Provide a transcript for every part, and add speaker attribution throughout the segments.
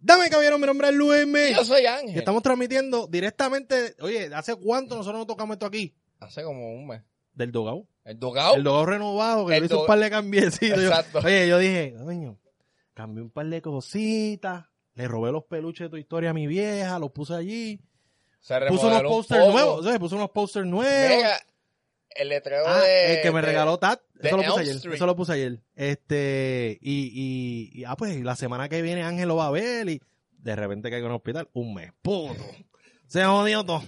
Speaker 1: Dame caballero, mi nombre es Luis M.
Speaker 2: Yo soy
Speaker 1: Y
Speaker 2: Ángel.
Speaker 1: estamos transmitiendo directamente. Oye, ¿hace cuánto nosotros no tocamos esto aquí?
Speaker 2: Hace como un mes.
Speaker 1: Del Dogao.
Speaker 2: El Dogao.
Speaker 1: El Dogao renovado, que
Speaker 2: Oh. El
Speaker 1: yo hice un
Speaker 2: Dogao.
Speaker 1: par de cambiecitos. Yo-
Speaker 2: Exacto.
Speaker 1: oye, yo dije, coño, cambié un par de cositas. Le robé los peluches de tu historia a mi vieja, los puse allí.
Speaker 2: Se
Speaker 1: Puso unos
Speaker 2: remodeló un
Speaker 1: posters
Speaker 2: poco.
Speaker 1: nuevos. ¿sabes? Puso unos posters nuevos.
Speaker 2: Mira, el letreo
Speaker 1: Ah,
Speaker 2: de...
Speaker 1: el que me
Speaker 2: de-
Speaker 1: regaló Tat.
Speaker 2: de
Speaker 1: Eso lo puse
Speaker 2: Elm
Speaker 1: ayer.
Speaker 2: Street.
Speaker 1: Eso lo puse ayer. Este, y, y, y- ah, pues la semana que viene Ángel lo va a ver y de repente caigo en el hospital. Un mes. Puto. Se jodió todo.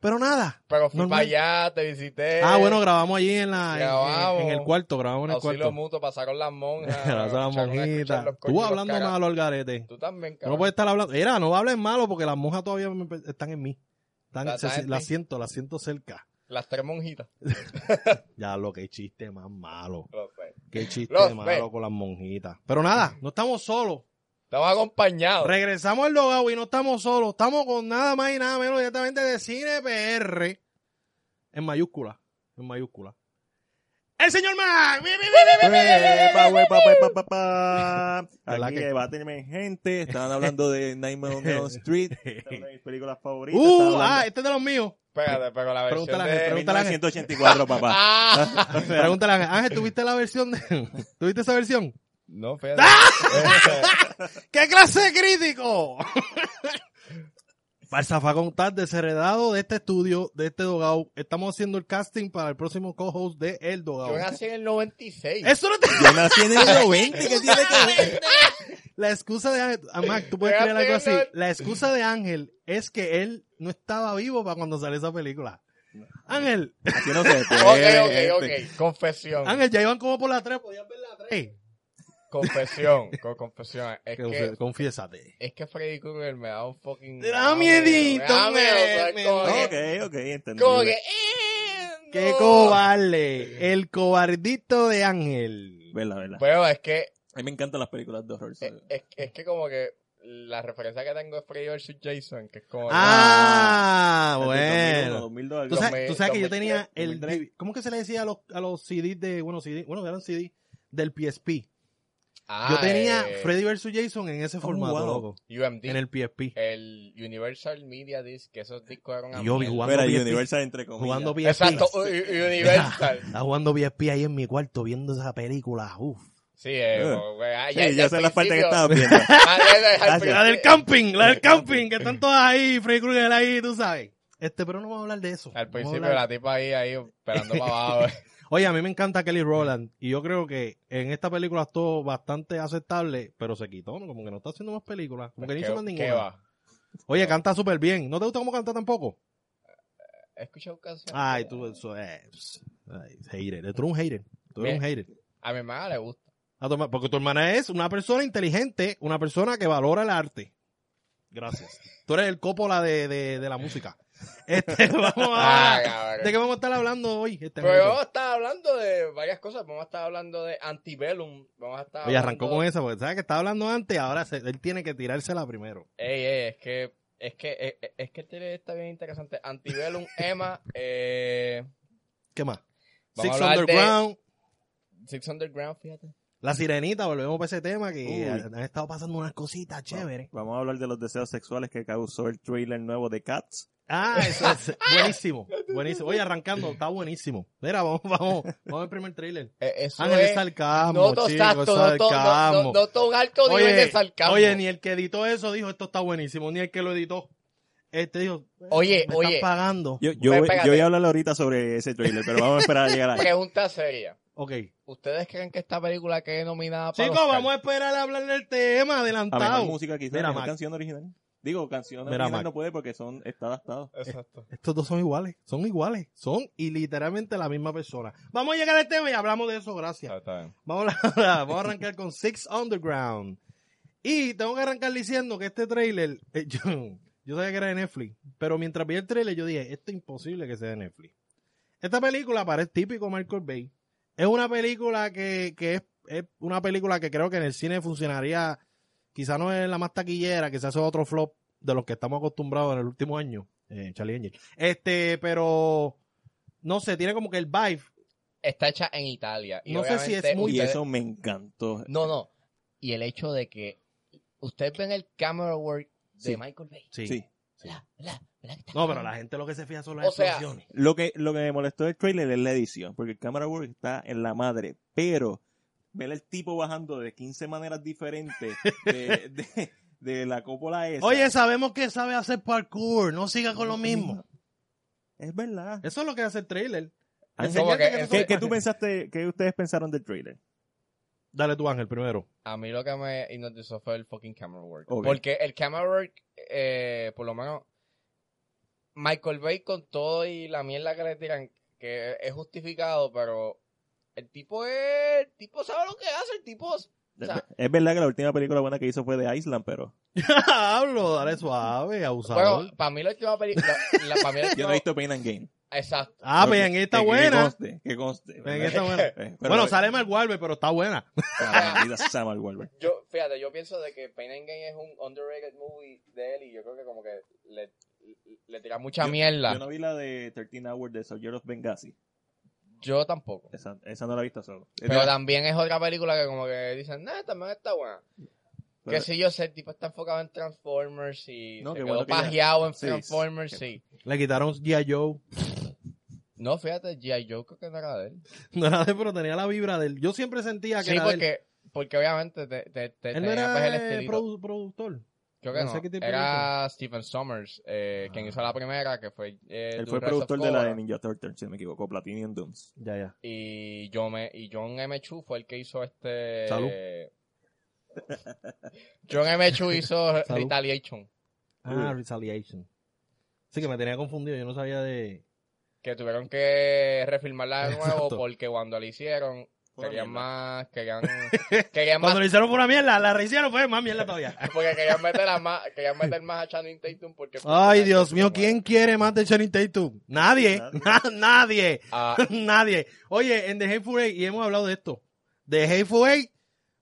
Speaker 1: Pero nada.
Speaker 2: Pero fui
Speaker 1: Normal.
Speaker 2: para allá, te visité.
Speaker 1: Ah, bueno, grabamos allí en la, en-
Speaker 2: Eh, grabamos.
Speaker 1: en, en el cuarto, grabamos en el
Speaker 2: Auxilio
Speaker 1: cuarto.
Speaker 2: mutuo, pasar con las monjas.
Speaker 1: Gracias a la
Speaker 2: escuchar- escuchar
Speaker 1: monjita.
Speaker 2: los coños y
Speaker 1: Tú
Speaker 2: los
Speaker 1: hablando
Speaker 2: cagas.
Speaker 1: malo, Algarete.
Speaker 2: Tú también,
Speaker 1: No
Speaker 2: cabrón.
Speaker 1: puedes estar hablando. Era, no hables malo porque las monjas todavía me- están en mí. Están,
Speaker 2: La-
Speaker 1: se-
Speaker 2: está en
Speaker 1: las
Speaker 2: ti.
Speaker 1: siento, las siento cerca.
Speaker 2: Las tres monjitas.
Speaker 1: Ya, lo que chiste más malo.
Speaker 2: Lo sé.
Speaker 1: Qué chiste
Speaker 2: Los
Speaker 1: malo
Speaker 2: ve.
Speaker 1: con las monjitas. Pero nada, no estamos solos.
Speaker 2: Estamos acompañados.
Speaker 1: Regresamos al Dogao y no estamos solos. Estamos con nada más y nada menos directamente de Cine PR. En mayúscula. En mayúscula. ¡El señor Mac! ¡Bi, bi, bi, bi, bi, bi, bi,
Speaker 3: Huepa,
Speaker 1: bi, bi,
Speaker 3: huepa, huepa, pa, pa.
Speaker 1: ¿Verdad
Speaker 3: Aquí
Speaker 1: que-
Speaker 3: eh, va a tenerme gente. Estaban hablando de Nightmare on Elm Street. esta es una de mis películas
Speaker 1: bi!
Speaker 3: favoritas.
Speaker 1: ¡Uh!
Speaker 3: Estaban
Speaker 1: Ah,
Speaker 3: hablando-
Speaker 1: este es de los míos.
Speaker 2: Espérate, pero la versión
Speaker 1: Pregúntale a la
Speaker 2: de...
Speaker 1: gente, pregúntale. pregúntala-
Speaker 3: 1984, papá.
Speaker 2: ¡Ah!
Speaker 1: Pregúntale a Ángel. Ángel, ¿tuviste la versión de... ¿Tuviste esa versión?
Speaker 2: No, fíjate.
Speaker 1: Ah. ¡Qué clase de crítico! Balsafagón Tad, desheredado de este estudio, de este Dogao. Estamos haciendo el casting para el próximo co-host de El Dogao.
Speaker 2: Yo nací en el 96.
Speaker 1: Eso no te...
Speaker 3: Yo nací en el 90, ¿qué tiene que ver?
Speaker 1: La excusa de Ángel... Ah, Mac, tú puedes
Speaker 2: Yo
Speaker 1: creer algo
Speaker 2: nací
Speaker 1: así.
Speaker 2: en el-
Speaker 1: La excusa de Ángel es que él no estaba vivo para cuando salió esa película. Ángel,
Speaker 3: Aquí no pues, este, se puede.
Speaker 2: Ok, ok,
Speaker 3: gente.
Speaker 2: ok. Confesión.
Speaker 1: Este. Ángel, ya iban como por la 3, podías ver la 3.
Speaker 2: Confesión. con confesión. Es que,
Speaker 1: Confiésate.
Speaker 2: es que Freddy Krueger me da un fucking.
Speaker 1: Te da miedito,
Speaker 2: Me da miedo.
Speaker 1: me-
Speaker 2: ¿sabes?
Speaker 1: me-
Speaker 2: como,
Speaker 1: no,
Speaker 2: que,
Speaker 3: Ok, ok,
Speaker 2: como que.
Speaker 3: entendible.
Speaker 2: eh,
Speaker 1: ¡Qué
Speaker 2: no.
Speaker 1: cobarde! El cobardito de Ángel.
Speaker 3: Verdad, verdad.
Speaker 2: Pero es que.
Speaker 3: A mí me encantan las películas de horror. eh,
Speaker 2: Es,
Speaker 3: ¿sabes?
Speaker 2: es- es que como que. La referencia que tengo es Freddy vs. Jason. Que es como.
Speaker 1: Ah,
Speaker 3: Desde
Speaker 1: bueno.
Speaker 3: 2001, 2002,
Speaker 1: Tú
Speaker 3: algo.
Speaker 1: sabes, tú sabes que yo
Speaker 2: 2003,
Speaker 1: tenía el...
Speaker 3: 2003.
Speaker 1: DVD ¿Cómo que se le decía a los, a los CDs de... Bueno, CD, bueno, eran CD del PSP.
Speaker 2: Ah,
Speaker 1: Yo tenía
Speaker 2: eh, Oh,
Speaker 1: Freddy vs. Jason en ese formato,
Speaker 3: wow.
Speaker 1: loco.
Speaker 2: UMD.
Speaker 1: En el
Speaker 2: El... Eh,
Speaker 1: PSP.
Speaker 2: Universal Media Disc. Que esos discos eran. una
Speaker 1: Y yo vi
Speaker 2: mierda.
Speaker 1: jugando
Speaker 3: Espera,
Speaker 1: PSP.
Speaker 3: Universal entre comillas.
Speaker 1: Jugando PSP.
Speaker 2: Exacto. U- U- Universal.
Speaker 1: Estaba jugando PSP ahí en mi cuarto viendo esa película. Uf.
Speaker 2: Sí, eh,
Speaker 3: Eh.
Speaker 2: como que, ah,
Speaker 3: Sí,
Speaker 2: ya,
Speaker 3: ya,
Speaker 2: ya al
Speaker 3: sé las partes que
Speaker 2: principio-
Speaker 3: estabas viendo.
Speaker 2: Ah, ya, ya, al
Speaker 3: La
Speaker 2: principio-
Speaker 1: La del camping, la
Speaker 2: eh,
Speaker 1: del camping, que están todas ahí, Freddy Krueger ahí, tú sabes. Este, pero no vamos a hablar de eso.
Speaker 2: Al
Speaker 1: Vamos a
Speaker 2: principio
Speaker 1: hablar-
Speaker 2: la tipa ahí, ahí, esperando para abajo.
Speaker 1: Oye, a mí me encanta Kelly Rowland y yo creo que en esta película estuvo bastante aceptable, pero se quitó, ¿no? como que no está haciendo más películas, como que no hizo más
Speaker 2: ¿Qué-
Speaker 1: ninguna.
Speaker 2: qué va?
Speaker 1: Oye, canta súper bien. ¿No te gusta cómo canta tampoco?
Speaker 2: He escuchado canciones.
Speaker 1: Ay, Ah, tú, eso es... Ay, hater. Tú eres un hater. Tú eres
Speaker 2: Bien.
Speaker 1: un hater.
Speaker 2: A mi hermana le gusta.
Speaker 1: A tu herma- porque tu hermana es una persona inteligente, una persona que valora el arte. Gracias. Tú eres el cópola de, de, de la música. Este, vamos
Speaker 2: Ah, Pues,
Speaker 1: a...
Speaker 2: cabrón.
Speaker 1: ¿De qué vamos a estar hablando hoy? Este
Speaker 2: Pero
Speaker 1: amigo?
Speaker 2: vamos a estar hablando de varias cosas. Vamos a estar hablando de Antebellum. Vamos a estar
Speaker 1: Oye, arrancó
Speaker 2: hablando-
Speaker 1: con esa, porque sabes que estaba hablando antes, ahora se- él tiene que tirársela primero.
Speaker 2: Ey, ey, es que... Es que, eh, eh, es que el tele está bien interesante. Antebellum, Emma, eh,
Speaker 1: ¿Qué más?
Speaker 2: Vamos
Speaker 1: Six
Speaker 2: a hablar de-
Speaker 1: Underground,
Speaker 2: Six Underground, fíjate.
Speaker 1: La Sirenita, volvemos para ese tema que
Speaker 3: Uy.
Speaker 1: han han estado pasando unas cositas chéveres.
Speaker 3: Vamos a hablar de los deseos sexuales que causó el trailer nuevo de Cats.
Speaker 1: Ah, eso es buenísimo, buenísimo. Oye, arrancando, está buenísimo. Mira, vamos, vamos, vamos al primer trailer.
Speaker 2: Eh, eso
Speaker 1: Ángel, es
Speaker 2: es...
Speaker 1: sarcasmo,
Speaker 2: no todo
Speaker 1: chico,
Speaker 2: exacto, no
Speaker 1: es
Speaker 2: todo no,
Speaker 1: sarcasmo.
Speaker 2: no, no todo un alto nivel de
Speaker 1: Oye,
Speaker 2: sarcasmo.
Speaker 1: oye, ni el que editó eso dijo, esto está buenísimo, ni el que lo editó. Este dijo,
Speaker 2: Oye,
Speaker 1: me
Speaker 2: oye.
Speaker 1: están pagando.
Speaker 3: Yo, yo,
Speaker 2: Pe-
Speaker 3: voy,
Speaker 2: pégate.
Speaker 3: yo voy a hablar ahorita sobre ese trailer, pero vamos a esperar a llegar ahí.
Speaker 2: Pregunta seria.
Speaker 1: Ok.
Speaker 2: ¿Ustedes creen que esta película que es nominada para
Speaker 1: Chicos, vamos a esperar a hablar del tema
Speaker 3: A mejor
Speaker 1: adelantado.
Speaker 3: música quizás,
Speaker 1: Mira,
Speaker 3: mejor
Speaker 1: Mac.
Speaker 3: canción original. Digo, canción
Speaker 1: Mira,
Speaker 3: original
Speaker 1: Mac.
Speaker 3: no puede porque son, está adaptado.
Speaker 2: Exacto.
Speaker 1: Estos dos son iguales, son iguales, son y literalmente la misma persona. Vamos a llegar al tema y hablamos de eso, gracias. Vamos a, vamos a arrancar con Six Underground. Y tengo que arrancar diciendo que este trailer, eh, yo, yo sabía que era de Netflix, pero mientras vi el trailer yo dije, esto es imposible que sea de Netflix. Esta película parece típico Michael Bay. Es una película que, que es, es una película que creo que en el cine funcionaría, quizá no es la más taquillera, quizás es otro flop de los que estamos acostumbrados en el último año, eh, Charlie Angel. Este, pero no sé, tiene como que el vibe.
Speaker 2: Está hecha en Italia. y
Speaker 1: No sé si es
Speaker 2: obviamente
Speaker 1: muy-
Speaker 3: y
Speaker 2: ustedes-
Speaker 3: eso me encantó.
Speaker 2: No, no. Y el hecho de que Ustedes ven el camera work de
Speaker 3: Sí.
Speaker 2: Michael Bay.
Speaker 1: Sí.
Speaker 3: Sí.
Speaker 2: ¿Verdad? ¿Verdad? ¿Verdad que está
Speaker 1: No, pero
Speaker 2: cabrón?
Speaker 1: la gente lo que se fija son las
Speaker 2: O sea,
Speaker 1: explosiones.
Speaker 3: Lo que, lo que me molestó del trailer es la edición, porque el camera work está en la madre, pero ver el tipo bajando de 15 maneras diferentes de, de- de la cópola esa.
Speaker 1: Oye, sabemos que sabe hacer parkour, no siga con lo mismo.
Speaker 3: Es verdad.
Speaker 1: Eso es lo que hace el trailer.
Speaker 2: Como
Speaker 1: Enseñarte
Speaker 2: que
Speaker 1: que
Speaker 2: eso-
Speaker 3: ¿Qué, qué tú pensaste, qué ustedes pensaron del trailer?
Speaker 1: Dale tú, Ángel, primero.
Speaker 2: A mí lo que me hipnotizó fue el fucking camera work.
Speaker 3: Ok.
Speaker 2: Porque el camera work, eh, por lo menos, Michael Bay con todo y la mierda que le tiran, que es justificado, pero el tipo es, el tipo sabe lo que hace, el tipo... o sea,
Speaker 3: es verdad que la última película buena que hizo fue de Island, pero
Speaker 1: Hablo, dale suave, abusador.
Speaker 2: bueno, para mí la última película... la- para mí la
Speaker 3: yo no
Speaker 2: última-
Speaker 3: he visto Pain and Gain.
Speaker 2: Exacto.
Speaker 1: ah,
Speaker 3: Pero
Speaker 1: pues
Speaker 3: que-
Speaker 1: en esta
Speaker 3: que- Que
Speaker 1: buena.
Speaker 3: conste, que conste.
Speaker 1: En
Speaker 3: ¿verdad?
Speaker 1: esta buena.
Speaker 3: Eh, pero-
Speaker 1: Bueno, sale mal Wahlberg, pero está buena.
Speaker 3: Ah, mira, Sam al Wahlberg.
Speaker 2: Yo, fíjate, yo pienso de que Pain and Gain es un underrated movie de él y yo creo que como que le, le tira mucha mierda.
Speaker 3: Yo no vi la de 13 Hours de Soldier of Benghazi.
Speaker 2: yo tampoco.
Speaker 3: Esa, esa no la he visto solo. Es
Speaker 2: Pero
Speaker 3: de-
Speaker 2: también es otra película que como que dicen, nah, también está buena.
Speaker 3: pero-
Speaker 2: Que si yo sé, el tipo está enfocado en Transformers y
Speaker 3: No,
Speaker 2: se
Speaker 3: qué
Speaker 2: quedó
Speaker 3: bueno que ya-
Speaker 2: pajeado en
Speaker 3: Sí,
Speaker 2: Transformers, sí.
Speaker 1: Le quitaron G.I. Joe.
Speaker 2: No, fíjate, G.I. Joe creo que no era de él.
Speaker 1: No era de él, pero tenía la vibra del. Yo siempre sentía que
Speaker 2: Sí,
Speaker 1: era de él.
Speaker 2: porque, porque obviamente te, te, te
Speaker 1: Él no
Speaker 2: tenía, pues, el
Speaker 1: era eh,
Speaker 2: estilito.
Speaker 1: produ- productor.
Speaker 2: creo que
Speaker 1: no sé qué
Speaker 2: no.
Speaker 1: tipo
Speaker 2: Era Stephen Sommers, eh,
Speaker 1: Ah.
Speaker 2: quien hizo la primera, que fue... eh,
Speaker 3: Él
Speaker 2: Do
Speaker 3: fue el
Speaker 2: Rise of
Speaker 3: productor de la
Speaker 2: Cobra.
Speaker 3: de Ninja Turtles, si no me equivoco, Platinum Dooms.
Speaker 1: Ya, ya.
Speaker 2: Y, yo me, y John M. Chu fue el que hizo este...
Speaker 1: Salud.
Speaker 2: John M. Chu hizo
Speaker 1: Salud.
Speaker 2: Retaliation.
Speaker 1: Ah, Retaliation. Sí, que me tenía confundido. Yo no sabía de.
Speaker 2: Que tuvieron que refilmarla de nuevo
Speaker 1: Exacto.
Speaker 2: porque cuando la hicieron
Speaker 3: Una
Speaker 2: querían
Speaker 3: mierda.
Speaker 2: más, querían, querían
Speaker 1: Cuando
Speaker 2: más,
Speaker 1: lo hicieron por una mierda, la rehicieron, fue más mierda todavía.
Speaker 2: porque querían meter a más, querían meter más a Channing Tatum porque
Speaker 1: Ay, Dios mío, ¿quién quiere más de Channing Tatum? Nadie, na- nadie,
Speaker 2: Ah,
Speaker 1: nadie. Oye, en The Hateful Eight, y hemos hablado de esto, The Hateful Eight,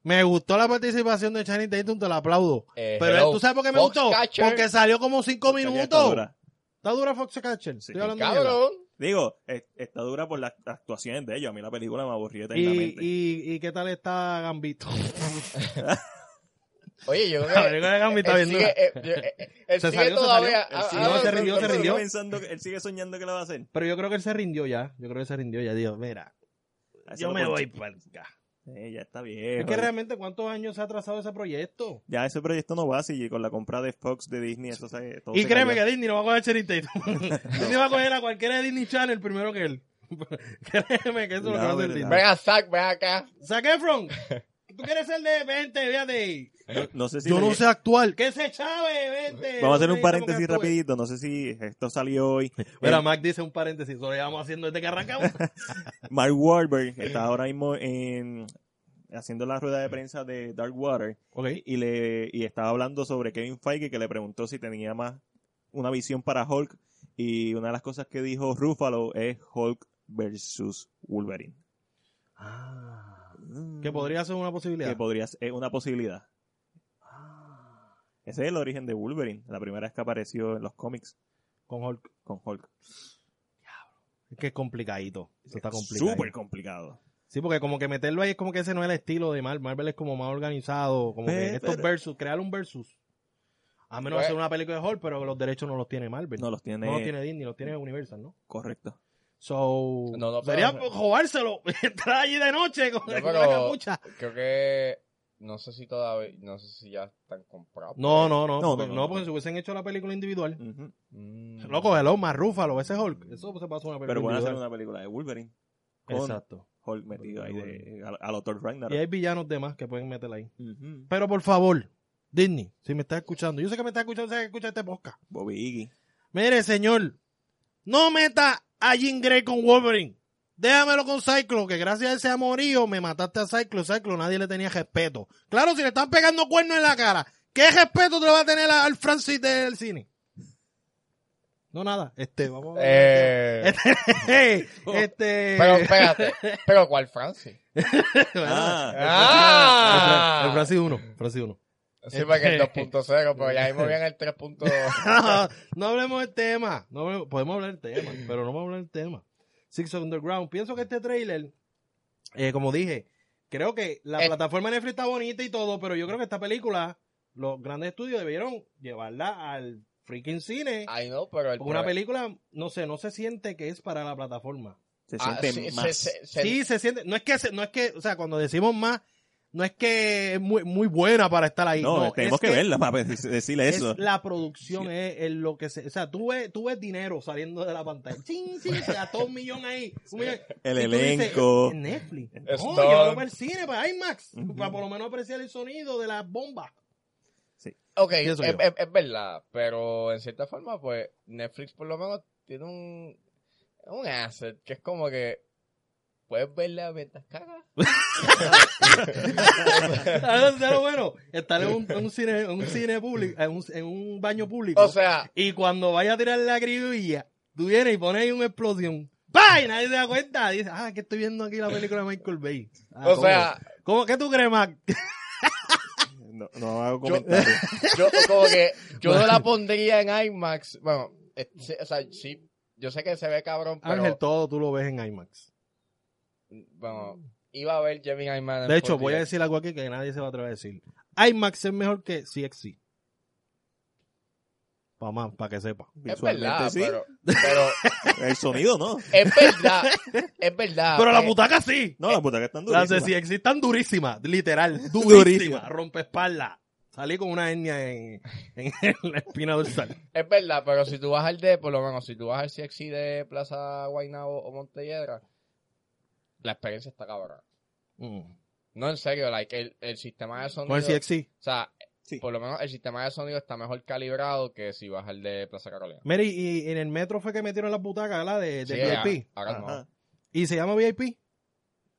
Speaker 1: me gustó la participación de Channing Tatum, te la aplaudo.
Speaker 2: eh,
Speaker 1: Pero
Speaker 2: hello.
Speaker 1: ¿tú sabes por qué me gustó?
Speaker 2: Foxcatcher.
Speaker 1: Porque salió como cinco
Speaker 3: Esta ya
Speaker 1: minutos.
Speaker 3: está dura.
Speaker 1: Está dura Foxcatcher,
Speaker 3: Sí.
Speaker 1: estoy hablando de mierda.
Speaker 2: cabrón.
Speaker 3: Digo, es- está dura por las actuaciones de ellos. A mí la película me aburrió eternamente.
Speaker 1: Y, y, ¿Y qué tal está Gambito?
Speaker 2: Oye, yo
Speaker 1: La
Speaker 2: creo que
Speaker 1: película de Gambito
Speaker 2: él
Speaker 1: bien dura.
Speaker 2: sigue, eh, yo- eh, eh, él
Speaker 1: Se
Speaker 2: sigue
Speaker 1: salió, se
Speaker 2: todavía.
Speaker 1: salió. Él
Speaker 2: ah,
Speaker 1: sigue-
Speaker 2: ah,
Speaker 1: no, se
Speaker 2: ah,
Speaker 1: rindió,
Speaker 2: ah,
Speaker 1: se
Speaker 2: ah,
Speaker 3: Él sigue
Speaker 1: rindió.
Speaker 3: pensando que- él sigue soñando que la va a hacer.
Speaker 1: Pero yo creo que él se rindió ya, yo creo que se rindió ya, Dios, mira, yo me voy para acá.
Speaker 3: Eh, ya está
Speaker 1: Es
Speaker 3: bien.
Speaker 1: que realmente, ¿cuántos años se ha atrasado ese proyecto?
Speaker 3: Ya ese proyecto no va así. Con la compra de Fox, de Disney, eso se, todo
Speaker 1: Y
Speaker 3: se
Speaker 1: créeme
Speaker 3: cayó.
Speaker 1: que Disney no va a coger Channing Tatum. Disney va a coger a cualquiera de Disney Channel primero que él. créeme que eso lo
Speaker 3: La
Speaker 1: que va a hacer
Speaker 3: verdad.
Speaker 1: Disney.
Speaker 2: ah. Ven a Zack, ven acá.
Speaker 1: Zac Efron, tú quieres ser de 20, fíjate.
Speaker 3: No, no sé si...
Speaker 1: Yo
Speaker 3: le-
Speaker 1: no sé actuar. ¿Qué se chave, 20?
Speaker 3: Vamos a hacer un paréntesis Eh. rapidito. No sé si esto salió hoy.
Speaker 1: Mira, Mac dice un paréntesis. Eso lo llevamos haciendo desde que arrancamos.
Speaker 3: Mark Wahlberg está ahora mismo en- haciendo la rueda de prensa de Dark Water.
Speaker 1: ok.
Speaker 3: y le y estaba hablando sobre Kevin Feige que le preguntó si tenía más una visión para Hulk y una de las cosas que dijo Ruffalo es Hulk versus Wolverine
Speaker 1: Que podría ser una posibilidad.
Speaker 3: Ah. que podría ser una posibilidad ese es el origen de Wolverine la primera vez que apareció en los cómics
Speaker 1: Con Hulk.
Speaker 3: con Hulk
Speaker 1: Es que es complicadito. Eso está complicado.
Speaker 3: súper complicado
Speaker 1: Sí, porque como que meterlo ahí es como que ese no es el estilo de Marvel. Marvel es como más organizado, como que
Speaker 3: Pe-
Speaker 1: estos
Speaker 3: pero-
Speaker 1: versus, crear un versus. A menos
Speaker 2: Pues-
Speaker 1: hacer una película de Hulk, pero los derechos no los tiene Marvel. No,
Speaker 3: no los tiene,
Speaker 1: los tiene Disney, los tiene Universal, ¿no?
Speaker 3: correcto
Speaker 1: So,
Speaker 2: No, no,
Speaker 1: sería
Speaker 2: pero-
Speaker 1: jugárselo, entrar allí de noche con,
Speaker 2: No,
Speaker 1: con
Speaker 2: pero-
Speaker 1: la capucha.
Speaker 2: Creo que. No sé si todavía. No sé si ya están comprados.
Speaker 1: No, no, no,
Speaker 3: No,
Speaker 1: porque- no,
Speaker 3: no, no,
Speaker 1: porque
Speaker 3: no.
Speaker 1: si hubiesen hecho la película individual.
Speaker 3: Ujú.
Speaker 2: Mm.
Speaker 1: Loco, hello, más Rúfalo, ese Hulk. Eso se pasó una película
Speaker 3: pero pueden hacer
Speaker 1: individual.
Speaker 3: una película de Wolverine con
Speaker 1: Pues Exacto.
Speaker 3: Hulk metido ahí de, a, a los Thor Ragnarok
Speaker 1: Y hay villanos demás que pueden meterla ahí.
Speaker 3: Ujú.
Speaker 1: Pero por favor, Disney, si me estás escuchando, yo sé que me estás escuchando, sé que escuchas este podcast.
Speaker 3: Bobby Iggy
Speaker 1: Mire, señor, no meta a Jean Grey con Wolverine. Déjamelo con Cyclo, que gracias a ese amorío me mataste a Cyclo. Cyclo nadie le tenía respeto. Claro, si le están pegando cuernos en la cara, ¿qué respeto te va a tener a- al Francis del cine? No, nada. Este, vamos a
Speaker 2: Eh,
Speaker 1: Este, este-
Speaker 2: pero espérate. Pero ¿cuál Francis?
Speaker 3: ah,
Speaker 2: ¡Ah!
Speaker 1: El Francis 1, Francis 1.
Speaker 2: Sí,
Speaker 1: Este,
Speaker 2: porque el 2.0, pero ya mismo viene el 3.0.
Speaker 1: no hablemos del tema. No hablemos- podemos hablar del tema, pero no vamos a hablar del tema. Six Underground. Pienso que este trailer, como dije, creo que la
Speaker 2: Eh.
Speaker 1: plataforma Netflix está bonita y todo, pero yo creo que esta película los grandes estudios debieron llevarla al freaking cine.
Speaker 2: I know, pero el
Speaker 1: Porque una
Speaker 2: pro-
Speaker 1: película, no sé, no se siente que es para la plataforma.
Speaker 3: Se
Speaker 2: Ah,
Speaker 3: siente
Speaker 2: sí,
Speaker 3: más.
Speaker 2: se- se- se-
Speaker 1: Sí, se siente. No es que, se- no es que, o sea, cuando decimos más, no es que es muy, muy buena para estar ahí.
Speaker 3: no,
Speaker 1: No,
Speaker 3: tenemos
Speaker 1: es
Speaker 3: que, verla para decirle
Speaker 1: Es
Speaker 3: eso.
Speaker 1: la producción, es, es lo que se. O sea, tú ves, tú ves dinero saliendo de la pantalla. Ching, ching, se gastó un millón ahí. Un millón.
Speaker 3: El
Speaker 1: Y tú dices,
Speaker 3: elenco.
Speaker 1: "En Netflix.
Speaker 2: Es
Speaker 1: No,
Speaker 2: todo.
Speaker 1: llévalo para el cine, para IMAX.
Speaker 3: Ujú.
Speaker 1: Para por lo menos apreciar el sonido de las bombas.
Speaker 2: Ok, es,
Speaker 1: Pienso yo.
Speaker 2: es- es verdad, pero en cierta forma, pues Netflix por lo menos tiene un, un asset que es como que puedes verla mientras cagas.
Speaker 1: ¿Sabes lo bueno? Estar en un, en un cine, en un cine público, en un, en un baño público.
Speaker 2: O sea,
Speaker 1: y cuando vaya a tirar la grilla, tú vienes y pones ahí una explosión. ¡Pah! Y nadie se da cuenta. Dice, ah, que estoy viendo aquí la película de Michael Bay. Ah,
Speaker 2: o
Speaker 1: ¿cómo?
Speaker 2: sea,
Speaker 1: ¿Cómo? ¿Qué tú crees, Mac?
Speaker 3: No, no hago comentarios.
Speaker 2: yo como que yo no la pondría en IMAX. Bueno, eh, sí, o sea, sí, yo sé que se ve cabrón, pero
Speaker 1: Ángel, todo tú lo ves en IMAX.
Speaker 2: bueno, iba a ver Jamie IMAX. en
Speaker 1: De hecho,
Speaker 2: 4DX.
Speaker 1: voy a decir algo aquí que nadie se va a atrever a decir. IMAX es mejor que CXC. Para más, para que sepa.
Speaker 2: Es
Speaker 3: Visualmente
Speaker 2: verdad,
Speaker 3: sí.
Speaker 2: pero, pero
Speaker 3: El sonido no.
Speaker 2: es verdad, es verdad.
Speaker 1: Ah, Pero la
Speaker 2: eh,
Speaker 1: butaca sí.
Speaker 3: No, las butacas están
Speaker 1: Las de
Speaker 3: durísimas.
Speaker 1: CXC están durísimas, literal.
Speaker 3: Durísima.
Speaker 1: Durísimas. Rompe espalda. Salí con una hernia en, en la espina dorsal.
Speaker 2: Es verdad, pero si tú vas al de, por lo menos, si tú vas al CXI de Plaza Guaynabo o Montelledra, la experiencia está cabrona.
Speaker 1: Mm.
Speaker 2: No, en serio, like, el, el sistema de sonido...
Speaker 1: Con el CXC.
Speaker 2: O sea,
Speaker 3: Sí.
Speaker 2: por lo menos el sistema de sonido está mejor calibrado que si vas al de Plaza Carolina.
Speaker 1: Mira, y, y en el metro fue que metieron las butacas, ¿verdad? De, de
Speaker 2: Sí,
Speaker 1: VIP.
Speaker 2: ahora- ahora
Speaker 3: Ajá.
Speaker 1: ¿Y se llama VIP?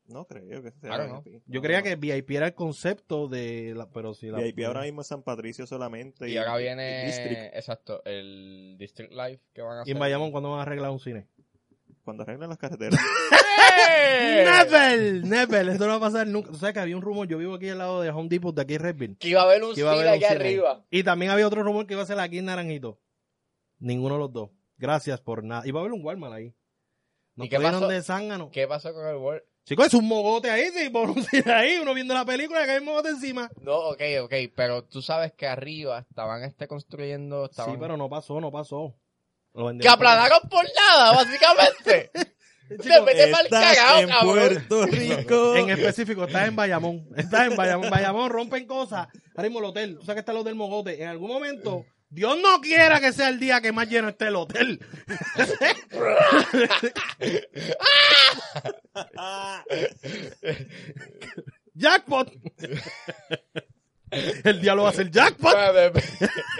Speaker 3: No creo que sea.
Speaker 2: Claro, no.
Speaker 3: VIP.
Speaker 1: Yo
Speaker 3: No,
Speaker 1: creía
Speaker 3: no.
Speaker 1: que VIP era el concepto de la... Pero si la...
Speaker 3: VIP ahora mismo es San Patricio solamente.
Speaker 2: Y ahora
Speaker 3: y District.
Speaker 2: viene, exacto, el District Live que van a
Speaker 1: ¿Y
Speaker 2: hacer.
Speaker 1: en Bayamón cuándo van a arreglar un cine?
Speaker 3: Cuando arreglan las carreteras.
Speaker 2: ¡Eh!
Speaker 1: Never, never, esto no va a pasar nunca. Tú sabes que había un rumor, yo vivo aquí al lado de Home Depot, de aquí en Redville.
Speaker 2: Que iba a haber un
Speaker 1: Que iba a
Speaker 2: cine
Speaker 1: haber un
Speaker 2: aquí
Speaker 1: cine.
Speaker 2: arriba.
Speaker 1: Y también había otro rumor que iba a ser aquí en Naranjito. Ninguno de los dos. Gracias por nada. Iba a haber un Walmart ahí. Nos
Speaker 2: ¿Y qué
Speaker 1: cogieron
Speaker 2: pasó?
Speaker 1: de zángano.
Speaker 2: ¿Qué pasó con el World?
Speaker 1: Chicos, es un mogote ahí, sí, por un cine ahí, uno viendo la película y cae un mogote encima.
Speaker 2: No, ok, ok, pero tú sabes que arriba estaban este construyendo... Estaban...
Speaker 1: Sí, pero no pasó, no pasó. Lo
Speaker 2: Que
Speaker 1: vendieron.
Speaker 2: aplanaron por nada, básicamente.
Speaker 1: Chicos,
Speaker 2: Te metes mal
Speaker 3: Estás
Speaker 2: cagado,
Speaker 3: en
Speaker 2: cabrón.
Speaker 3: Puerto Rico.
Speaker 1: En específico, estás en Bayamón. Estás en Bayamón. Bayamón rompen cosas. Ahora mismo el hotel. Tú sabes que está el hotel Mogote. En algún momento, Dios no quiera que sea el día que más lleno esté el hotel.
Speaker 3: Ah,
Speaker 1: ¡Jackpot! El día lo va a ser jackpot.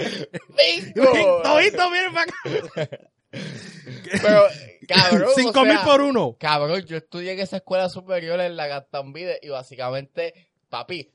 Speaker 2: Bingo.
Speaker 1: Todito, miren para acá.
Speaker 2: Pero, cabrón.
Speaker 1: Cinco
Speaker 2: o sea,
Speaker 1: mil por uno.
Speaker 2: Cabrón, yo estudié en esa escuela superior en la Gastambide y básicamente, papi.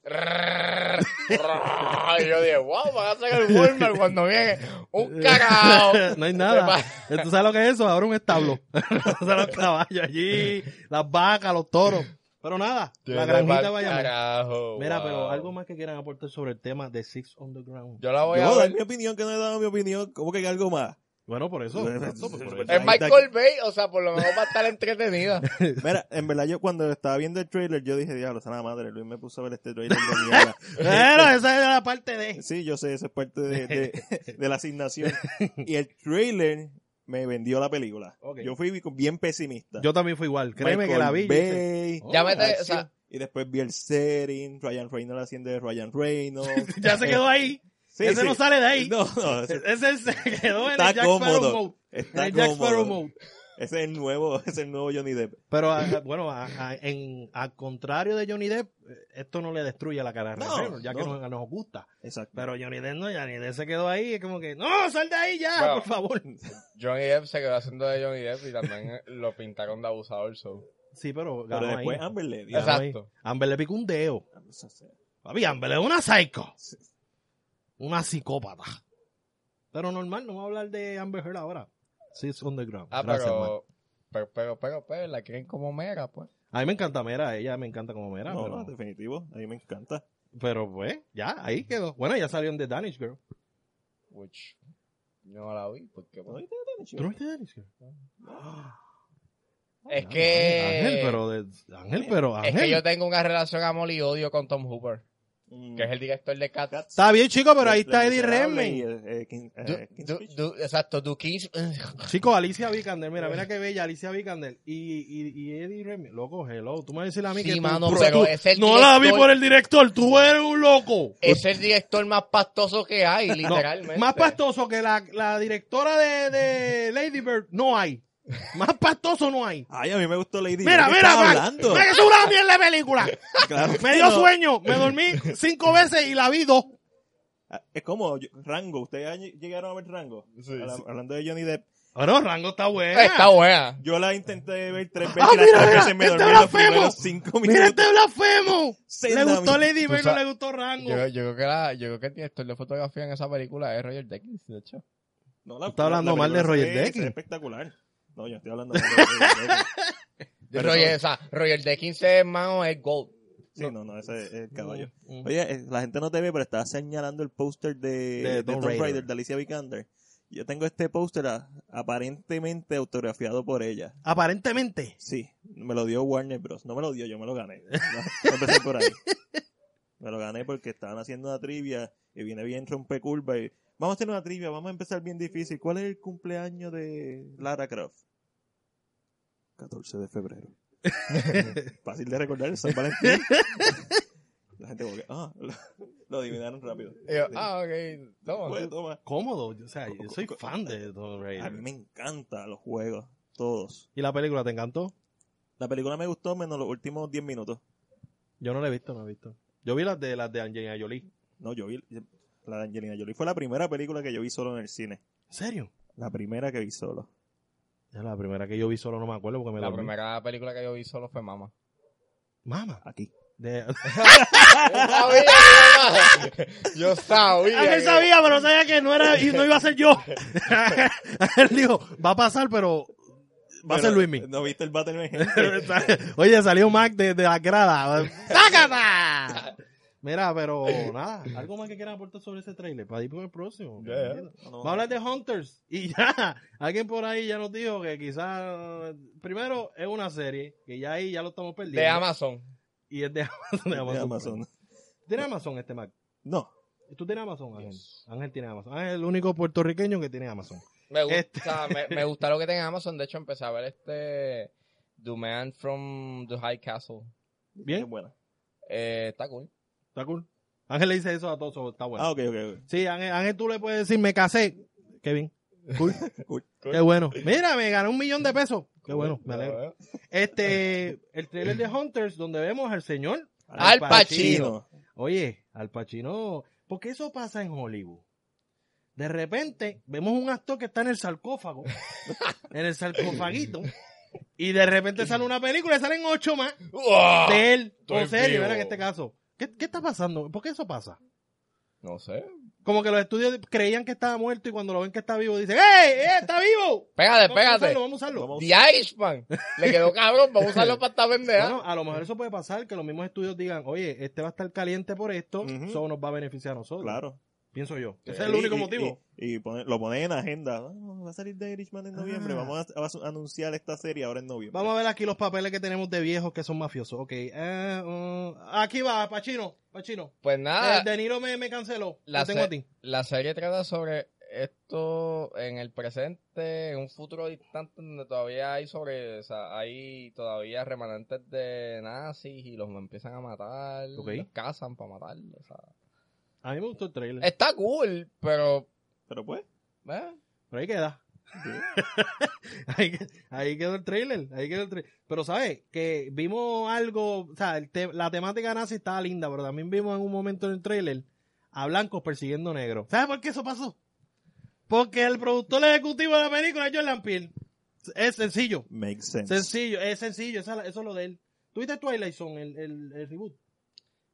Speaker 2: y yo dije, wow, van a sacar el Walmart cuando viene un cagao.
Speaker 1: No hay
Speaker 2: Se
Speaker 1: nada.
Speaker 2: va.
Speaker 1: ¿Tú sabes lo que es eso? Ahora un establo. Están los caballos allí, las vacas, los toros. Pero nada, la granjita Bayamón.
Speaker 2: Carajo,
Speaker 1: Mira,
Speaker 2: wow.
Speaker 1: pero algo más que quieran aportar sobre el tema de Six Underground.
Speaker 2: Yo la voy
Speaker 3: yo
Speaker 2: a
Speaker 3: voy a dar
Speaker 2: ver.
Speaker 3: mi opinión, que no he dado mi opinión. ¿Cómo que hay algo más?
Speaker 1: Bueno, por eso.
Speaker 3: Bueno,
Speaker 1: exacto, pues, por
Speaker 3: es
Speaker 1: eso.
Speaker 2: Es Michael Bay, o sea, por lo menos va a estar entretenida.
Speaker 3: Mira, en verdad yo cuando estaba viendo el trailer, yo dije, diablo, sana madre, Luis me puso a ver este trailer de mierda.
Speaker 1: Pero esa era la parte de.
Speaker 3: Sí, yo sé, eso es parte de, de- de la asignación. Y el trailer me vendió la película.
Speaker 1: Ok.
Speaker 3: Yo fui bien pesimista.
Speaker 1: Yo también fui igual. Créeme que
Speaker 3: Michael
Speaker 1: la vi. y hice,
Speaker 3: Bay,
Speaker 1: Oh,
Speaker 2: Ya me te- o
Speaker 3: acción.
Speaker 2: sea,
Speaker 3: y después vi el setting, Ryan Reynolds haciendo de Ryan Reynolds.
Speaker 1: Ya se quedó ahí.
Speaker 3: Sí,
Speaker 1: ese
Speaker 3: sí.
Speaker 1: no sale de ahí.
Speaker 3: No, no, ese-
Speaker 1: Ese se quedó en
Speaker 3: Está
Speaker 1: el Jack Sparrow
Speaker 3: cómodo.
Speaker 1: mode. En
Speaker 3: está
Speaker 1: el Jack Sparrow
Speaker 3: cómodo.
Speaker 1: mode.
Speaker 3: Ese es el nuevo, ese es el nuevo Johnny Depp.
Speaker 1: Pero a- a- bueno, a- a- en, al contrario de Johnny Depp, eh, esto no le destruye la cara a
Speaker 3: No,
Speaker 1: Reynolds, ya que
Speaker 3: no.
Speaker 1: nos, nos gusta.
Speaker 3: Exacto.
Speaker 1: Pero Johnny Depp no, Johnny Depp se quedó ahí. Es como que, no, sal de ahí ya,
Speaker 2: Bueno.
Speaker 1: por favor.
Speaker 2: Johnny Depp se quedó haciendo de Johnny Depp y también lo pintaron de abusador. So.
Speaker 1: Sí, pero
Speaker 3: Pero
Speaker 1: ganó ahí.
Speaker 3: después Amber le dio.
Speaker 1: Ganó ahí.
Speaker 2: Exacto.
Speaker 1: Amber le picó un dedo.
Speaker 3: Eso sí.
Speaker 1: Papi, Amber es una psycho.
Speaker 3: Sí.
Speaker 1: Una psicópata. Pero normal, no vamos a hablar de Amber Heard ahora. Sí, es underground.
Speaker 2: Ah,
Speaker 1: Gracias, man.
Speaker 2: pero, pero, pero, pero, pero, la quieren como mera, pues.
Speaker 1: A mí me encanta Mera, ella me encanta como Mera.
Speaker 3: No,
Speaker 1: pero,
Speaker 3: no, definitivo. A mí me encanta.
Speaker 1: pero, pues, ya, ahí quedó. Bueno, ya salió en The Danish Girl.
Speaker 2: Which, no la vi, porque, pues,
Speaker 1: ¿Tú no viste Danish Girl?
Speaker 2: Es
Speaker 1: Ah,
Speaker 2: que,
Speaker 1: Ángel, pero, de- Ángel, pero,
Speaker 2: es que
Speaker 1: Ángel.
Speaker 2: yo tengo una relación amor y odio con Tom Hooper.
Speaker 3: Mm.
Speaker 2: que es el director de Cats.
Speaker 3: Cats.
Speaker 1: Está bien, chico, pero
Speaker 3: Le-
Speaker 1: ahí
Speaker 3: Le
Speaker 1: está Eddie
Speaker 3: Miserable
Speaker 1: Redmayne.
Speaker 3: y, eh, eh, King-
Speaker 2: Du-
Speaker 3: eh, King's
Speaker 2: du-
Speaker 3: Speech.
Speaker 2: du- eh, exacto, Dukins.
Speaker 1: Chico, Alicia Vikander, mira, mira qué bella Alicia Vikander. Y, y, y Eddie Redmayne, loco, hello. Tú me vas a decir a mí
Speaker 2: Sí,
Speaker 1: que tú-
Speaker 2: mano,
Speaker 1: tú-
Speaker 2: pero
Speaker 1: tú-
Speaker 2: es el
Speaker 1: no la vi
Speaker 2: director.
Speaker 1: por el director, tú eres un loco.
Speaker 2: es el director más pastoso que hay,
Speaker 1: No,
Speaker 2: literalmente.
Speaker 1: más pastoso que la, la directora de, de Lady Bird, no hay. Más pastoso no hay.
Speaker 3: Ay, a mí me gustó Lady
Speaker 1: Mira,
Speaker 3: Bird. ¿Qué
Speaker 1: mira,
Speaker 3: estás
Speaker 1: man,
Speaker 3: hablando?
Speaker 1: mira que es una mierda de película.
Speaker 3: Claro
Speaker 1: Me
Speaker 3: que
Speaker 1: dio
Speaker 3: no.
Speaker 1: sueño, me dormí cinco veces y la vi dos.
Speaker 3: Ah, Es como yo- Rango. ¿Ustedes han- llegaron a ver Rango? Habla- Hablando de Johnny Depp.
Speaker 1: Pero Rango está bueno.
Speaker 2: Está buena.
Speaker 3: Yo la intenté ver tres veces
Speaker 1: Ah,
Speaker 3: y las
Speaker 1: mira,
Speaker 3: tres
Speaker 1: mira,
Speaker 3: veces me
Speaker 1: este
Speaker 3: dormí en los
Speaker 1: blasfemo.
Speaker 3: primeros cinco
Speaker 1: Mira
Speaker 3: minutos.
Speaker 1: este blasfemo.
Speaker 3: Senda
Speaker 1: Le gustó
Speaker 3: mi-
Speaker 1: Lady Bird, no
Speaker 2: sabes-
Speaker 1: le gustó Rango. Mm.
Speaker 2: Yo, yo creo que la, yo creo que el director de fotografía en esa película es Roger Deakins, de hecho.
Speaker 3: No, la-
Speaker 1: Está hablando
Speaker 3: la
Speaker 1: mal de
Speaker 3: película
Speaker 1: Roger
Speaker 3: se ve- se ve
Speaker 1: Deakins.
Speaker 3: espectacular. No, yo estoy hablando mal de Roger Deakins. Pero
Speaker 2: Roger,
Speaker 3: no.
Speaker 2: o sea, Roger Deakins es mano, es gold.
Speaker 3: Sí, no, no, ese es el caballo.
Speaker 1: Mm, mm.
Speaker 3: Oye, eh, la gente no te ve, pero estaba señalando el póster de, de Tomb Raider. de Alicia Vikander. Yo tengo este póster ah, aparentemente autografiado por ella.
Speaker 1: Aparentemente.
Speaker 3: Sí, me lo dio Warner Bros. No me lo dio, yo me lo gané. No, empecé por ahí. Me lo gané porque estaban haciendo una trivia y viene bien rompeculva y vamos a hacer una trivia, vamos a empezar bien difícil. ¿Cuál es el cumpleaños de Lara Croft? 14 de febrero. Fácil de recordar el San Valentín. La gente como que, ah, lo, lo adivinaron rápido.
Speaker 2: Y yo, ah, ok, toma.
Speaker 3: Pues, toma.
Speaker 1: Cómodo. Yo- O sea, yo soy fan de Tomb
Speaker 3: A
Speaker 1: Raider.
Speaker 3: mí me encantan los juegos, todos.
Speaker 1: ¿Y la película te encantó?
Speaker 3: La película me gustó menos los últimos 10 minutos.
Speaker 1: Yo no la he visto, no la he visto. Yo vi las de las de Angelina Jolie. ¿En
Speaker 3: No, yo vi. La de Angelina Jolie fue la primera película que yo vi solo en el cine.
Speaker 1: serio?
Speaker 3: La primera que vi solo.
Speaker 1: Es la primera que yo vi solo, no me acuerdo porque me
Speaker 2: la
Speaker 1: dormí.
Speaker 2: primera película que yo vi solo fue Mama.
Speaker 1: Mama.
Speaker 3: Aquí.
Speaker 1: De...
Speaker 2: yo sabía.
Speaker 1: Ángel
Speaker 2: que-
Speaker 1: sabía, pero sabía que no era y no iba a ser yo. Él dijo, va a pasar, pero va a ser
Speaker 3: Pero,
Speaker 1: Luismi.
Speaker 3: ¿No viste el Battle
Speaker 1: Oye, salió Mac de, de la grada. ¡Sácata! Mira, pero nada, algo más que quieran aportar sobre ese trailer para ir por el próximo.
Speaker 2: Ya, ya.
Speaker 1: Vamos a hablar de Hunters y ya, alguien por ahí ya nos dijo que quizás, primero es una serie que ya ahí ya lo estamos perdiendo.
Speaker 2: De Amazon.
Speaker 1: Y es de Amazon. De Amazon.
Speaker 3: Amazon.
Speaker 1: ¿Tiene Amazon este Mac?
Speaker 3: No.
Speaker 1: ¿Tú tienes Amazon, Ángel? Ángel tiene Amazon. Ángel es el único puertorriqueño que tiene Amazon.
Speaker 2: Me gusta,
Speaker 1: Este-
Speaker 2: me, me gusta lo que tiene Amazon. De hecho, empecé a ver este The Man from the High Castle.
Speaker 1: ¿Bien?
Speaker 3: Es buena.
Speaker 2: Eh, está cool.
Speaker 1: ¿Está cool? Ángel le dice eso a todos, so, está bueno.
Speaker 3: Ah, ok, ok. ok.
Speaker 1: Sí, Ángel, Ángel, tú le puedes decir, me casé. Qué bien. Cool.
Speaker 3: Cool.
Speaker 1: Qué bueno. Mira, me gané un millón de pesos. Qué bueno, me
Speaker 2: Pero,
Speaker 1: alegro.
Speaker 2: eh,
Speaker 1: Este, el trailer de Hunters, donde vemos al señor
Speaker 2: Al Pacino.
Speaker 3: Pacino.
Speaker 1: Oye, Al Pacino, porque eso pasa en Hollywood. De repente vemos un actor que está en el sarcófago, en el sarcofaguito, y de repente sale una película y salen ocho más
Speaker 2: ¡Uah!
Speaker 1: de él, o
Speaker 2: Ah, estoy
Speaker 1: serie,
Speaker 2: vivo.
Speaker 1: ¿verdad? En este caso. ¿Qué, qué está pasando? ¿Por qué eso pasa?
Speaker 2: No sé.
Speaker 1: Como que los estudios creían que estaba muerto y cuando lo ven que está vivo dicen, ¡Ey! ¡Eh, ¡Está vivo! Vamos a
Speaker 2: Pégate, Eh, pégate.
Speaker 1: usarlo, vamos a usarlo.
Speaker 3: Vamos.
Speaker 2: The Iceman. Le quedó cabrón. Vamos a usarlo para esta pendeja.
Speaker 1: Bueno, a lo mejor eso puede pasar, que los mismos estudios digan, oye, este va a estar caliente por esto,
Speaker 3: Ujú.
Speaker 1: eso nos va a beneficiar a nosotros.
Speaker 3: Claro.
Speaker 1: Pienso yo.
Speaker 2: Sí.
Speaker 1: Ese es el único
Speaker 3: Y- y-
Speaker 1: motivo.
Speaker 3: Y, y pone- lo ponen en agenda. Ah, va a salir The Irishman en noviembre.
Speaker 1: Ah.
Speaker 3: Vamos a, a anunciar esta serie ahora en noviembre.
Speaker 1: Vamos a ver aquí los papeles que tenemos de viejos que son mafiosos. Ok. eh, mm, aquí va, Pachino. Pachino.
Speaker 2: Pues nada.
Speaker 1: Eh, de Niro me, me canceló.
Speaker 2: La
Speaker 1: Lo tengo
Speaker 2: se-
Speaker 1: a ti.
Speaker 2: La serie trata sobre esto en el presente, en un futuro distante donde todavía hay sobre, o sea, hay todavía remanentes de nazis y los empiezan a matar,
Speaker 1: Ok.
Speaker 2: los cazan para matarlos. o sea.
Speaker 1: A mí me gustó el trailer.
Speaker 2: Está cool, pero
Speaker 3: Pero pues.
Speaker 2: eh,
Speaker 1: Pero ahí queda. ahí, que- ahí quedó el trailer. Ahí quedó el trailer. Pero, ¿sabes? Que vimos algo. O sea, el te- la temática nazi estaba linda, pero también vimos en un momento en el trailer a blancos persiguiendo negros. ¿Sabes por qué eso pasó? Porque el productor ejecutivo de la película es John Lampier. Es sencillo.
Speaker 3: Makes sense.
Speaker 1: Sencillo, es sencillo, esa- eso es lo de él. ¿Tuviste Twilight Zone, el, el, el reboot?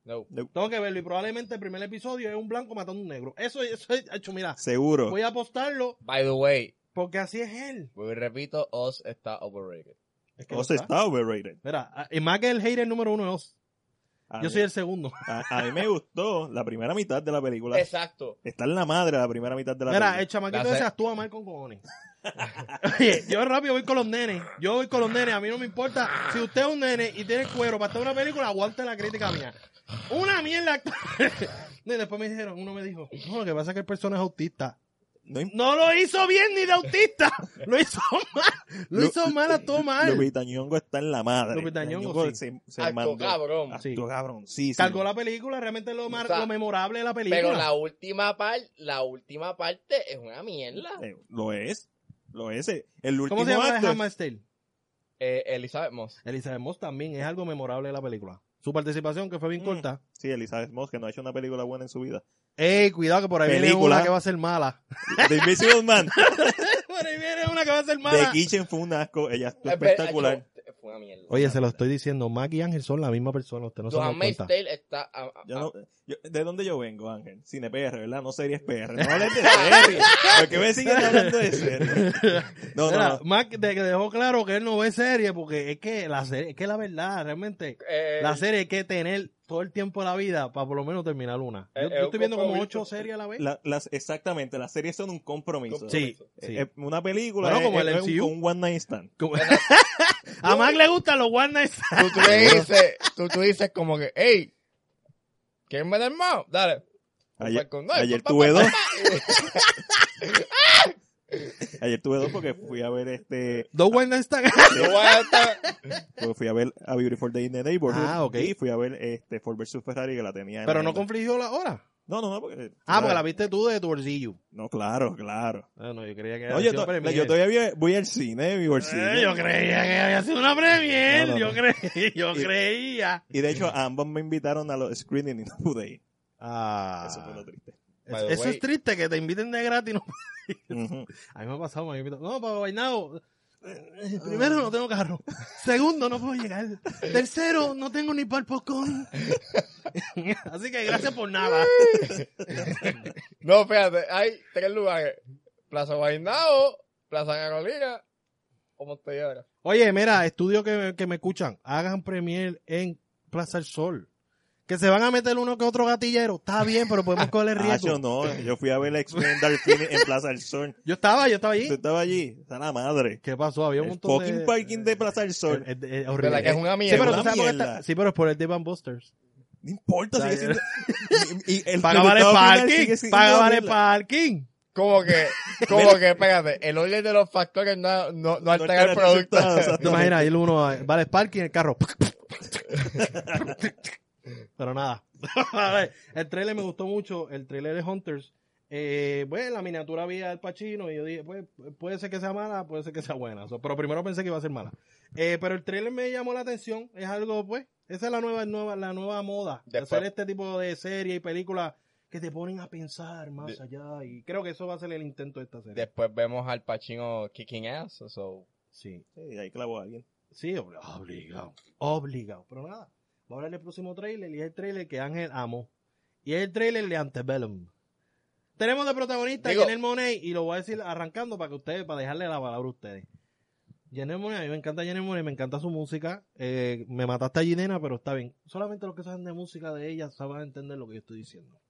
Speaker 2: no.
Speaker 1: Tengo que verlo y probablemente el primer episodio es un blanco matando a un negro. Eso, eso es hecho, mira,
Speaker 3: Seguro.
Speaker 1: voy a apostarlo
Speaker 2: By the way,
Speaker 1: porque así es él.
Speaker 2: vuelvo y repito, Oz está overrated.
Speaker 1: Es que no
Speaker 3: Oz
Speaker 1: está.
Speaker 3: está overrated.
Speaker 1: Mira, a- y más que el hater número uno es Oz.
Speaker 3: A
Speaker 1: Yo
Speaker 3: mí-
Speaker 1: soy el segundo.
Speaker 3: a, a mí me gustó la primera mitad de la película.
Speaker 2: Exacto.
Speaker 3: Está en la madre la primera mitad de la
Speaker 1: Mira, el
Speaker 3: película.
Speaker 1: chamaquito
Speaker 2: La se-
Speaker 1: ese actúa mal con cojones. Oye, yo rápido voy con los nenes. Yo voy con los nenes. A mí no me importa. Si usted es un nene y tiene cuero para estar en una película, aguante la crítica mía. Una mierda. Y después me dijeron, uno me dijo, no, lo que pasa es que el persona es autista.
Speaker 3: No hay-
Speaker 1: No lo hizo bien ni de autista. Lo hizo mal. Lo,
Speaker 3: Lo-
Speaker 1: hizo mal a todo mal.
Speaker 3: Lupita Nyong'o está en la madre.
Speaker 1: Lupita Nyong'o, sí.
Speaker 3: se, se
Speaker 2: Alto
Speaker 3: mandó.
Speaker 2: cabrón.
Speaker 3: Acto
Speaker 1: Sí.
Speaker 3: cabrón. Sí, sí.
Speaker 1: Cargó la película, realmente es lo, más,
Speaker 2: O sea,
Speaker 1: lo memorable de la película.
Speaker 2: Pero la última parte, la última parte es una mierda.
Speaker 3: Eh, lo es. Lo es. eh. El último
Speaker 1: ¿Cómo se llama de
Speaker 3: acto.
Speaker 1: Handmaid's Tale?
Speaker 2: Eh, Elizabeth Moss.
Speaker 1: Elizabeth Moss también es algo memorable de la película. Su participación, que fue bien
Speaker 3: Mm.
Speaker 1: corta.
Speaker 3: Sí, Elizabeth Moss, que no ha hecho una película buena en su vida.
Speaker 1: Ey, cuidado que por ahí viene
Speaker 3: Película.
Speaker 1: una que va a ser mala.
Speaker 3: The Invisible Man.
Speaker 1: por ahí viene una que va a ser
Speaker 3: The
Speaker 1: mala.
Speaker 3: Kitchen fue un asco. Ella estuvo
Speaker 2: Eh, pero,
Speaker 3: espectacular.
Speaker 2: acho, Fue una mierda.
Speaker 1: Oye, se lo estoy diciendo, Mac y Ángel son la misma persona, usted no se
Speaker 2: The
Speaker 1: da
Speaker 2: Handmaid's
Speaker 1: cuenta.
Speaker 2: Tale está. ah, ah,
Speaker 3: Yo
Speaker 2: ah,
Speaker 3: no- yo- ¿De dónde yo vengo, Ángel? Cine PR, ¿verdad? No series PR. No hables de series. ¿Por qué me siguen hablando de series? No, no,
Speaker 1: Mira,
Speaker 3: no.
Speaker 1: Mac de- que dejó claro que él no ve serie porque es que la serie, es que la verdad, realmente,
Speaker 2: eh,
Speaker 1: la serie hay que tener todo el tiempo de la vida para por lo menos terminar una. Yo,
Speaker 2: Eh,
Speaker 1: yo
Speaker 2: eh,
Speaker 1: estoy viendo como
Speaker 2: compromiso.
Speaker 1: ocho series a la vez.
Speaker 3: La- las, exactamente, las series son un compromiso.
Speaker 1: Sí, sí.
Speaker 3: Eh, eh, Una película
Speaker 1: Bueno, como
Speaker 3: es-
Speaker 1: el
Speaker 3: es un-
Speaker 1: MCU.
Speaker 3: un one night stand.
Speaker 1: Como- a Mac le gustan los One Night Stands.
Speaker 2: tú, tú le dices, tú, tú dices como que, hey, ¿quieren ver el mao? Dale.
Speaker 3: Ayer,
Speaker 2: Falcon, no,
Speaker 3: ayer
Speaker 2: pa, pa,
Speaker 3: tuve
Speaker 2: pa,
Speaker 3: dos.
Speaker 2: pa.
Speaker 3: Ayer tuve dos porque fui a ver este.
Speaker 1: Dos One Night Stands.
Speaker 2: Yo voy a estar-
Speaker 3: porque fui a ver a Beautiful Day in the Neighborhood.
Speaker 1: Ah, ok.
Speaker 3: Y fui a ver este Ford vs Ferrari que la tenía. en
Speaker 1: Pero
Speaker 3: la
Speaker 1: no
Speaker 3: agenda.
Speaker 1: confligió la hora.
Speaker 3: No, no, no. Porque,
Speaker 1: Ah, porque la viste tú de tu bolsillo.
Speaker 3: No, claro, claro.
Speaker 1: Ah, no, yo creía que
Speaker 3: No, yo, to- yo todavía voy al cine, mi bolsillo.
Speaker 1: Eh, yo creía que había sido una premier.
Speaker 3: No, no,
Speaker 1: Yo, creí, yo
Speaker 3: Y-
Speaker 1: creía.
Speaker 3: Y de hecho, ambos me invitaron a los screenings y no pude ir.
Speaker 1: Ah,
Speaker 3: Eso fue lo triste.
Speaker 2: By the
Speaker 1: eso
Speaker 2: way.
Speaker 1: es triste que te inviten de gratis. No,
Speaker 3: Ujú.
Speaker 1: a mí me ha pasado, me han invitado. No, Pablo Bainado. eh, Primero,
Speaker 3: Ah.
Speaker 1: no tengo carro. Segundo, no puedo llegar. Tercero, no tengo ni para el popcorn. Así que gracias por nada.
Speaker 2: No, espérate, hay tres lugares. Plaza Guaynabo, Plaza Carolina o Montelledra.
Speaker 1: Oye, mira, estudios que, que me escuchan, hagan premier en Plaza del Sol. Que se van a meter uno que otro gatillero. Está bien, pero podemos coger el
Speaker 3: Ah, yo
Speaker 1: riesgo.
Speaker 3: no, yo fui a ver la X-Men Dark Phoenix en Plaza del Sol.
Speaker 1: Yo estaba, yo estaba allí.
Speaker 3: Tú estabas allí, está la madre.
Speaker 1: ¿Qué pasó? Había un
Speaker 3: El
Speaker 1: montón
Speaker 3: fucking
Speaker 1: de...
Speaker 3: parking de Plaza del Sol.
Speaker 1: Es- es- es horrible.
Speaker 2: ¿Verdad que es una
Speaker 1: Sí, pero
Speaker 2: mierda?
Speaker 1: tú sabes por qué
Speaker 3: mierda.
Speaker 1: está- sí, pero es por el de Van Busters.
Speaker 3: No importa, sigue siendo. Y, y el
Speaker 1: Pagaba el
Speaker 3: resultado final
Speaker 1: parking.
Speaker 3: sigue siendo
Speaker 1: Pagaba el
Speaker 3: horrible.
Speaker 1: parking.
Speaker 2: Como que, como que, espérate, el orden de los factores no, no, no altera el
Speaker 3: altera el
Speaker 2: producto.
Speaker 3: resultado,
Speaker 1: ¿Te
Speaker 3: exacto.
Speaker 1: imaginas? Ahí uno va al parking el carro. Pero nada. A ver, el trailer me gustó mucho. El trailer de Hunters. Eh, pues la miniatura había el Pachino y yo dije, pues puede ser que sea mala, puede ser que sea buena. So, pero primero pensé que iba a ser mala. Eh, pero el trailer me llamó la atención. Es algo, pues, esa es la nueva, nueva, la nueva moda. De
Speaker 2: Después-
Speaker 1: hacer este tipo de series y películas que te ponen a pensar más
Speaker 2: De-
Speaker 1: allá. Y creo que eso va a ser el intento de esta serie.
Speaker 2: Después vemos al Pachino kicking ass, so.
Speaker 1: sí.
Speaker 3: Sí, ahí clavó a alguien.
Speaker 1: Sí, obli- obligado. Obligado. Pero nada, va a hablar del próximo trailer y es el trailer que Ángel amó. Y es el trailer de Antebellum. Tenemos de protagonista
Speaker 2: Digo-
Speaker 1: a Janelle Monet y lo voy a decir arrancando para que ustedes, para dejarle la palabra a ustedes. Janelle Monet, a mí me encanta Janelle Monet, me encanta su música. Eh, me mataste a Ginena, pero está bien. Solamente los que saben de música de ella saben entender lo que yo estoy diciendo.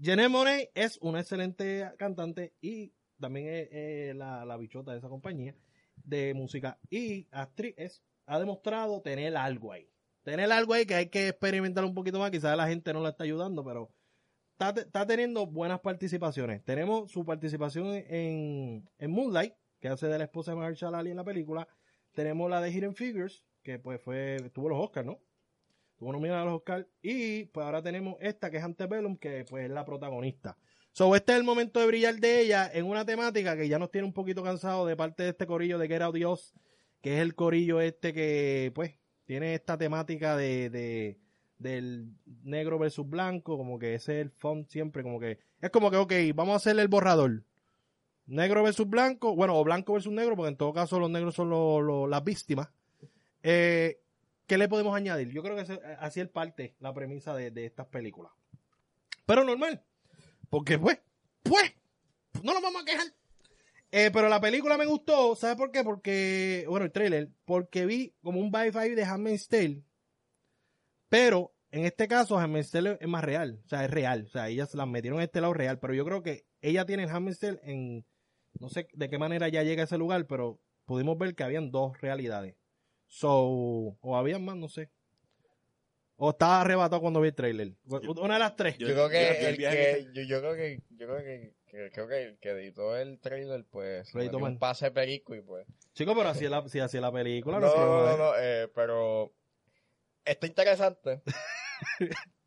Speaker 1: Janelle Monet es una excelente cantante y también es eh, la, la bichota de esa compañía de música y actriz es- ha demostrado tener algo ahí. Tener algo ahí que hay que experimentar un poquito más. Quizás la gente no la está ayudando, pero está, te- está teniendo buenas participaciones. Tenemos su participación en, en Moonlight, que hace de la esposa de Marshall Ali en la película. Tenemos la de Hidden Figures, que pues fue, tuvo los Oscars, ¿no? Tuvo nominada a los Oscars. Y pues ahora tenemos esta, que es Antebellum, que pues es la protagonista. So, este es el momento de brillar de ella en una temática que ya nos tiene un poquito cansado de parte de este corillo de Get Out Dios, que es el corillo este que, pues, tiene esta temática de, de- del negro versus blanco, como que ese es el font siempre, como que es como que, ok, vamos a hacerle el borrador. Negro versus blanco, bueno, o blanco versus negro, porque en todo caso los negros son los- los- las víctimas. Eh, ¿Qué le podemos añadir? Yo creo que ese- así es parte, la premisa de, de estas películas. Pero normal, porque pues, pues, no nos vamos a quejar. Eh, pero la película me gustó, ¿sabes por qué? Porque, bueno, el trailer, porque vi como un bye-bye de Handmaid's Tale, pero en este caso Handmaid's Tale es más real, o sea, es real, o sea, ellas las metieron en este lado real, pero yo creo que ella tiene el Handmaid's Tale en, No sé de qué manera ya llega a ese lugar, pero pudimos ver que habían dos realidades. So, o habían más, no sé. O estaba arrebatado cuando vi el trailer. Una de las tres.
Speaker 2: Yo,
Speaker 3: Yo-
Speaker 2: creo
Speaker 3: yo-
Speaker 2: que
Speaker 3: yo
Speaker 2: el
Speaker 3: viaje
Speaker 2: que, yo, yo creo que yo creo que, que- creo que el que editó el trailer pues
Speaker 1: Lo editó
Speaker 2: metió
Speaker 1: mal.
Speaker 2: un pase perico y pues.
Speaker 1: Chico, pero así es la, si así es la película.
Speaker 2: No,
Speaker 1: No,
Speaker 2: no,
Speaker 1: sé,
Speaker 2: no,
Speaker 1: madre.
Speaker 2: no, eh, pero está interesante.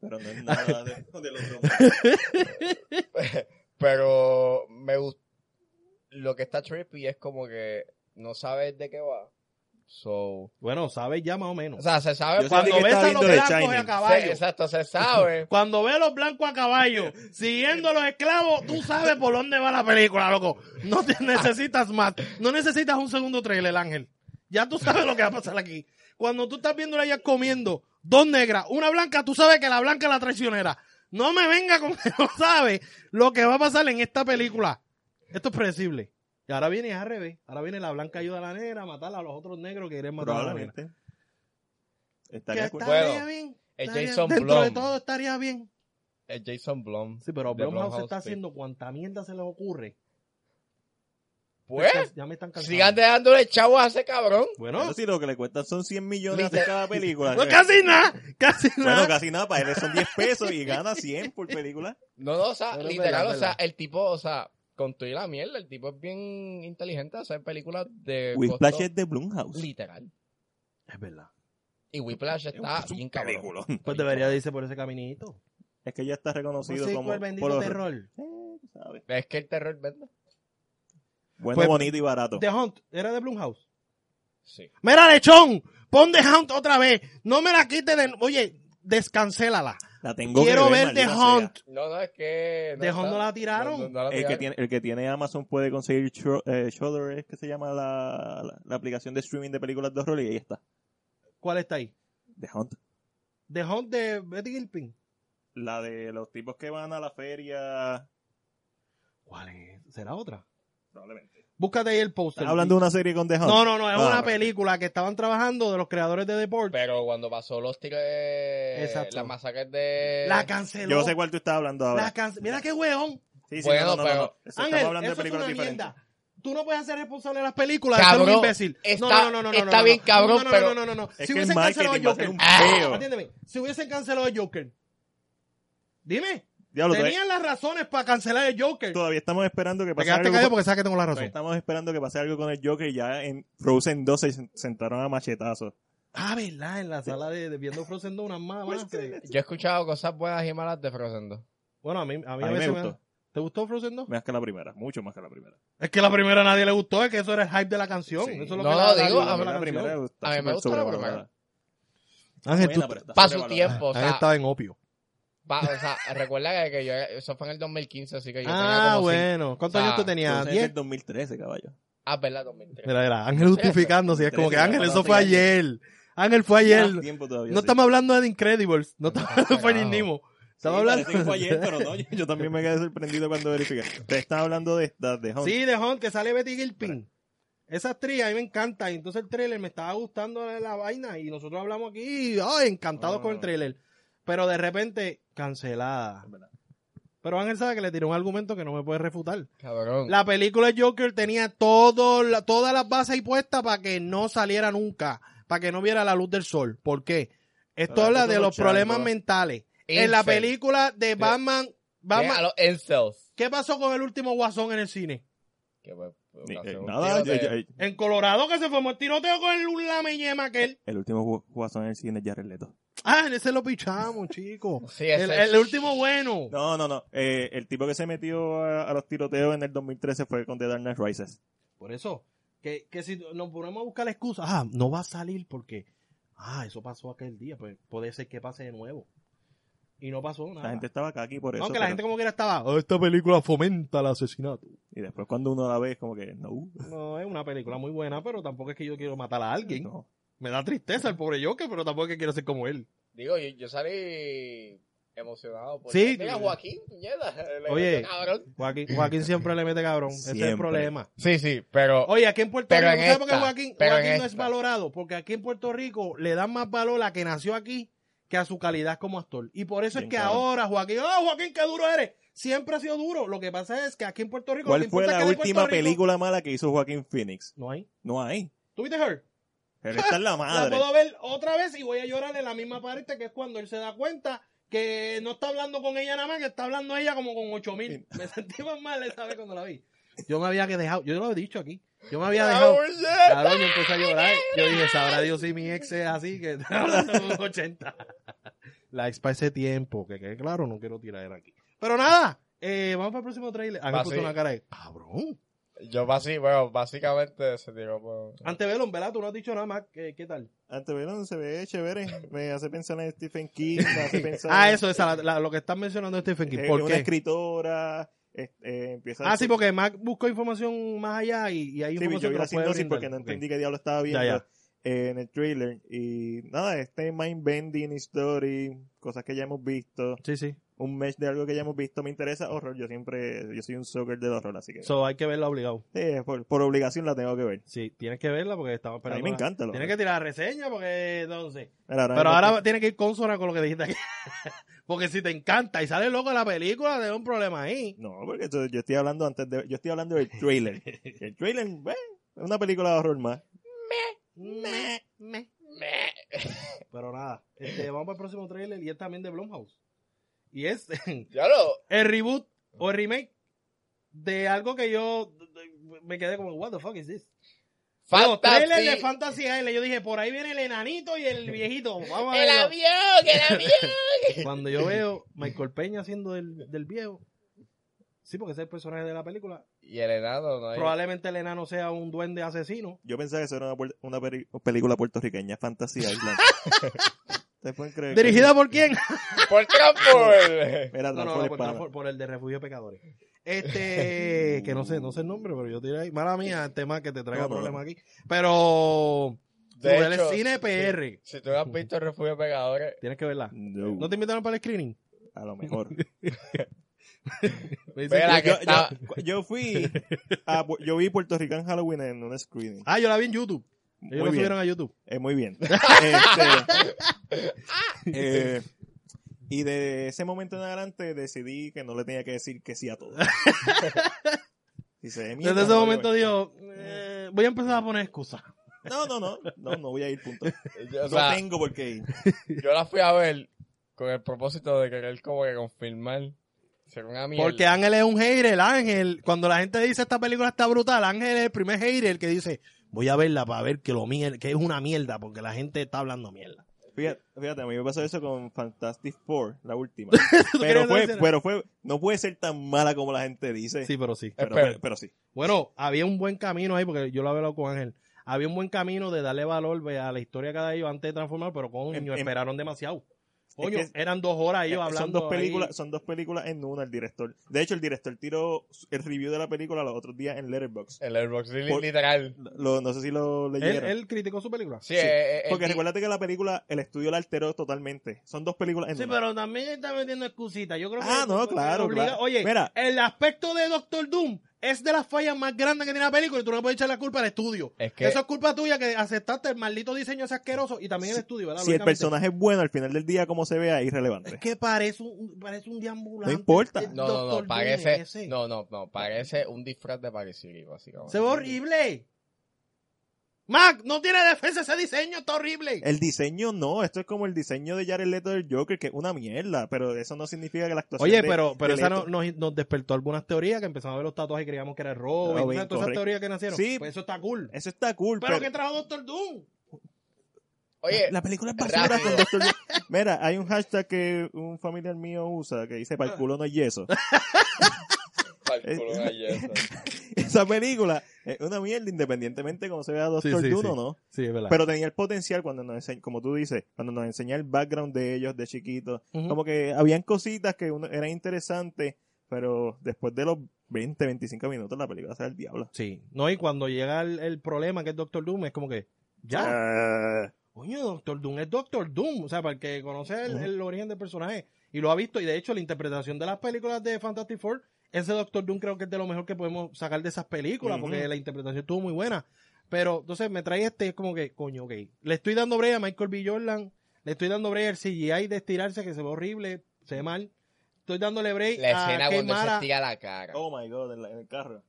Speaker 3: Pero no es nada de, del otro mundo.
Speaker 2: pero me gusta lo que está trippy es como que no sabes de qué va. So,
Speaker 1: Bueno, sabes ya más o menos.
Speaker 2: o sea, se sabe
Speaker 3: Yo
Speaker 2: cuándo-
Speaker 1: cuando
Speaker 3: que
Speaker 1: ves
Speaker 3: estaba
Speaker 1: a los
Speaker 3: viendo The
Speaker 1: blancos
Speaker 3: Shining.
Speaker 1: a
Speaker 2: se-
Speaker 1: caballo.
Speaker 2: exacto, se sabe.
Speaker 1: Cuando ves a los blancos a caballo siguiendo a los esclavos, tú sabes por dónde va la película, loco. No te necesitas más. No necesitas un segundo trailer, Ángel. Ya tú sabes lo que va a pasar aquí. Cuando tú estás viendo a ella comiendo dos negras, una blanca, tú sabes que la blanca es la traicionera. No me venga con que no sabes lo que va a pasar en esta película. Esto es predecible. Y ahora viene al revés. Ahora viene la blanca ayuda a la negra a matar a los otros negros que quieren matar a la negra.
Speaker 3: Probablemente.
Speaker 1: Que
Speaker 3: Estaría cool.
Speaker 2: Bueno,
Speaker 1: estaría bien.
Speaker 2: el
Speaker 1: estaría-
Speaker 2: Jason
Speaker 1: Dentro de
Speaker 2: Blum.
Speaker 1: todo estaría bien.
Speaker 2: Es Jason Blum.
Speaker 1: Sí, pero
Speaker 2: de
Speaker 1: Blumhouse
Speaker 2: Blumhouse
Speaker 1: está
Speaker 2: Pictures.
Speaker 1: haciendo cuanta mierda se les ocurre.
Speaker 2: Pues,
Speaker 1: Ya- Ya me están cansando.
Speaker 2: sigan dejándole chavos a ese cabrón.
Speaker 1: Bueno,
Speaker 3: Pero si lo que le cuestan son 100 millones hacer
Speaker 2: Literal.
Speaker 3: cada película.
Speaker 1: no, casi nada, casi
Speaker 3: eh. Bueno,
Speaker 1: nada.
Speaker 3: casi nada, para él son 10 pesos y gana 100 por película.
Speaker 2: No, no, o sea,
Speaker 1: Pero es
Speaker 2: literal,
Speaker 1: verdad,
Speaker 2: o sea,
Speaker 1: verdad.
Speaker 2: el tipo, o sea, con tu y la mierda, el tipo es bien inteligente a hacer películas de
Speaker 3: Whiplash
Speaker 2: costo-
Speaker 3: es de Blumhouse.
Speaker 2: literal.
Speaker 1: Es verdad.
Speaker 2: Y Whiplash está bien cabrón.
Speaker 3: película.
Speaker 1: Pues debería de irse por ese caminito.
Speaker 3: Es que ya está
Speaker 1: Un
Speaker 3: reconocido
Speaker 1: sequel
Speaker 3: como
Speaker 1: bendito
Speaker 3: por los-
Speaker 1: terror.
Speaker 3: Eh, tú sabes.
Speaker 2: Es que el terror vende.
Speaker 3: Bueno,
Speaker 1: Pues-
Speaker 3: bonito y barato.
Speaker 1: The Hunt, era de Blumhouse.
Speaker 2: Sí.
Speaker 1: Mira, lechón, pon The Hunt otra vez. No me la quites de... Oye, descancélala.
Speaker 3: La tengo
Speaker 1: Quiero
Speaker 3: que
Speaker 1: ver The
Speaker 3: maldita sea.
Speaker 1: Hunt.
Speaker 2: No, no, es que.
Speaker 1: The Hunt
Speaker 2: está-
Speaker 1: no la tiraron.
Speaker 2: no- no la
Speaker 3: El que,
Speaker 2: tiraron.
Speaker 3: tiene, el que tiene Amazon puede conseguir Shudder, eh, Shudder, es que se llama la, la, la aplicación de streaming de películas de horror y ahí está.
Speaker 1: ¿Cuál está ahí?
Speaker 3: The Hunt.
Speaker 1: The Hunt de Betty Gilpin.
Speaker 3: La de los tipos que van a la feria.
Speaker 1: ¿Cuál es? ¿Será otra?
Speaker 3: Probablemente.
Speaker 1: Búscate ahí el póster.
Speaker 3: Estás hablando de una serie con The Hunt.
Speaker 1: No, no, no, es
Speaker 3: Ah,
Speaker 1: una
Speaker 3: ok.
Speaker 1: película que estaban trabajando de los creadores de The Board.
Speaker 2: Pero cuando pasó los tigres.
Speaker 1: Exacto.
Speaker 2: Las masacres de.
Speaker 1: La canceló.
Speaker 3: Yo sé cuál tú estás hablando ahora.
Speaker 1: La cance- Mira qué hueón.
Speaker 3: Sí, sí,
Speaker 2: Bueno,
Speaker 3: no, no, no,
Speaker 2: pero-
Speaker 3: no. Eso,
Speaker 1: Ángel,
Speaker 3: estamos hablando
Speaker 1: eso
Speaker 3: de
Speaker 1: es una
Speaker 3: películas diferentes.
Speaker 1: mierda. Tú no puedes ser responsable de las películas de ser un
Speaker 2: Cabrón,
Speaker 1: imbécil.
Speaker 2: está-
Speaker 1: no, no, no, no, no,
Speaker 2: está
Speaker 1: no,
Speaker 2: bien
Speaker 1: no.
Speaker 2: cabrón,
Speaker 1: no, no,
Speaker 2: pero-
Speaker 1: No, no, no, no. si
Speaker 3: Es que el
Speaker 1: hubiesen cancelado
Speaker 3: marketing va a ser
Speaker 1: Joker.
Speaker 3: un
Speaker 2: Ah.
Speaker 3: peo.
Speaker 1: Atiéndeme. Si hubiesen cancelado a Joker. Dime.
Speaker 3: Diablo, todavía-
Speaker 1: Tenían las razones para cancelar el Joker.
Speaker 3: todavía estamos esperando que
Speaker 1: Te
Speaker 3: pase
Speaker 1: quedaste
Speaker 3: algo.
Speaker 1: callado
Speaker 3: con-
Speaker 1: porque sabes que tengo la
Speaker 3: todavía
Speaker 1: razón.
Speaker 3: Estamos esperando que pase algo con el Joker y ya en Frozen 2 se sentaron a machetazos.
Speaker 1: Ah, verdad, en la sala de, de viendo Frozen 2 unas más.
Speaker 3: Pues
Speaker 1: más,
Speaker 3: que-
Speaker 1: eh.
Speaker 2: Yo he escuchado cosas buenas y malas de Frozen 2.
Speaker 1: Bueno, a mí, a mí
Speaker 3: A
Speaker 1: a
Speaker 3: mí me
Speaker 1: veces me-
Speaker 3: gustó.
Speaker 1: ¿Te gustó Frozen 2?
Speaker 3: Más que la primera, mucho más que la primera.
Speaker 1: Es que la primera a nadie le gustó, es que eso era el hype de la canción.
Speaker 3: Sí.
Speaker 1: Eso es lo
Speaker 2: No,
Speaker 1: que la-
Speaker 2: no, digo,
Speaker 1: la- la-
Speaker 2: a mí
Speaker 1: la
Speaker 3: la
Speaker 1: canción.
Speaker 3: primera está
Speaker 2: A mí me
Speaker 3: súper
Speaker 2: gusta la
Speaker 3: sobrevalorada.
Speaker 2: primera.
Speaker 1: Ángel,
Speaker 3: Buena,
Speaker 1: tú-
Speaker 3: pero está
Speaker 2: Pa' su
Speaker 3: sobrevalorada.
Speaker 2: tiempo, o
Speaker 1: Ángel
Speaker 2: sea.
Speaker 1: estaba Ah, en opio.
Speaker 2: pa- o sea, recuerda que, que yo. Eso fue en el 2015, así que yo tenía
Speaker 1: Ah,
Speaker 2: como. cinco-
Speaker 1: bueno. ¿Cuántos
Speaker 2: O sea,
Speaker 1: años tú tenías?
Speaker 3: Frozen es del
Speaker 1: ¿Diez?
Speaker 3: 2013, caballo.
Speaker 2: Ah, verdad, 2003.
Speaker 1: Mira, mira, Ángel justificándose. Es como que
Speaker 3: Trece,
Speaker 1: Ángel, eso
Speaker 3: catorce
Speaker 1: fue
Speaker 3: años.
Speaker 1: ayer. Ángel fue
Speaker 3: Más
Speaker 1: ayer.
Speaker 3: tiempo todavía,
Speaker 1: No
Speaker 3: sí.
Speaker 1: estamos hablando de The Incredibles. No estamos hablando de Finding
Speaker 2: Carajo.
Speaker 1: Nemo.
Speaker 3: Sí,
Speaker 1: Estamos
Speaker 3: parece que fue ayer,
Speaker 1: hablando.
Speaker 3: pero no, yo, yo también me quedé sorprendido cuando verifiqué. Ustedes están hablando de, de, de Hunt. Eh,
Speaker 1: Sí, de Hunt, que sale Betty Gilpin. Esa actriz a mí me encanta. Y entonces el trailer me estaba gustando la- la vaina. Y nosotros hablamos aquí, ay, encantados
Speaker 3: Ah.
Speaker 1: con el trailer. Pero de repente, cancelada.
Speaker 3: Es verdad.
Speaker 1: Pero Ángel sabe que le tiró un argumento que no me puede refutar.
Speaker 2: Cabrón.
Speaker 1: La película de Joker tenía todo la- todas las bases ahí puestas para que no saliera nunca, para que no viera la luz del sol. ¿Por qué? Esto
Speaker 3: Pero
Speaker 1: habla
Speaker 3: eso
Speaker 1: de
Speaker 3: son
Speaker 1: los
Speaker 3: los changos.
Speaker 1: problemas mentales. En la
Speaker 2: Incel.
Speaker 1: película de Batman,
Speaker 2: Vean a
Speaker 1: Batman
Speaker 2: los incels.
Speaker 1: ¿qué pasó con el último guasón en el cine?
Speaker 2: Que fue- fue
Speaker 3: Ni-
Speaker 2: una-
Speaker 3: eh,
Speaker 2: un
Speaker 3: nada, yo-
Speaker 2: tiroteo.
Speaker 3: yo-
Speaker 1: En Colorado que se formó el tiroteo con el lamellema aquel.
Speaker 3: el último gu- guasón en el cine es Jared Leto.
Speaker 1: Ah, en ese lo pichamos, chico.
Speaker 2: Sí, ese-
Speaker 1: El, el último bueno.
Speaker 3: No, no, no. Eh, el tipo que se metió a, a los tiroteos en el 2013 fue con The Dark Knight Rises.
Speaker 1: Por eso, que, que si nos ponemos a buscar la excusa, ah, no va a salir porque, ah, eso pasó aquel día, pues puede ser que pase de nuevo. Y no pasó nada.
Speaker 3: La gente estaba acá aquí por eso.
Speaker 1: Aunque Ah. la
Speaker 3: pero-
Speaker 1: gente como quiera estaba, "Oh, esta película fomenta el asesinato.
Speaker 3: Y después cuando uno la ve es como que, no, uh,
Speaker 1: No, es una película muy buena, pero tampoco es que yo quiero matar a alguien.
Speaker 3: no.
Speaker 1: Me da tristeza el pobre Joker, pero tampoco es que quiero ser como él.
Speaker 2: Digo, yo, yo salí emocionado. Por
Speaker 1: Sí.
Speaker 2: Mira, Joaquín, mierda. le
Speaker 1: Oye.
Speaker 2: metió cabrón.
Speaker 1: Joaquín, Joaquín siempre le mete cabrón. Ese es el
Speaker 3: Siempre.
Speaker 1: problema.
Speaker 2: Sí, sí, pero.
Speaker 1: Oye, aquí en Puerto
Speaker 2: Pero
Speaker 1: Rico,
Speaker 2: en
Speaker 1: ¿tú ¿sabes por qué
Speaker 2: esta,
Speaker 1: Joaquín,
Speaker 2: pero
Speaker 1: Joaquín
Speaker 2: en
Speaker 1: no es
Speaker 2: esta.
Speaker 1: valorado? Porque aquí en Puerto Rico le dan más valor a que nació aquí que a su calidad como actor. Y por eso es
Speaker 3: Bien,
Speaker 1: que
Speaker 3: cabrón.
Speaker 1: ahora, Joaquín, ¡oh, Joaquín, qué duro eres! Siempre ha sido duro. Lo que pasa es que aquí en Puerto Rico. lo
Speaker 3: ¿Cuál
Speaker 1: que
Speaker 3: fue
Speaker 1: importa
Speaker 3: la
Speaker 1: es que de Puerto
Speaker 3: última
Speaker 1: Rico-
Speaker 3: película mala que hizo Joaquín Phoenix?
Speaker 1: No hay.
Speaker 3: No hay.
Speaker 1: ¿Tuviste Her?
Speaker 3: Pero esta es la
Speaker 1: La
Speaker 3: madre.
Speaker 1: puedo ver otra vez y voy a llorar en la misma parte que es cuando él se da cuenta que no está hablando con ella nada más, que está hablando ella como con 8000. Me sentí más mal esa vez cuando la vi. Yo me había que dejado, yo lo he dicho aquí. Yo me
Speaker 2: Ah,
Speaker 3: Ah,
Speaker 1: había dejado. Claro, yo empecé a llorar. Yo dije, sabrá Dios si mi ex es así, que está hablando con un 80. La ex para ese tiempo, que quede claro, no quiero tirar aquí. Pero nada, eh, vamos para el próximo trailer. Ah, me
Speaker 2: Ah,
Speaker 1: puso
Speaker 2: sí.
Speaker 1: una cara de cabrón.
Speaker 2: Yo, basi- bueno, básicamente se tiró por...
Speaker 1: Ante Belón, ¿verdad? Tú no has dicho nada más. ¿Qué, qué tal?
Speaker 3: Anteverón se ve chévere. Me hace pensar en Stephen King. Me hace pensar
Speaker 1: Ah, eso, esa, la- la- lo que estás mencionando es Stephen King.
Speaker 3: en
Speaker 1: ¿Por
Speaker 3: Eh, una
Speaker 1: qué?
Speaker 3: escritora. eh, eh, empieza a-
Speaker 1: Ah, sí, porque Mac buscó información más allá y, y hay
Speaker 3: Sí, yo
Speaker 1: información
Speaker 3: vi
Speaker 1: que nos
Speaker 3: la
Speaker 1: puede
Speaker 3: sinopsis
Speaker 1: brindar.
Speaker 3: porque no
Speaker 1: Ok.
Speaker 3: entendí qué diablo estaba viendo
Speaker 1: ya.
Speaker 3: eh, en el trailer. Y nada, este mind bending story, cosas que ya hemos visto,
Speaker 1: Sí, sí.
Speaker 3: un mesh de algo que ya hemos visto, me interesa horror. Yo siempre, yo soy un soccer del horror, así que
Speaker 1: So, hay que verla obligado.
Speaker 3: eh, por, por obligación la tengo que ver.
Speaker 1: Sí, tienes que verla porque estamos
Speaker 3: A
Speaker 1: esperando.
Speaker 3: mí me
Speaker 1: la-
Speaker 3: encanta. el
Speaker 1: Tienes que
Speaker 3: horror.
Speaker 1: tirar reseña porque entonces.
Speaker 3: Mira,
Speaker 1: Pero
Speaker 3: mismo
Speaker 1: ahora tiene que ir consona con lo que dijiste aquí. porque si te encanta y sale loco la película, te da un problema ahí.
Speaker 3: No, porque eso- yo estoy hablando antes de, yo estoy hablando del trailer. El trailer, bueno, es una película de horror más.
Speaker 1: Meh, meh. Pero nada, este, vamos para el próximo trailer y es también de Blumhouse. Y es
Speaker 2: Ya lo...
Speaker 1: el reboot o el remake de algo que yo me quedé como, what the fuck is this? Los trailers de Fantasy Island, yo dije, por ahí viene el enanito y el viejito, vamos a
Speaker 2: ¡El
Speaker 1: verlo.
Speaker 2: avión! ¡El avión!
Speaker 1: Cuando yo veo Michael Peña haciendo del, del viejo, sí, porque ese es el personaje de la película,
Speaker 2: y el enano, ¿no? hay-
Speaker 1: probablemente el enano sea un duende asesino.
Speaker 3: Yo pensaba que eso era una, puer- una peri- película puertorriqueña, Fantasy Island. ¿Ustedes pueden creer? que-
Speaker 1: Eh, ¿Dirigida por quién?
Speaker 2: ¡Por Trampol!
Speaker 3: Mira,
Speaker 1: No, no,
Speaker 3: Transformers
Speaker 1: no, por,
Speaker 3: para-
Speaker 1: por- por el de Refugio de Pecadores. Este, que no sé, no sé el nombre, pero yo tiré ahí. Mala mía, el tema que te traiga
Speaker 3: No, no,
Speaker 1: problemas aquí. Pero,
Speaker 2: De
Speaker 1: Tú, él es
Speaker 2: hecho,
Speaker 1: cine PR.
Speaker 2: Si, si tú no has visto el refugio de pegadores,
Speaker 1: tienes que verla.
Speaker 3: No,
Speaker 1: ¿No te invitaron para el screening?
Speaker 3: a lo mejor.
Speaker 1: Me dicen
Speaker 2: Vela
Speaker 1: que-
Speaker 2: que
Speaker 3: yo-
Speaker 2: está...
Speaker 3: Yo fui, a Pu- yo vi Puerto Rican Halloween en un screening.
Speaker 1: Ah, yo la vi en YouTube. Ellos
Speaker 3: Muy
Speaker 1: la
Speaker 3: bien,
Speaker 1: subieron a YouTube.
Speaker 3: eh, muy bien. Este, eh, y de ese momento en adelante decidí que no le tenía que decir que sí a todo. Y se ve mierda,
Speaker 1: Desde ese
Speaker 3: no,
Speaker 1: momento
Speaker 3: yo-
Speaker 1: dijo, eh, voy a empezar a poner excusas.
Speaker 3: No, no, no, no, no voy a ir, punto.
Speaker 2: yo, o
Speaker 3: no
Speaker 2: sea,
Speaker 3: tengo por qué ir.
Speaker 2: yo la fui a ver con el propósito de querer como que confirmar ser una mierda.
Speaker 1: Porque Ángel es un hater, el Ángel. Cuando la gente dice esta película está brutal, Ángel es el primer hater que dice, voy a verla para ver que lo mier- que es una mierda, porque la gente está hablando mierda.
Speaker 3: Fíjate, fíjate, a mí me pasó eso con Fantastic Four, la última.
Speaker 1: querías
Speaker 3: Pero fue,
Speaker 1: decir-
Speaker 3: pero fue, no puede ser tan mala como la gente dice.
Speaker 1: Sí, pero sí.
Speaker 3: pero,
Speaker 2: Espera.
Speaker 3: pero- pero sí.
Speaker 1: Bueno, había un buen camino ahí, porque yo lo había hablado con Ángel. Había un buen camino de darle valor ve, a la historia cada ellos antes de transformar, pero coño,
Speaker 3: Em- em-
Speaker 1: esperaron demasiado. Coño,
Speaker 3: Es que-
Speaker 1: eran dos horas ellos
Speaker 3: Eh,
Speaker 1: hablando.
Speaker 3: son dos
Speaker 1: ahí.
Speaker 3: películas son dos películas en una el director de hecho el director tiró el review de la película los otros días en Letterboxd
Speaker 2: El Airbox li-
Speaker 3: Por-
Speaker 2: literal.
Speaker 3: Lo- no sé si lo
Speaker 1: Él,
Speaker 3: leyeron
Speaker 1: él criticó su película.
Speaker 2: Sí, eh, eh,
Speaker 3: porque
Speaker 2: el-
Speaker 3: recuérdate que la película el estudio la alteró totalmente son dos películas en
Speaker 1: Sí,
Speaker 3: una
Speaker 1: pero también está metiendo excusitas. Yo creo que.
Speaker 3: Ah, no,
Speaker 1: que
Speaker 3: claro,
Speaker 1: obliga-
Speaker 3: claro.
Speaker 1: Oye,
Speaker 3: Mira.
Speaker 1: el aspecto de Doctor Doom es de las fallas más grandes que tiene la película y tú no le puedes echar la culpa al estudio.
Speaker 2: Es que-
Speaker 1: Eso es culpa tuya que aceptaste el maldito diseño ese asqueroso y también el estudio, ¿verdad?
Speaker 3: si el
Speaker 1: Lógicamente.
Speaker 3: personaje es bueno al final del día como se vea es irrelevante
Speaker 1: Es que parece un, parece un deambulante.
Speaker 3: No importa.
Speaker 1: El
Speaker 2: No, no,
Speaker 1: Dr.
Speaker 2: no,
Speaker 1: Doom
Speaker 2: parece,
Speaker 1: ese.
Speaker 2: no, no, no, parece un disfraz de Parisiri, básicamente.
Speaker 1: Se ve horrible. Mac, no tiene defensa ese diseño, está horrible.
Speaker 3: el diseño no esto es como el diseño de Jared Leto del Joker que es una mierda pero eso no significa que la actuación
Speaker 1: Oye,
Speaker 3: de-
Speaker 1: pero, pero
Speaker 3: de
Speaker 1: esa
Speaker 3: Leto-
Speaker 1: no- nos, nos despertó algunas teorías que empezamos a ver los tatuajes y creíamos que era Robin.
Speaker 3: Robin,
Speaker 1: ¿sabes? todas esas
Speaker 3: correcto.
Speaker 1: teorías que nacieron.
Speaker 3: Sí.
Speaker 1: Pues eso está cool.
Speaker 3: eso está cool
Speaker 1: Pero,
Speaker 3: pero,
Speaker 1: que trajo Doctor Doom.
Speaker 2: Oye,
Speaker 3: la película es basura
Speaker 2: rápido.
Speaker 3: con Dr. Doom. Mira, hay un hashtag que un familiar mío usa que dice, para el culo no hay yeso.
Speaker 2: pa'l culo de yeso.
Speaker 3: Esa película es una mierda independientemente como se vea Doctor
Speaker 1: Sí, sí,
Speaker 3: Doom
Speaker 1: sí.
Speaker 3: o no.
Speaker 1: Sí, es verdad.
Speaker 3: Pero tenía el potencial cuando nos enseña, como tú dices, cuando nos enseña el background de ellos de chiquitos.
Speaker 1: Ujú.
Speaker 3: Como que habían cositas que uno- eran interesantes, pero después de los 20, 25 minutos la película se va al diablo.
Speaker 1: sí. No, y cuando llega el, el problema que es Doctor Doom, es como que, ya,
Speaker 3: Ah,
Speaker 1: coño, Doctor Doom es Doctor Doom. O sea, para el que conoce el,
Speaker 3: Ujú.
Speaker 1: el origen del personaje y lo ha visto, y de hecho la interpretación de las películas de Fantastic Four, ese Doctor Doom creo que es de lo mejor que podemos sacar de esas películas,
Speaker 3: Ujú.
Speaker 1: porque la interpretación estuvo muy buena. Pero entonces me trae este, es como que, coño, ok. Le estoy dando brea a Michael B. Jordan, le estoy dando brea al CGI de estirarse, que se ve horrible, se ve mal. Entonces, estoy dándole break
Speaker 2: La escena
Speaker 1: a Kate
Speaker 2: cuando él se
Speaker 1: Mara.
Speaker 2: estira la cara.
Speaker 3: Oh my god, en, la- en el carro.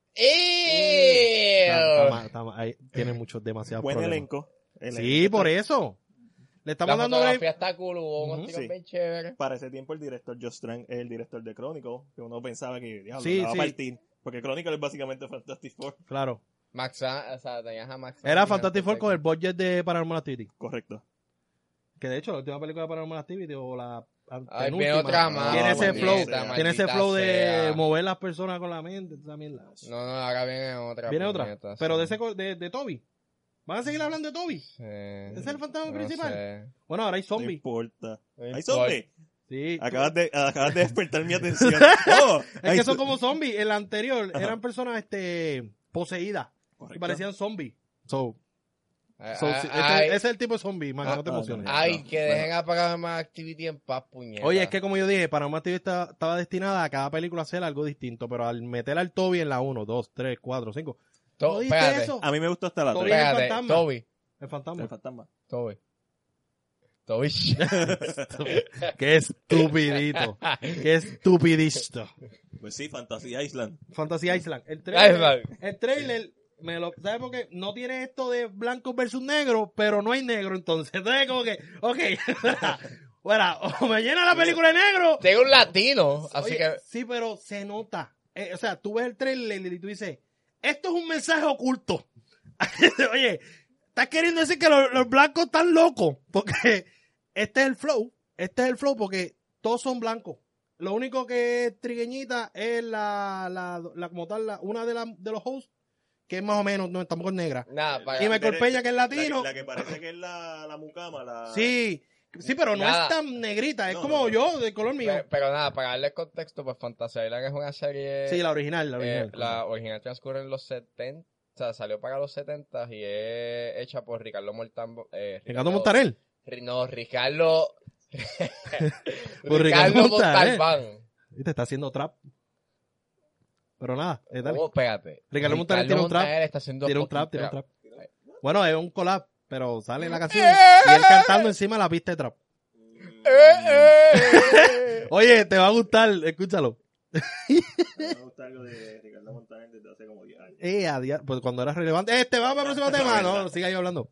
Speaker 1: Está- está
Speaker 2: ¡Ew!
Speaker 1: mal, está mal. Ahí tiene muchos demasiados
Speaker 3: Buen
Speaker 1: problemas.
Speaker 3: elenco. El
Speaker 1: Sí,
Speaker 3: elenco
Speaker 1: por
Speaker 3: está-
Speaker 1: eso. Le
Speaker 2: La
Speaker 1: estamos dando break.
Speaker 2: fotografía está cool, hubo unos
Speaker 1: Ujú.
Speaker 2: tiros
Speaker 3: Sí.
Speaker 2: bien chéveres.
Speaker 3: Para ese tiempo el director Josh Trank es el director de Chronicle, que uno pensaba que diablo,
Speaker 1: Sí,
Speaker 3: la va
Speaker 1: sí.
Speaker 3: a partir. Porque Chronicle es básicamente Fantastic Four.
Speaker 1: Claro.
Speaker 2: Max, Sa- o sea, tenías a Max.
Speaker 1: Era
Speaker 2: Sanders
Speaker 1: Fantastic
Speaker 2: antes
Speaker 1: Four
Speaker 2: de
Speaker 1: con
Speaker 2: que-
Speaker 1: el budget de Paranormal Activity.
Speaker 3: Correcto.
Speaker 1: Que de hecho, la última película de Paranormal Activity o la
Speaker 2: Ay,
Speaker 1: antepenúltima,
Speaker 2: viene otra más.
Speaker 1: Ah, Tiene ese
Speaker 2: maldita
Speaker 1: flow.
Speaker 3: maldita
Speaker 1: Tiene ese flow de
Speaker 2: sea.
Speaker 1: mover las personas con la mente. esa mierda.
Speaker 2: No, no, ahora viene otra.
Speaker 1: Viene otra.
Speaker 2: puñeta,
Speaker 1: Pero
Speaker 2: sí.
Speaker 1: de, ese, co- de, de Toby. ¿Van a seguir hablando de Toby?
Speaker 2: Sí.
Speaker 1: ¿Ese es el fantasma
Speaker 2: No
Speaker 1: principal?
Speaker 2: sé.
Speaker 1: Bueno, ahora hay
Speaker 3: No
Speaker 1: zombies.
Speaker 3: importa.
Speaker 2: No
Speaker 3: Hay
Speaker 2: importa.
Speaker 3: zombies.
Speaker 1: Sí.
Speaker 3: Acabas de, acabas de despertar mi atención. Oh,
Speaker 1: Es
Speaker 3: hay
Speaker 1: que son
Speaker 3: zo-
Speaker 1: como zombies. El anterior
Speaker 3: Ajá.
Speaker 1: eran personas este, poseídas. Y
Speaker 3: Correcto.
Speaker 1: parecían zombies. So,
Speaker 2: Ay,
Speaker 1: so, sí, este-
Speaker 2: Ah, ay,
Speaker 1: ese es el tipo de zombie, man.
Speaker 3: Ah,
Speaker 1: no te
Speaker 3: ah,
Speaker 1: emociones.
Speaker 3: no,
Speaker 2: ay,
Speaker 3: no,
Speaker 2: que
Speaker 3: bueno.
Speaker 2: dejen apagar más Activity en paz, puñeta.
Speaker 1: Oye, es que como yo dije, Paranormal Activity está- estaba destinada a cada película a hacer algo distinto, pero al meter al Toby en la 1, 2, 3, 4, 5.
Speaker 2: To-
Speaker 1: ¿No viste
Speaker 2: espérate,
Speaker 1: eso?
Speaker 3: A mí me gustó hasta la
Speaker 1: Todavía-
Speaker 3: tres.
Speaker 2: espérate,
Speaker 1: el fantasma.
Speaker 2: Toby,
Speaker 1: El fantasma.
Speaker 3: Ah. El fantasma.
Speaker 2: Toby. Toby.
Speaker 1: Qué estupidito. Qué estupidito.
Speaker 3: Pues sí, Fantasy Island.
Speaker 1: Fantasy Island. El trailer,
Speaker 2: Island.
Speaker 1: el trailer me lo, ¿sabes por qué? No tiene esto de blanco versus negro, pero no hay negro entonces. Entonces como que, ok, bueno, o me llena la película de negro.
Speaker 2: Tengo un latino, así
Speaker 1: Oye,
Speaker 2: que
Speaker 1: Sí, pero se nota. Eh, o sea, tú ves el trailer y tú dices, esto es un mensaje oculto. Oye, estás queriendo decir que los, los blancos están locos, porque este es el flow, este es el flow, porque todos son blancos. Lo único que es trigueñita es la, la, la- como tal, la- una de, las de los hosts, que es más o menos, no, tampoco es negra.
Speaker 2: nada, para
Speaker 1: Y Michael Peña, que es
Speaker 3: La,
Speaker 1: latino.
Speaker 3: la que parece que es la, la mucama. La...
Speaker 1: Sí, sí, pero no
Speaker 2: Nada.
Speaker 1: es tan negrita, es
Speaker 3: No,
Speaker 1: como
Speaker 3: no, no.
Speaker 1: yo, de color mío.
Speaker 2: Pe- Pero nada, para darle contexto, pues Fantasy Island es una serie.
Speaker 1: Sí, la original, la
Speaker 2: eh,
Speaker 1: original.
Speaker 2: la original transcurre en los 70. O sea, salió para los 70 y es hecha por Ricardo Mortambo. Eh,
Speaker 1: Ricardo Montaner.
Speaker 2: Ri- No, Ricardo.
Speaker 1: Por Ricardo
Speaker 2: Ricardo
Speaker 1: Montaner.
Speaker 2: Montalbán.
Speaker 1: Viste, está haciendo trap. Pero nada, eh, dale.
Speaker 2: Oh, espérate.
Speaker 1: Ricardo Montaner tiene un trap,
Speaker 2: está haciendo
Speaker 1: Tira un trap,
Speaker 2: fucking
Speaker 1: tira un trap. Bueno, es un collab, pero sale la canción
Speaker 2: ¡Eh!
Speaker 1: y él cantando encima la pista de trap.
Speaker 2: Eh, eh.
Speaker 1: Oye, te va a gustar, escúchalo.
Speaker 3: Me gusta algo de Ricardo Montaner desde hace como 10 años.
Speaker 1: Eh, adiós. Pues cuando era relevante. Este, vamos para el próximo tema. No, siga yo hablando.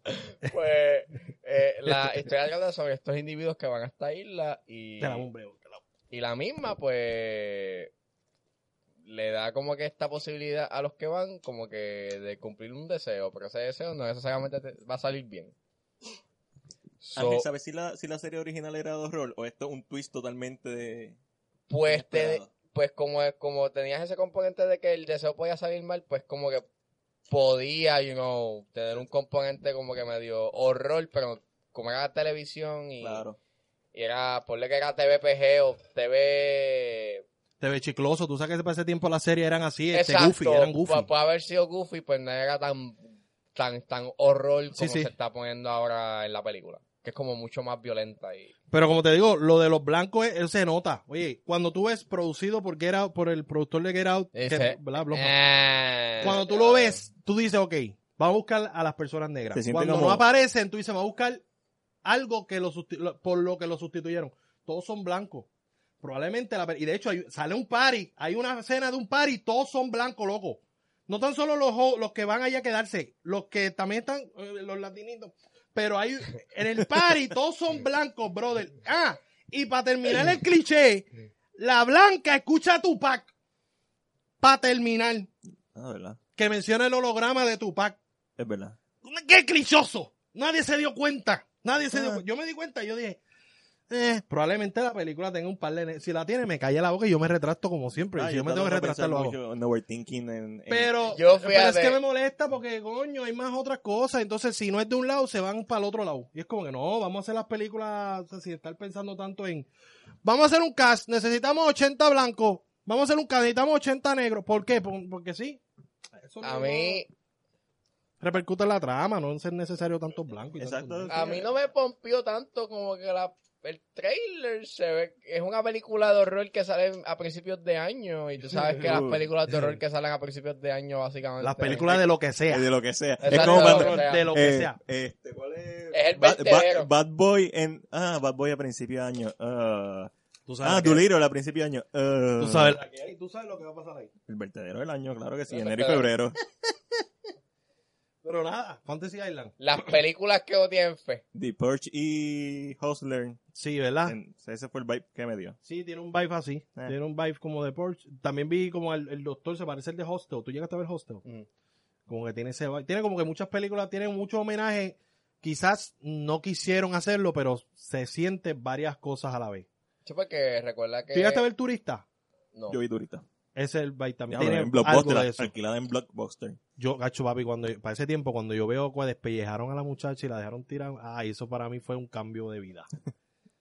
Speaker 2: pues eh, la historia trata sobre estos individuos que van a esta isla y.
Speaker 1: Te la bombeo, te la bombeo.
Speaker 2: Y la misma, pues, le da como que esta posibilidad a los que van, como que de cumplir un deseo, pero ese deseo no necesariamente te- va a salir bien. So,
Speaker 3: Ángel, ¿sabes si la, si la serie original era de horror o esto es un twist totalmente de...
Speaker 2: pues, te-
Speaker 3: inesperado?
Speaker 2: pues como, como tenías ese componente de que el deseo podía salir mal, pues como que podía, you know, tener un componente como que medio horror, pero como era televisión y,
Speaker 3: Claro.
Speaker 2: y era, ponle que era TVPG o TV
Speaker 1: Te ve chicloso. Tú sabes que para ese tiempo las series eran así, este,
Speaker 2: Exacto,
Speaker 1: goofy, eran
Speaker 2: pu-
Speaker 1: goofy.
Speaker 2: Puede, haber sido Goofy, pues no era tan, tan, tan horror como
Speaker 1: Sí, sí.
Speaker 2: se está poniendo ahora en la película. Que es como mucho más violenta y
Speaker 1: Pero como te digo, lo de los blancos, eh, él se nota. Oye, cuando tú ves producido por Get Out, por el productor de Get Out, que-
Speaker 2: Ese-
Speaker 1: ¿verdad? Blumhouse.
Speaker 2: Eh,
Speaker 1: Cuando tú lo ves, tú dices, ok, vamos a buscar a las personas negras.
Speaker 3: Se siente
Speaker 1: Cuando
Speaker 3: como-
Speaker 1: no aparecen, tú dices, va a buscar algo que lo susti- lo- por lo que lo sustituyeron. Todos son blancos. Probablemente, la, pe- y de hecho, hay- sale un party, hay una escena de un party, todos son blancos, loco. No tan solo los, jo- los que van allá a quedarse, los que también están, eh, los latinitos, pero hay, en el party todos son blancos, brother. Ah, y para terminar el cliché, la blanca escucha a Tupac. Para terminar
Speaker 3: Ah, verdad.
Speaker 1: que menciona el holograma de Tupac.
Speaker 3: Es verdad.
Speaker 1: ¡Qué clichoso! Nadie se dio cuenta. Nadie se dio
Speaker 3: Ah.
Speaker 1: cuenta. Yo me di cuenta y yo dije, eh, probablemente la película tenga un par de... ne- Si la tiene, me calla la boca y yo me retracto como siempre. Y
Speaker 3: Ah,
Speaker 1: si yo me tengo que
Speaker 3: trato de no
Speaker 1: retractar, lo
Speaker 3: pensar
Speaker 1: hago.
Speaker 3: mucho en overthinking en- en-
Speaker 1: Pero,
Speaker 2: Yo fui
Speaker 1: pero
Speaker 2: a
Speaker 1: es que
Speaker 2: ver-
Speaker 1: me molesta porque, coño, hay más otras cosas. Entonces, si no es de un lado, se van para el otro lado. Y es como que no, vamos a hacer las películas, o sea, sin estar pensando tanto en. Vamos a hacer un cast, necesitamos 80 blancos. Vamos a hacer un cast, necesitamos 80 negros. ¿Por qué? Por- porque sí. Eso
Speaker 2: a
Speaker 1: no-
Speaker 2: mí,
Speaker 1: repercute en la trama, no es necesario tantos blancos. y tantos
Speaker 3: Exacto.
Speaker 1: negros.
Speaker 2: a mí no me pompió tanto como que la, el trailer se ve. Es una película de horror que sale a principios de año. Y tú sabes que las películas de horror que salen a principios de año, básicamente.
Speaker 1: Las películas de lo que sea.
Speaker 3: eh, de lo que sea. es
Speaker 2: Exacto,
Speaker 3: como
Speaker 2: de lo
Speaker 3: cuando-
Speaker 2: que sea.
Speaker 1: De lo que sea.
Speaker 3: Eh, este, ¿cuál es?
Speaker 2: Es el
Speaker 3: Bad,
Speaker 2: vertedero.
Speaker 3: Bad- Bad Boy en... Ah, Bad Boy a principio de año. Ah,
Speaker 1: Tú Tú sabes,
Speaker 3: Ah,
Speaker 1: la que-
Speaker 3: Doolittle al principio de año. Eh,
Speaker 1: tú sabes la que hay, tú sabes lo que va a pasar ahí.
Speaker 3: El vertedero del año, claro que sí,
Speaker 2: El
Speaker 3: enero y
Speaker 2: vertedero.
Speaker 3: febrero.
Speaker 1: Pero nada, Fantasy Island.
Speaker 2: Las películas que no tienen fe.
Speaker 3: The Purge y Hustler.
Speaker 1: Sí, ¿verdad?
Speaker 3: En- ese fue el vibe que me dio.
Speaker 1: Sí, tiene un vibe así.
Speaker 3: Eh.
Speaker 1: Tiene un vibe como de Porsche. También vi como el, el doctor se parece al de Hostel. ¿Tú llegaste a ver Hostel?
Speaker 2: Mm.
Speaker 1: Como que tiene ese vibe. Tiene como que muchas películas tienen mucho homenaje. Quizás no quisieron hacerlo, pero se sienten varias cosas a la vez.
Speaker 2: Sí, porque recuerda que...
Speaker 1: ¿Tú llegaste a ver Turista?
Speaker 2: No.
Speaker 3: Yo vi Durita.
Speaker 1: Ese es el vibe también.
Speaker 3: Ya,
Speaker 1: Tiene
Speaker 3: en
Speaker 1: algo
Speaker 3: Blockbuster,
Speaker 1: de eso.
Speaker 3: alquilada en Blockbuster.
Speaker 1: Yo, gacho, papi, cuando, para ese tiempo, cuando yo veo que despellejaron a la muchacha y la dejaron tirar, ah, eso para mí fue un cambio de vida.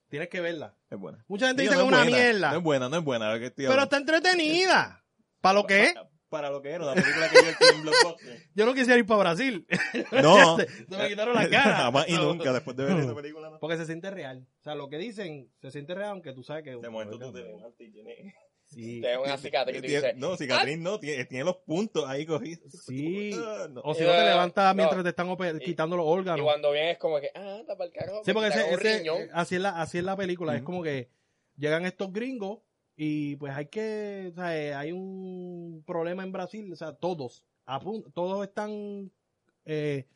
Speaker 1: Tienes que verla.
Speaker 3: Es buena.
Speaker 1: Mucha gente
Speaker 3: Digo,
Speaker 1: dice que es una
Speaker 3: buena,
Speaker 1: mierda,
Speaker 3: No es buena, no es buena. ¿qué estoy
Speaker 1: pero está
Speaker 3: hablando?
Speaker 1: entretenida. ¿Para lo que es?
Speaker 3: Para, para lo que era, la película que yo alquilé en Blockbuster.
Speaker 1: Yo no quisiera ir para Brasil.
Speaker 3: No. Eh,
Speaker 1: Se me quitaron las ganas.
Speaker 3: Jamás y nunca, después de ver esa película, no.
Speaker 1: Porque se siente real. O sea, lo que dicen se siente real, aunque tú sabes que.
Speaker 3: De momento tú te levantas y tienes...
Speaker 1: Sí.
Speaker 2: Te da una cicatriz y tú
Speaker 3: Tiene-
Speaker 2: dices,
Speaker 3: No, cicatriz no, tiene, tiene los puntos ahí cogidos.
Speaker 1: Sí.
Speaker 3: Ah, no.
Speaker 1: O si no te
Speaker 2: Eh,
Speaker 1: levantas
Speaker 2: no.
Speaker 1: mientras te están ope-
Speaker 2: Y-
Speaker 1: quitando los
Speaker 2: Y
Speaker 1: órganos.
Speaker 2: cuando vienes como que, ah, anda para el carajo.
Speaker 1: Sí,
Speaker 2: me
Speaker 1: porque ese,
Speaker 2: quitaron un
Speaker 1: ese- eh,
Speaker 2: riñón.
Speaker 1: así, es la, así es la película. Es
Speaker 3: Ujú.
Speaker 1: como que llegan estos gringos y pues hay que, o sea, eh, hay un problema en Brasil. O sea, todos, apun- todos están, eh,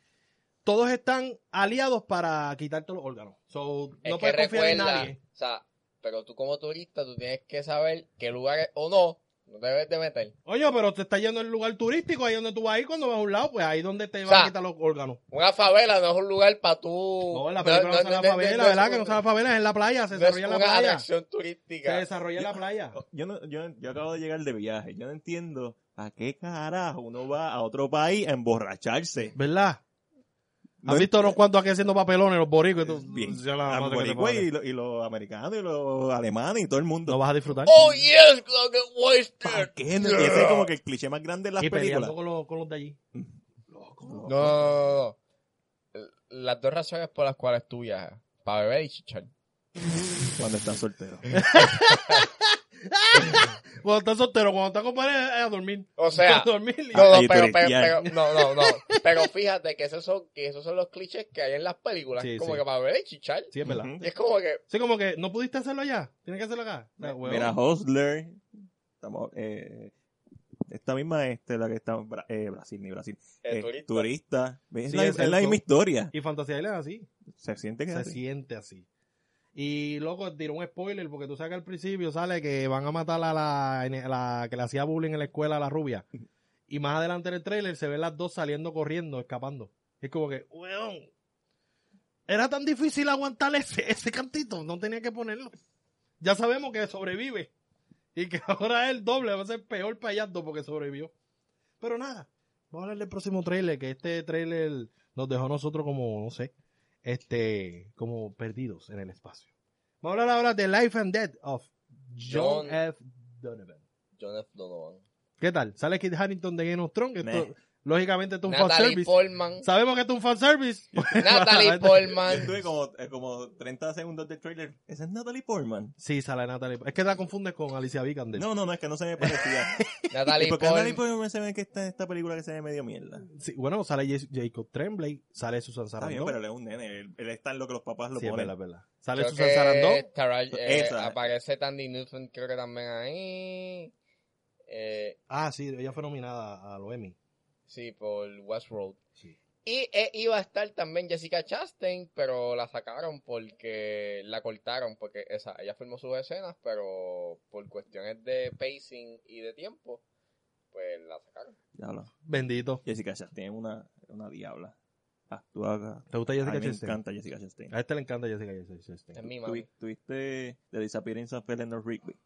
Speaker 1: todos están aliados para quitarte los órganos. So,
Speaker 2: Es
Speaker 1: no
Speaker 2: que
Speaker 1: puedes confiar en
Speaker 2: recuerda,
Speaker 1: nadie.
Speaker 2: o sea, pero tú como turista, tú tienes que saber qué lugares, o no, no te debes de meter.
Speaker 1: Oye, pero te está yendo el lugar turístico, ahí donde tú vas a ir cuando vas a un lado, pues ahí donde te
Speaker 2: O
Speaker 1: van
Speaker 2: sea,
Speaker 1: a quitar los órganos.
Speaker 2: Una favela no es un lugar para tú...
Speaker 1: No, en la película no,
Speaker 2: no-
Speaker 1: sale la
Speaker 2: no- no-
Speaker 1: favela,
Speaker 2: no es
Speaker 1: ¿verdad?
Speaker 2: un-
Speaker 1: Que no sale la favela, es en la playa, se
Speaker 2: no
Speaker 1: desarrolla en la
Speaker 2: es una
Speaker 1: playa.
Speaker 2: atracción
Speaker 1: Se
Speaker 2: turística.
Speaker 1: desarrolla en la playa.
Speaker 3: Yo, no, yo, yo acabo de llegar de viaje. Yo no entiendo a qué carajo uno va a otro país a emborracharse.
Speaker 1: ¿Verdad?
Speaker 3: No
Speaker 1: ¿Has
Speaker 3: ent-
Speaker 1: visto unos cuantos aquí haciendo papelones, los boricos? y tú-
Speaker 3: Bien.
Speaker 1: ya la
Speaker 3: a
Speaker 1: madre que te
Speaker 3: boricua
Speaker 1: parió.
Speaker 3: y, lo- y los americanos y los alemanes y todo el
Speaker 1: ¿No
Speaker 3: mundo.
Speaker 1: vas a disfrutar?
Speaker 2: Oh, yes, gonna get wasted.
Speaker 3: ¿Para qué? No, que ese es como que el cliché más grande de las
Speaker 1: y
Speaker 3: películas. Mm.
Speaker 1: peleando con los, con los de allí. Loco.
Speaker 2: No, no, no, no. Las dos razones por las cuales tú viajas, para beber y chichar.
Speaker 3: Cuando están solteros.
Speaker 1: Cuando estás soltero, cuando estás con pareja, es a dormir.
Speaker 2: O sea,
Speaker 1: a dormir Ah, y-
Speaker 2: No, no,
Speaker 3: Ahí
Speaker 2: pero, pero,
Speaker 3: turistear.
Speaker 2: pero- no, no, no. Pero fíjate que esos son, que esos son los clichés que hay en las películas.
Speaker 1: Sí,
Speaker 2: como
Speaker 1: sí.
Speaker 2: que para ver y chichar.
Speaker 1: Sí, es verdad.
Speaker 3: Ujú.
Speaker 2: Y es como que,
Speaker 1: Sí, como que no pudiste hacerlo allá, tienes que hacerlo acá. Ah, O sea, huevón.
Speaker 3: Mira, Hustler. Estamos, eh, esta misma, este, la que está en Bra- eh, Brasil, ni Brasil.
Speaker 2: eh,
Speaker 3: Eh,
Speaker 2: turista.
Speaker 3: turista. Es,
Speaker 1: Sí,
Speaker 3: la,
Speaker 1: ese
Speaker 3: es la
Speaker 1: es
Speaker 3: misma
Speaker 1: todo.
Speaker 3: historia.
Speaker 1: Y Fantasía Island así,
Speaker 3: Se siente que es
Speaker 1: se
Speaker 3: así.
Speaker 1: siente así. Y loco, tiró un spoiler porque tú sabes que al principio sale que van a matar a la, en- la que le hacía bullying en la escuela a la rubia. Y más adelante en el trailer se ven las dos saliendo corriendo, escapando. Es como que, weón, era tan difícil aguantar ese, ese cantito, no tenía que ponerlo. Ya sabemos que sobrevive. Y que ahora es el doble, va a ser peor payaso porque sobrevivió. Pero nada, vamos a hablar del próximo trailer, que este trailer nos dejó a nosotros como, no sé, este, como perdidos en el espacio. Vamos a hablar ahora de Life and Death of John,
Speaker 2: John-
Speaker 1: F. Donovan.
Speaker 2: John F. Donovan.
Speaker 1: ¿Qué tal? Sale Kit Harrington de Game of Thrones. que esto,
Speaker 3: Meh.
Speaker 1: lógicamente esto es un
Speaker 2: Natalie
Speaker 1: fanservice.
Speaker 2: Portman.
Speaker 1: Sabemos que esto es un fanservice.
Speaker 2: Natalie
Speaker 3: Yo
Speaker 2: Portman.
Speaker 3: estuve como, eh, como 30 segundos del trailer. Esa es Natalie Portman.
Speaker 1: Sí, sale Natalie. Es que la confundes con Alicia Vikander.
Speaker 3: No, no, no, es que no se me parecía. ¿Y
Speaker 2: Natalie
Speaker 3: por qué Natalie
Speaker 2: Portman.
Speaker 3: Portman se ve que está en esta película que se ve medio mierda?
Speaker 1: Sí, bueno, sale Jas- Jacob Tremblay, sale Susan
Speaker 3: Está bien,
Speaker 1: Sarandon.
Speaker 3: pero él es un nene. Él, él está en lo que los papás lo
Speaker 1: Sí, es
Speaker 3: ponen.
Speaker 1: verdad, es verdad. Sale
Speaker 2: Creo
Speaker 1: Susan
Speaker 2: que
Speaker 1: Sarandon.
Speaker 2: Tara- eh,
Speaker 3: Esa.
Speaker 2: aparece Tandy Newton, creo que también ahí. Eh,
Speaker 1: Ah, sí, ella fue nominada a los Emmy.
Speaker 2: sí, por Westworld.
Speaker 1: Sí.
Speaker 2: Y eh, iba a estar también Jessica Chastain, pero la sacaron porque la cortaron, porque esa, ella filmó sus escenas, pero por cuestiones de pacing y de tiempo, pues la sacaron.
Speaker 3: Diablo.
Speaker 1: Bendito.
Speaker 3: Jessica Chastain es una, una diabla. Actúa.
Speaker 1: ¿Te gusta
Speaker 3: A
Speaker 1: Jessica
Speaker 3: mí me
Speaker 1: Chastain?
Speaker 3: encanta Jessica Chastain.
Speaker 1: A este le encanta Jessica Chastain.
Speaker 2: Es mi
Speaker 3: Tu-
Speaker 2: mami.
Speaker 3: Tuviste The Disappearance of Eleanor Rigby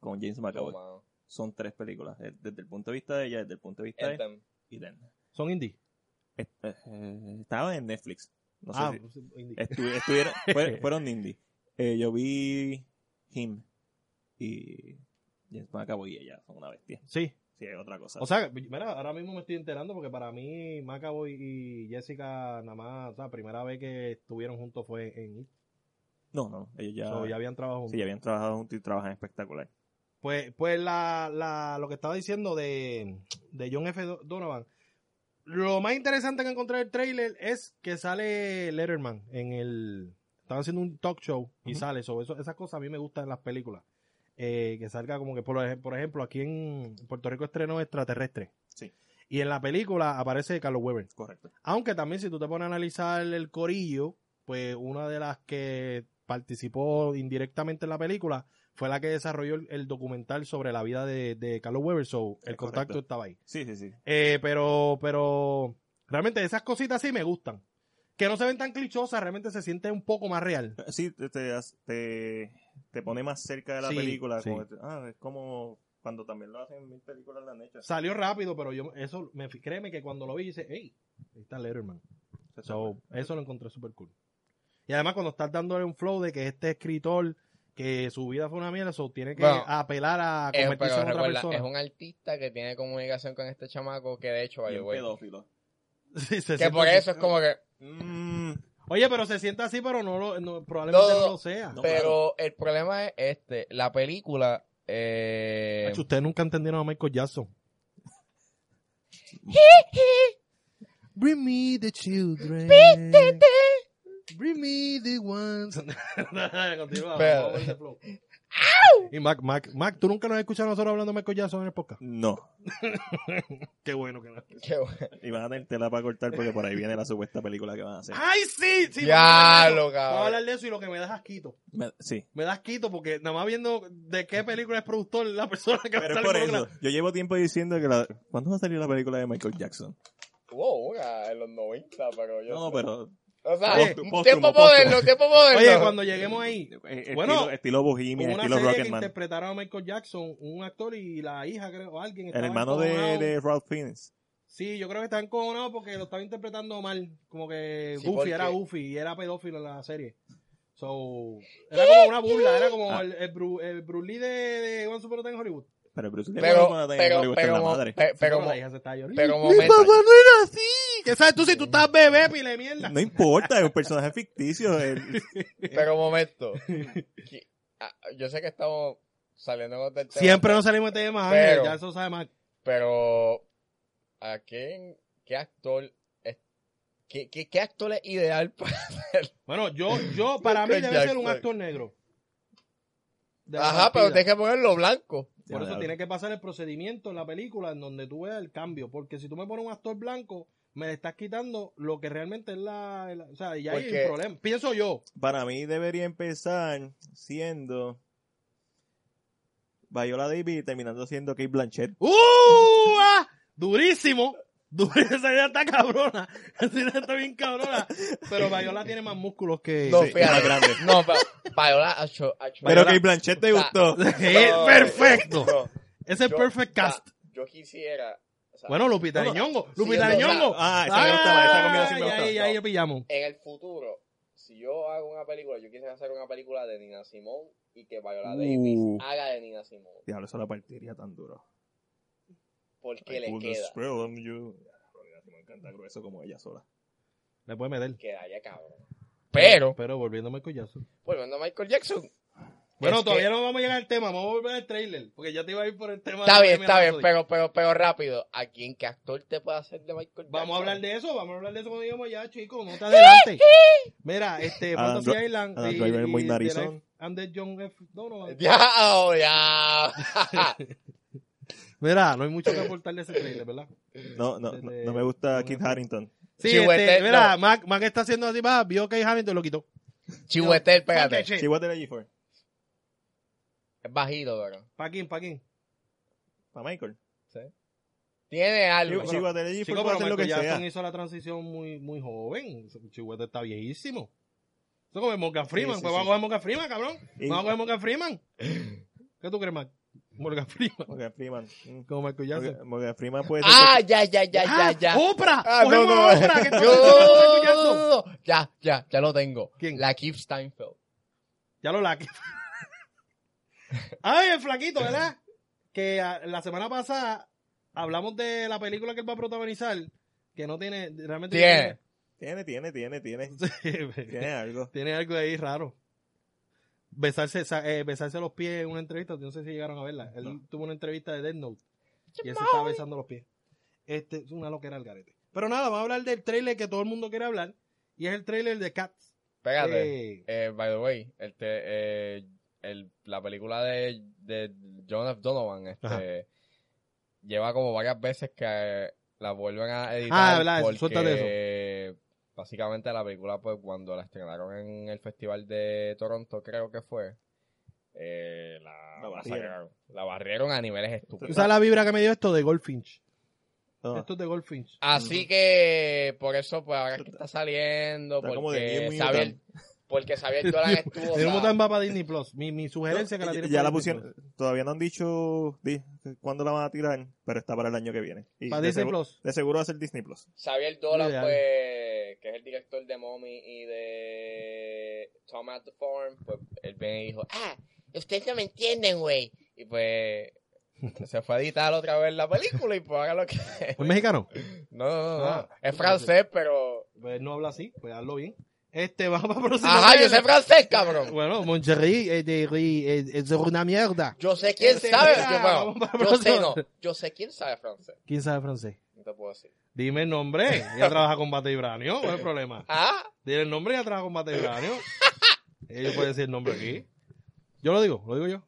Speaker 3: con James
Speaker 2: No,
Speaker 3: McAvoy.
Speaker 2: mano.
Speaker 3: Son tres películas. eh, Desde el punto de vista de ella, desde el punto de vista de
Speaker 2: Anthem.
Speaker 3: Eden.
Speaker 1: Son indie.
Speaker 3: Eh, eh, Estaba en Netflix. No sé
Speaker 1: ah,
Speaker 3: si- Eh.
Speaker 1: pues, indie.
Speaker 3: Estu- estuvieron, fue- fueron indie. Eh, yo vi Him y James McAvoy y ella son una bestia.
Speaker 1: Sí.
Speaker 3: Sí, es otra cosa.
Speaker 1: O sea, mira, ahora mismo me estoy enterando porque para mí Macaboy y Jessica nada más, o sea, primera vez que estuvieron juntos fue en It.
Speaker 3: no, no, ellos ya,
Speaker 1: So, ya habían trabajado juntos.
Speaker 3: sí, ya habían trabajado juntos y trabajan espectacular.
Speaker 1: Pues, pues la, la- lo que estaba diciendo de, de John F. Do- Donovan. Lo más interesante que encontré en el trailer es que sale Letterman en el Estaban haciendo un talk show y
Speaker 3: Ujú.
Speaker 1: sale eso. eso. Esas cosas a mí me gustan en las películas. Eh, que salga como que, por, ej- por ejemplo, aquí en Puerto Rico estrenó Extraterrestre.
Speaker 3: Sí.
Speaker 1: Y en la película aparece Carlos Weber.
Speaker 3: Correcto.
Speaker 1: Aunque también si tú te pones a analizar el corillo, pues una de las que participó indirectamente en la película fue la que desarrolló el, el documental sobre la vida de, de Carlos Weber, so el
Speaker 3: Es correcto.
Speaker 1: contacto estaba ahí.
Speaker 3: Sí, sí, sí.
Speaker 1: Eh, pero, pero realmente esas cositas sí me gustan. Que no se ven tan clichosas, realmente se siente un poco más real.
Speaker 3: Sí, te, te, hace- te, te pone más cerca de la
Speaker 1: Sí,
Speaker 3: película.
Speaker 1: sí.
Speaker 3: como este- ah, es como cuando también lo hacen en mil películas la han hecho.
Speaker 1: Salió rápido, pero yo eso me fi- créeme que cuando lo vi dice, hey, ahí está Letterman. So, Oh, eso lo encontré súper cool. Y además cuando estás dándole un flow de que este escritor, que su vida fue una mierda, so, tiene que
Speaker 2: Bueno,
Speaker 1: apelar a
Speaker 2: Es,
Speaker 1: convertirse
Speaker 2: pero
Speaker 1: en otra
Speaker 2: recuerda, es
Speaker 1: persona.
Speaker 2: un artista que tiene comunicación con este chamaco que de hecho, by
Speaker 3: Bien
Speaker 2: the way,
Speaker 3: pedófilo.
Speaker 1: Sí, se
Speaker 2: que
Speaker 1: siente
Speaker 2: por
Speaker 1: así.
Speaker 2: eso es como que...
Speaker 3: Mm,
Speaker 1: Oye, pero se siente así, pero no lo, no- probablemente no,
Speaker 2: No,
Speaker 1: lo sea.
Speaker 3: no.
Speaker 2: Pero el problema es este, la película... Eh,
Speaker 1: Hacho, Ustedes nunca entendieron a Michael Jackson. Bring me the children. Bring me the ones. Continúa,
Speaker 2: Pero-
Speaker 1: vamos a ver ese flow. Y Mac, Mac, Mac, tú nunca nos has escuchado a nosotros hablando de Michael Jackson en el podcast.
Speaker 3: no.
Speaker 1: Qué bueno que no.
Speaker 2: que-
Speaker 3: Y van a tener tela para cortar porque por ahí viene la supuesta película que van a hacer.
Speaker 1: ¡Ay, sí! sí
Speaker 2: Ya,
Speaker 1: vamos a hablar de eso.
Speaker 2: lo cabrón.
Speaker 1: Vamos a hablar de eso y lo que me das asquito.
Speaker 3: Me- sí.
Speaker 1: Me das asquito porque nada más viendo de qué película es productor la persona que va a
Speaker 3: Pero es
Speaker 1: estar
Speaker 3: por
Speaker 1: involucrada.
Speaker 3: eso. Yo llevo tiempo diciendo que la... ¿Cuándo va a salir la película de Michael Jackson?
Speaker 2: Wow, ah, en los 90, pero yo...
Speaker 3: No, no, pero...
Speaker 2: O sea,
Speaker 1: Oye,
Speaker 2: un
Speaker 3: póstumo,
Speaker 2: tiempo
Speaker 3: póstumo.
Speaker 2: moderno, tiempo moderno.
Speaker 1: Oye, cuando lleguemos ahí,
Speaker 3: eh,
Speaker 1: Bueno,
Speaker 3: estilo, estilo Bohemian,
Speaker 1: hubo una
Speaker 3: estilo
Speaker 1: serie que
Speaker 3: Rocketman.
Speaker 1: interpretaron a Michael Jackson, un actor y la hija, creo, o alguien.
Speaker 3: El
Speaker 1: estaban
Speaker 3: hermano de,
Speaker 1: encojonados.
Speaker 3: de Ralph Fiennes.
Speaker 1: Sí, yo creo que estaban encojonados porque lo estaban interpretando mal. Como que
Speaker 2: Sí,
Speaker 1: Goofy
Speaker 2: porque-
Speaker 1: era Goofy y era pedófilo en la serie. So, era como una burla, era como
Speaker 3: Ah.
Speaker 1: el, el, Bru- el Bruce Lee de, de Once Upon a Time in Hollywood.
Speaker 3: Pero Bruce Lee
Speaker 2: pero,
Speaker 3: cuando tenía
Speaker 2: pero,
Speaker 3: Hollywood está en
Speaker 2: pero,
Speaker 3: la
Speaker 2: mo-
Speaker 3: madre.
Speaker 2: pe- pero,
Speaker 1: Sí,
Speaker 2: mo-
Speaker 1: la hija se está llorando.
Speaker 2: pero momento.
Speaker 1: no era así. ¿Qué sabes tú si tú estás bebé, pile de mierda?
Speaker 3: No importa, es un personaje ficticio. eh. el-
Speaker 2: Pero un momento. Qui- ah, Yo sé que estamos saliendo del tema.
Speaker 1: Siempre
Speaker 2: pero-
Speaker 1: nos salimos de temas,
Speaker 2: Pero-
Speaker 1: Ángel, ya eso sabe más.
Speaker 2: Pero, ¿a quién, qué actor, es- qué, qué, qué actor es ideal para hacer?
Speaker 1: Bueno, yo, yo, para mí
Speaker 2: Michael
Speaker 1: debe ser un
Speaker 2: Jackson.
Speaker 1: actor negro. De la
Speaker 2: Ajá, pero
Speaker 1: partida.
Speaker 2: tienes que ponerlo blanco.
Speaker 1: Por eso
Speaker 3: Ya,
Speaker 1: tiene que pasar el procedimiento en la película en donde tú veas el cambio. Porque si tú me pones un actor blanco, me le estás quitando lo que realmente es la. la- o sea, ya hay
Speaker 2: Porque-
Speaker 1: un problema. Pienso yo.
Speaker 3: Para mí debería empezar siendo Viola Davis y terminando siendo Kate Blanchett.
Speaker 1: ¡Uh! ah, ¡Durísimo! Durísimo, esa idea está cabrona. Esa idea está bien cabrona. Pero Viola tiene más músculos que.
Speaker 2: No,
Speaker 3: sí,
Speaker 2: fíjate.
Speaker 3: más grande.
Speaker 2: No, pero, Paola, acho, acho-
Speaker 3: Pero
Speaker 2: Paola-
Speaker 3: Kate Blanchett te gustó.
Speaker 1: Eh,
Speaker 2: no,
Speaker 1: perfecto.
Speaker 2: no,
Speaker 1: Ese es
Speaker 2: yo-
Speaker 1: perfect cast.
Speaker 2: Yo quisiera, o sea,
Speaker 1: Bueno, Lupita
Speaker 3: no,
Speaker 1: de Ñongo.
Speaker 2: sí,
Speaker 1: Lupita
Speaker 2: no,
Speaker 1: de
Speaker 2: no,
Speaker 1: Ñongo.
Speaker 3: Ah, esa me gusta, esa comida sí me
Speaker 1: Ay,
Speaker 3: gusta.
Speaker 1: Ahí, ahí, lo pillamos.
Speaker 2: en el futuro, si yo hago una película, yo quisiera hacer una película de Nina Simón y que Viola
Speaker 3: Uh.
Speaker 2: Davis haga de Nina Simón.
Speaker 3: Diablo, eso la partiría tan duro.
Speaker 2: Porque
Speaker 3: I
Speaker 2: le
Speaker 3: could
Speaker 2: queda.
Speaker 3: spell on you. Me encanta grueso como ella sola.
Speaker 1: Le puede meter.
Speaker 2: Quedaría cabrón. Pero,
Speaker 1: Pero volviéndome collazo.
Speaker 2: volviendo a Michael Jackson.
Speaker 1: Bueno,
Speaker 2: es que-
Speaker 1: todavía no vamos a llegar al tema. Vamos a volver al trailer. Porque ya te iba a ir por el tema.
Speaker 2: Está
Speaker 1: de
Speaker 2: bien,
Speaker 1: Bohemian
Speaker 2: está bien,
Speaker 1: Rhapsody.
Speaker 2: pero, pero, pero rápido. ¿A quién qué actor te puede hacer de Michael Jackson?
Speaker 1: Vamos a hablar de eso. Vamos a hablar de eso cuando lleguemos ya, chicos. No te adelantes. Mira, este,
Speaker 3: Adam
Speaker 1: Fantasy
Speaker 3: Dri-
Speaker 1: Island.
Speaker 3: Adam Ah, Driver muy
Speaker 1: The
Speaker 3: narizón.
Speaker 1: Life and the John F. Donovan.
Speaker 2: ¡Diablo, diablo!
Speaker 1: Mira, no hay mucho que aportar de ese trailer, ¿verdad?
Speaker 3: No, no, no, no me gusta Kit Harrington.
Speaker 1: Sí,
Speaker 2: Chihuete,
Speaker 1: este,
Speaker 2: no.
Speaker 1: mira, Mac, Mac está haciendo así, va, vio que Hamilton lo quitó.
Speaker 2: Chihuetel,
Speaker 1: Ponte,
Speaker 2: pégate.
Speaker 1: che.
Speaker 3: She was the G4.
Speaker 2: Es bajito, pero.
Speaker 1: Paquín, Paquín.
Speaker 3: Para Michael.
Speaker 2: Tiene
Speaker 3: She,
Speaker 2: algo.
Speaker 3: she was the G4
Speaker 1: Chico,
Speaker 3: puede
Speaker 1: pero
Speaker 3: hacer
Speaker 1: Michael
Speaker 3: lo que
Speaker 1: Jackson
Speaker 3: sea.
Speaker 1: hizo la transición muy, muy joven. Chihuete está viejísimo. Eso como Morgan Freeman.
Speaker 3: sí,
Speaker 1: pues
Speaker 3: sí.
Speaker 1: vamos a coger Morgan Freeman, cabrón.
Speaker 3: Y-
Speaker 1: Vamos a coger Morgan Freeman. ¿Qué tú crees, Mac? Morgan Freeman.
Speaker 3: Morgan Freeman. Mm.
Speaker 1: Como Michael Jackson.
Speaker 3: Morgan- Morgan Freeman puede ser.
Speaker 2: Ah, ya, ya, ya, ya,
Speaker 1: ¡Ah!
Speaker 2: ya.
Speaker 1: ¡Oprah!
Speaker 2: Ah,
Speaker 1: ¡Cogemos a Oprah! Que está
Speaker 2: No,
Speaker 1: haciendo la Michael Jackson.
Speaker 2: no, no. Ya, ya, ya lo tengo.
Speaker 1: ¿Quién?
Speaker 2: La Keith Steinfeld.
Speaker 1: Ya lo laque. Ay, el flaquito, ¿verdad? Que ah, la semana pasada hablamos de la película que él va a protagonizar, que no tiene, realmente
Speaker 2: Tiene.
Speaker 3: Tiene, tiene, tiene, tiene.
Speaker 1: tiene,
Speaker 3: Tiene algo.
Speaker 1: tiene algo ahí raro. Besarse, sa- eh, besarse los pies en una entrevista, yo no sé si llegaron a verla. Él
Speaker 3: No.
Speaker 1: tuvo una entrevista de Dead Note y él se estaba besando los pies. Este es una loquera al garete. Pero nada, vamos a hablar del trailer que todo el mundo quiere hablar y es el trailer de Cats.
Speaker 2: Pégate.
Speaker 1: Eh,
Speaker 2: Eh, by the way, este, eh, el- la película de, de John F. Donovan este,
Speaker 1: Ajá.
Speaker 2: lleva como varias veces que eh, la vuelven a editar.
Speaker 1: Ah, ¿verdad?
Speaker 2: porque,
Speaker 1: Suéltate
Speaker 2: Básicamente la película, pues cuando la estrenaron en el Festival de Toronto, creo que fue, eh, la,
Speaker 3: La barrieron.
Speaker 2: masacraron. La barrieron a niveles estúpidos.
Speaker 1: ¿Tú sabes la vibra que me dio esto de Goldfinch?
Speaker 3: Ah,
Speaker 1: Esto es de Goldfinch.
Speaker 2: Así que por eso, pues ahora es que está saliendo,
Speaker 3: Está como de 10
Speaker 2: porque
Speaker 3: minutos.
Speaker 2: Xavier, porque Xavier Dolan estuvo... o sea,
Speaker 1: Tenemos tan para Disney Plus. Mi, mi sugerencia es que la
Speaker 3: ya,
Speaker 1: tiren
Speaker 3: ya
Speaker 1: para
Speaker 3: la
Speaker 1: Disney
Speaker 3: pusieron, todavía no han dicho di- cuándo la van a tirar, pero está para el año que viene. Y
Speaker 1: Plus. Para
Speaker 3: de,
Speaker 1: Disney
Speaker 3: segu-
Speaker 1: Plus.
Speaker 3: de seguro va a ser Disney Plus.
Speaker 2: Xavier Dolan,
Speaker 1: Ideal.
Speaker 2: pues, que es el director de Mommy y de Tom at the Farm, pues, él viene y dijo, ah, ustedes no me entienden, güey. Y pues, se fue a editar otra vez la película y pues haga lo que...
Speaker 1: ¿Es mexicano?
Speaker 2: No, no, no,
Speaker 1: Ah.
Speaker 2: no. es francés, pero...
Speaker 1: Pues no habla así, pues hazlo bien. Este, vamos a próximo.
Speaker 2: Ajá, yo sé
Speaker 1: tema.
Speaker 2: francés, cabrón.
Speaker 1: Bueno, Moncherry es, de- es- es una mierda.
Speaker 2: Yo sé quién
Speaker 1: Ese,
Speaker 2: sabe.
Speaker 1: mira,
Speaker 2: Yo, bueno,
Speaker 1: Ah, vamos para
Speaker 2: yo sé, no.
Speaker 1: próximo.
Speaker 2: Yo sé quién sabe francés.
Speaker 1: ¿Quién sabe francés?
Speaker 2: No te puedo decir.
Speaker 1: Dime el nombre. Ella trabaja con Bate Vibranio. ¿Cuál es el problema?
Speaker 2: Ah,
Speaker 1: Dile el nombre y trabaja con Bate Vibranio. Ella puede decir el nombre aquí. Yo lo digo, lo digo yo.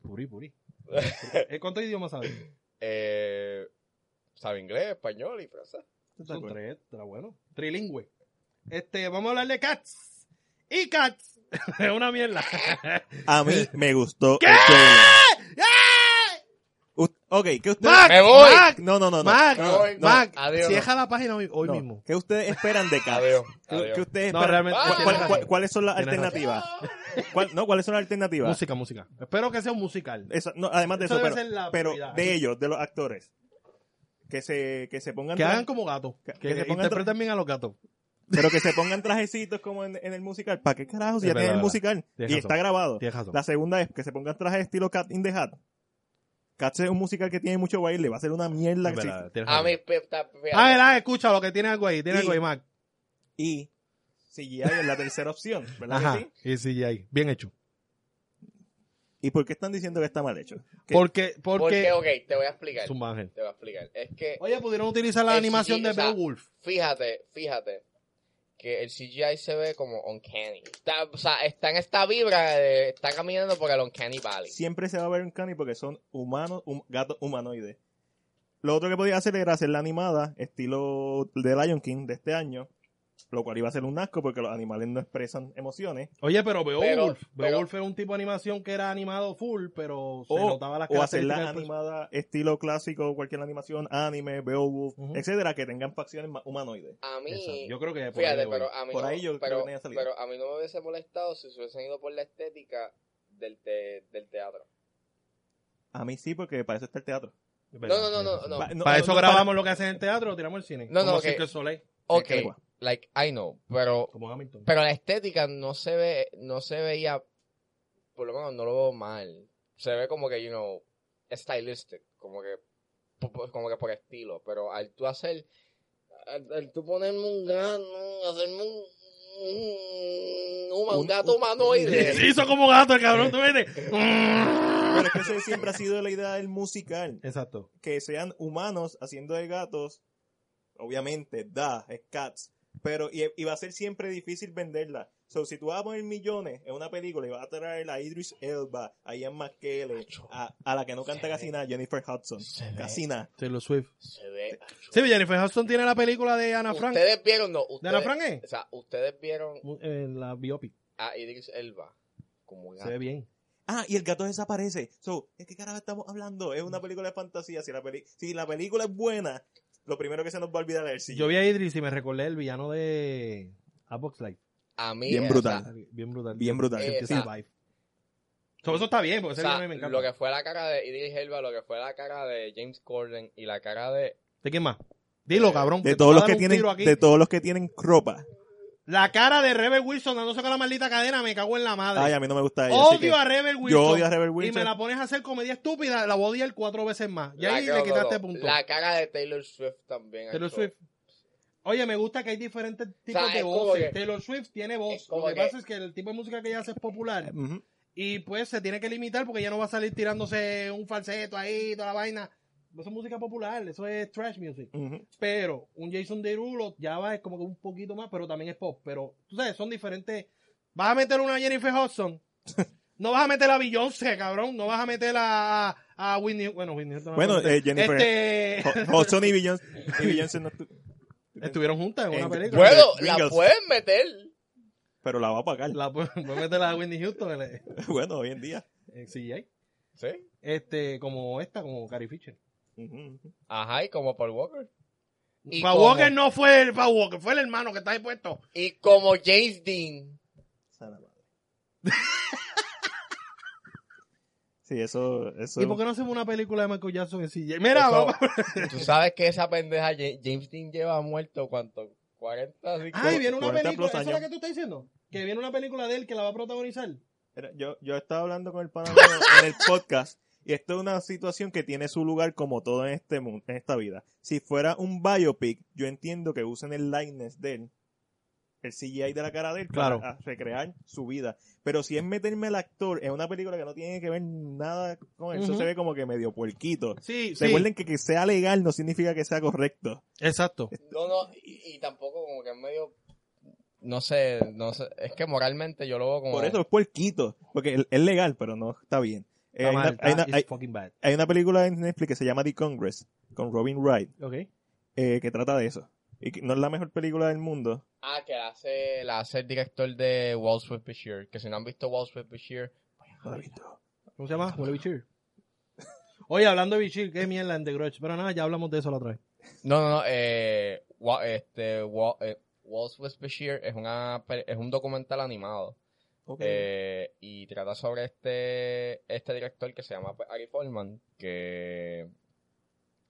Speaker 1: Puri, puri. ¿Eh, ¿Cuántos idiomas sabes?
Speaker 2: eh, sabe inglés, español y francés.
Speaker 1: Son tres, está bueno. Trilingüe. Este, vamos a hablar de Cats. Y Cats. Es una mierda.
Speaker 3: A mí me gustó el trailer. U- ok, ¿qué ustedes...
Speaker 1: Mac,
Speaker 2: Me voy.
Speaker 1: Mac,
Speaker 3: No, no, no. no.
Speaker 1: Mac,
Speaker 2: no, no,
Speaker 1: Mac,
Speaker 2: adiós,
Speaker 1: cierra la página hoy, hoy
Speaker 3: No.
Speaker 1: mismo.
Speaker 3: ¿Qué ustedes esperan de Cats?
Speaker 2: Adiós.
Speaker 3: ¿Qué-
Speaker 2: adiós.
Speaker 3: qué ustedes
Speaker 1: No,
Speaker 3: esperan?
Speaker 1: realmente.
Speaker 2: Ah,
Speaker 1: tienes
Speaker 3: ¿Cuál-
Speaker 1: razón.
Speaker 3: cuál- ¿Cuáles son las
Speaker 1: Tienes razón.
Speaker 3: alternativas? ¿Cuál- no, ¿cuáles son las alternativas?
Speaker 1: Música, música. Espero que sea un musical.
Speaker 3: Eso- no, además de
Speaker 1: Eso
Speaker 3: eso,
Speaker 1: debe
Speaker 3: pero,
Speaker 1: ser la
Speaker 3: pero
Speaker 1: prioridad.
Speaker 3: de ellos, de los actores. Que se, que se pongan
Speaker 1: Que hagan
Speaker 3: traje-
Speaker 1: como gatos.
Speaker 3: que-
Speaker 1: Que,
Speaker 3: que se pongan
Speaker 1: interpreten bien a los gatos.
Speaker 3: pero que se pongan trajecitos como en, en el musical. ¿Para qué carajo si
Speaker 1: Es
Speaker 3: ya tienen
Speaker 1: verdad,
Speaker 3: el
Speaker 1: verdad.
Speaker 3: musical?
Speaker 1: Tienes
Speaker 3: y
Speaker 1: razón.
Speaker 3: está grabado.
Speaker 1: Tienes razón.
Speaker 3: La segunda es que se pongan trajes estilo Cat in the Hat. Cats es un musical que tiene mucho baile, va a ser una mierda.
Speaker 1: Es
Speaker 3: que sí.
Speaker 1: verdad, tienes
Speaker 2: A
Speaker 1: razón.
Speaker 2: mí, pe- ta- fíjate.
Speaker 1: A ver, a ver, escucha lo Ah, que tiene algo ahí. Tiene
Speaker 3: Y-
Speaker 1: algo ahí, Mac.
Speaker 3: Y CGI es la tercera opción, ¿verdad que
Speaker 1: Ajá.
Speaker 3: sí?
Speaker 1: Y sí, ahí. Bien hecho.
Speaker 3: ¿Y por qué están diciendo que está mal hecho? ¿Qué?
Speaker 1: Porque,
Speaker 2: Porque,
Speaker 1: porque.
Speaker 2: ok, te voy a explicar.
Speaker 1: Zumba, Ángel.
Speaker 2: Te voy a explicar. Es que,
Speaker 1: Oye, pudieron utilizar la
Speaker 2: El
Speaker 1: animación
Speaker 2: CGI,
Speaker 1: de
Speaker 2: o sea,
Speaker 1: Beowulf.
Speaker 2: fíjate, fíjate, que el CGI se ve como uncanny. Está, o sea, está en esta vibra de, está caminando por el uncanny valley.
Speaker 3: Siempre se va a ver un cani porque son humanos, hum- gatos humanoides. Lo otro que podía hacer era hacer la animada, estilo de Lion King de este año, lo cual iba a ser un asco porque los animales no expresan emociones.
Speaker 1: Oye, pero Beowulf.
Speaker 2: Pero-
Speaker 1: Beowulf era un tipo de animación que era animado full, pero se
Speaker 3: O-
Speaker 1: notaba las
Speaker 3: o hacer
Speaker 1: características.
Speaker 3: la
Speaker 1: del personaje.
Speaker 3: animada estilo clásico, cualquier animación, anime, Beowulf,
Speaker 1: Ujú.
Speaker 3: etcétera, que tengan facciones más humanoides.
Speaker 2: A mí,
Speaker 1: Exacto. Yo creo que por ahí
Speaker 2: fíjate,
Speaker 1: voy.
Speaker 2: pero a mí,
Speaker 3: Por
Speaker 2: no,
Speaker 3: ahí yo creo que
Speaker 2: pero,
Speaker 3: tenía salida.
Speaker 2: pero a mí no me hubiese molestado si se hubiesen ido por la estética del, te- del teatro.
Speaker 3: A mí sí, porque para eso está el teatro.
Speaker 1: Es
Speaker 2: No,
Speaker 1: verdad,
Speaker 2: no, no,
Speaker 1: tienes
Speaker 2: no.
Speaker 1: razón.
Speaker 2: no.
Speaker 3: Pa- no,
Speaker 1: para
Speaker 3: no,
Speaker 1: eso
Speaker 3: no,
Speaker 1: grabamos lo que hacen en teatro, lo tiramos al cine.
Speaker 2: No, no,
Speaker 1: como
Speaker 2: ok.
Speaker 1: Cirque du Soleil,
Speaker 2: Ok,
Speaker 3: qué guay.
Speaker 2: like, I know, pero
Speaker 1: como Hamilton.
Speaker 2: Pero la estética no se ve, no se veía, por lo menos no lo veo mal. Se ve como que, you know, stylistic, como que, po- po- como que por estilo. Pero al tú hacer, al, al tú ponerme un gano, hacerme un, un, huma- un
Speaker 3: Un-
Speaker 2: gato
Speaker 3: un-
Speaker 2: humanoide.
Speaker 1: Se hizo como gato el cabrón, tú viste.
Speaker 3: Pero es que esa siempre ha sido la idea del musical.
Speaker 1: Exacto.
Speaker 3: que sean humanos haciendo de gatos, obviamente da, es cats, pero y, y va a ser siempre difícil venderla. So, si tú vas a poner millones en una película y vas a traer a Idris Elba, a Ian McKellen,
Speaker 2: Acho.
Speaker 3: a, a la que no canta
Speaker 2: Se
Speaker 3: casi
Speaker 2: ve.
Speaker 3: nada, Jennifer Hudson,
Speaker 2: Se ve.
Speaker 3: casi nada.
Speaker 1: Taylor Swift.
Speaker 2: Se ve.
Speaker 1: Sí, Jennifer Hudson tiene la película de Ana Frank.
Speaker 2: Ustedes vieron, no,
Speaker 1: ¿De Ana
Speaker 2: ustedes,
Speaker 1: Frank
Speaker 2: o
Speaker 1: es?
Speaker 2: sea, ustedes vieron
Speaker 1: Eh, la biopic.
Speaker 2: a Idris Elba como
Speaker 1: Se ve
Speaker 2: gato.
Speaker 1: bien.
Speaker 3: Ah, y el gato desaparece. So, ¿de qué carajo estamos hablando? Es una película de fantasía. Si la, peli- si la película es buena, lo primero que se nos va a olvidar es el
Speaker 1: Yo vi a Idris y me recordé el villano de A Box Life.
Speaker 2: A mí,
Speaker 3: Bien
Speaker 2: o sea,
Speaker 3: brutal.
Speaker 1: Bien brutal.
Speaker 3: Ah. Bien brutal.
Speaker 2: Eh,
Speaker 1: Empieza
Speaker 2: o
Speaker 1: el vibe. So, eso está bien, porque Pues ese
Speaker 2: O sea,
Speaker 1: villano a mí me encanta.
Speaker 2: lo que fue la cara de Idris Elba, lo que fue la cara de James Corden y la cara de...
Speaker 1: ¿De quién más? Dilo,
Speaker 2: Eh,
Speaker 1: cabrón.
Speaker 3: De
Speaker 1: te
Speaker 3: todos
Speaker 1: voy a
Speaker 3: los
Speaker 1: dar
Speaker 3: que
Speaker 1: un
Speaker 3: tienen,
Speaker 1: tiro aquí.
Speaker 3: de todos los que tienen ropa.
Speaker 1: La cara de Rebel Wilson dándose con la maldita cadena, me cago en la madre.
Speaker 3: Ay, a mí no me gusta ella. así que
Speaker 1: odio a Rebel Wilson.
Speaker 3: yo odio a Rebel
Speaker 1: Y me
Speaker 3: Wilson.
Speaker 1: la pones a hacer comedia estúpida, la voy a odiar cuatro veces más. Y
Speaker 2: la
Speaker 1: ahí
Speaker 2: cara-
Speaker 1: le
Speaker 2: no,
Speaker 1: quitaste
Speaker 2: no,
Speaker 1: punto.
Speaker 2: La cara de Taylor Swift también.
Speaker 1: Taylor
Speaker 2: actuó.
Speaker 1: Swift. Oye, me gusta que hay diferentes tipos
Speaker 2: O sea,
Speaker 1: de
Speaker 2: es como
Speaker 1: voces.
Speaker 2: que-
Speaker 1: Taylor Swift tiene voz.
Speaker 2: es como
Speaker 1: Lo que
Speaker 2: que-
Speaker 1: pasa es que el tipo de música que ella hace es popular.
Speaker 3: Ujú.
Speaker 1: Y pues se tiene que limitar porque ya no va a salir tirándose un falseto ahí, toda la vaina. eso es música popular, eso es trash music.
Speaker 3: Ujú.
Speaker 1: Pero un Jason Derulo ya va, es como que un poquito más, pero también es pop. Pero, tú sabes, son diferentes. ¿Vas a meter una Jennifer Hudson? No vas a meter a Beyoncé, cabrón. No vas a meter a, a Whitney. Bueno, Whitney Houston no
Speaker 3: Bueno,
Speaker 1: cuenta.
Speaker 3: eh, Jennifer-
Speaker 1: Este,
Speaker 3: Ho- Hudson y Beyoncé, y Beyoncé no estu-
Speaker 1: estuvieron juntas en una
Speaker 3: en-
Speaker 1: película.
Speaker 2: Bueno, la
Speaker 3: Pringles.
Speaker 2: pueden meter.
Speaker 3: pero la va a pagar.
Speaker 1: La, voy a meter a Whitney Houston en, el-
Speaker 3: Bueno, hoy en día.
Speaker 1: en CGI.
Speaker 2: Sí.
Speaker 1: Este, como esta, como Carrie Fisher.
Speaker 3: Ujú, ujú.
Speaker 2: Ajá, y como Paul Walker. Y
Speaker 1: Pa
Speaker 2: como-
Speaker 1: Walker no fue el Pa Walker, fue el hermano que está ahí puesto.
Speaker 2: Y como James Dean.
Speaker 3: Sana madre. Sí, eso, eso.
Speaker 1: ¿Y por qué no hacemos una película de Michael Jackson en CGI? Mira,
Speaker 2: Eso-
Speaker 1: vamos.
Speaker 2: Tú sabes que esa pendeja Ja- James Dean lleva muerto cuánto? 40, así que-
Speaker 1: Ay, viene una
Speaker 3: 40
Speaker 1: película.
Speaker 3: plus
Speaker 1: ¿Esa es la
Speaker 3: años.
Speaker 1: que tú estás diciendo? Que viene una película de él que la va a protagonizar.
Speaker 3: Era- Yo, yo estaba hablando con el pana mío en el podcast y esto es una situación que tiene su lugar como todo en este mundo, en esta vida. Si fuera un biopic, yo entiendo que usen el likeness de él, el CGI de la cara de él para
Speaker 1: Claro.
Speaker 3: a- recrear su vida. Pero si es meterme al actor en una película que no tiene que ver nada con él, eso
Speaker 1: Ujú.
Speaker 3: se ve como que medio puerquito.
Speaker 1: Sí, sí.
Speaker 3: Recuerden que que sea legal no significa que sea correcto.
Speaker 1: Exacto.
Speaker 2: No, no, y, y tampoco como que es medio. No sé, no sé. Es que moralmente yo lo veo como.
Speaker 1: Eh.
Speaker 3: Por eso es puerquito, porque es- es legal, pero no está bien. Eh,
Speaker 1: Está
Speaker 3: hay,
Speaker 1: mal,
Speaker 3: una, hay
Speaker 1: está-
Speaker 3: una-
Speaker 1: it's
Speaker 3: hay-
Speaker 1: fucking bad.
Speaker 3: hay una película en Netflix que se llama The Congress con Robin Wright.
Speaker 1: Ok.
Speaker 3: eh, que trata de eso. Y que no es la mejor película del mundo.
Speaker 2: Ah, que la hace, la hace el director de Wall Street Bashir. Que si no han visto Wall Street Bashir.
Speaker 3: No la he visto.
Speaker 1: ¿Cómo se llama? Huele Bichir. Oye, hablando de Bichir, qué mierda en The Grudge. Pero nada, ya hablamos de eso la otra vez.
Speaker 2: No, no, no. Eh, Wa- este, Wa- eh, Wall Street Bashir es, una, pe- es un documental animado. Eh, y trata sobre este, este director que se llama pues, Ari Folman, que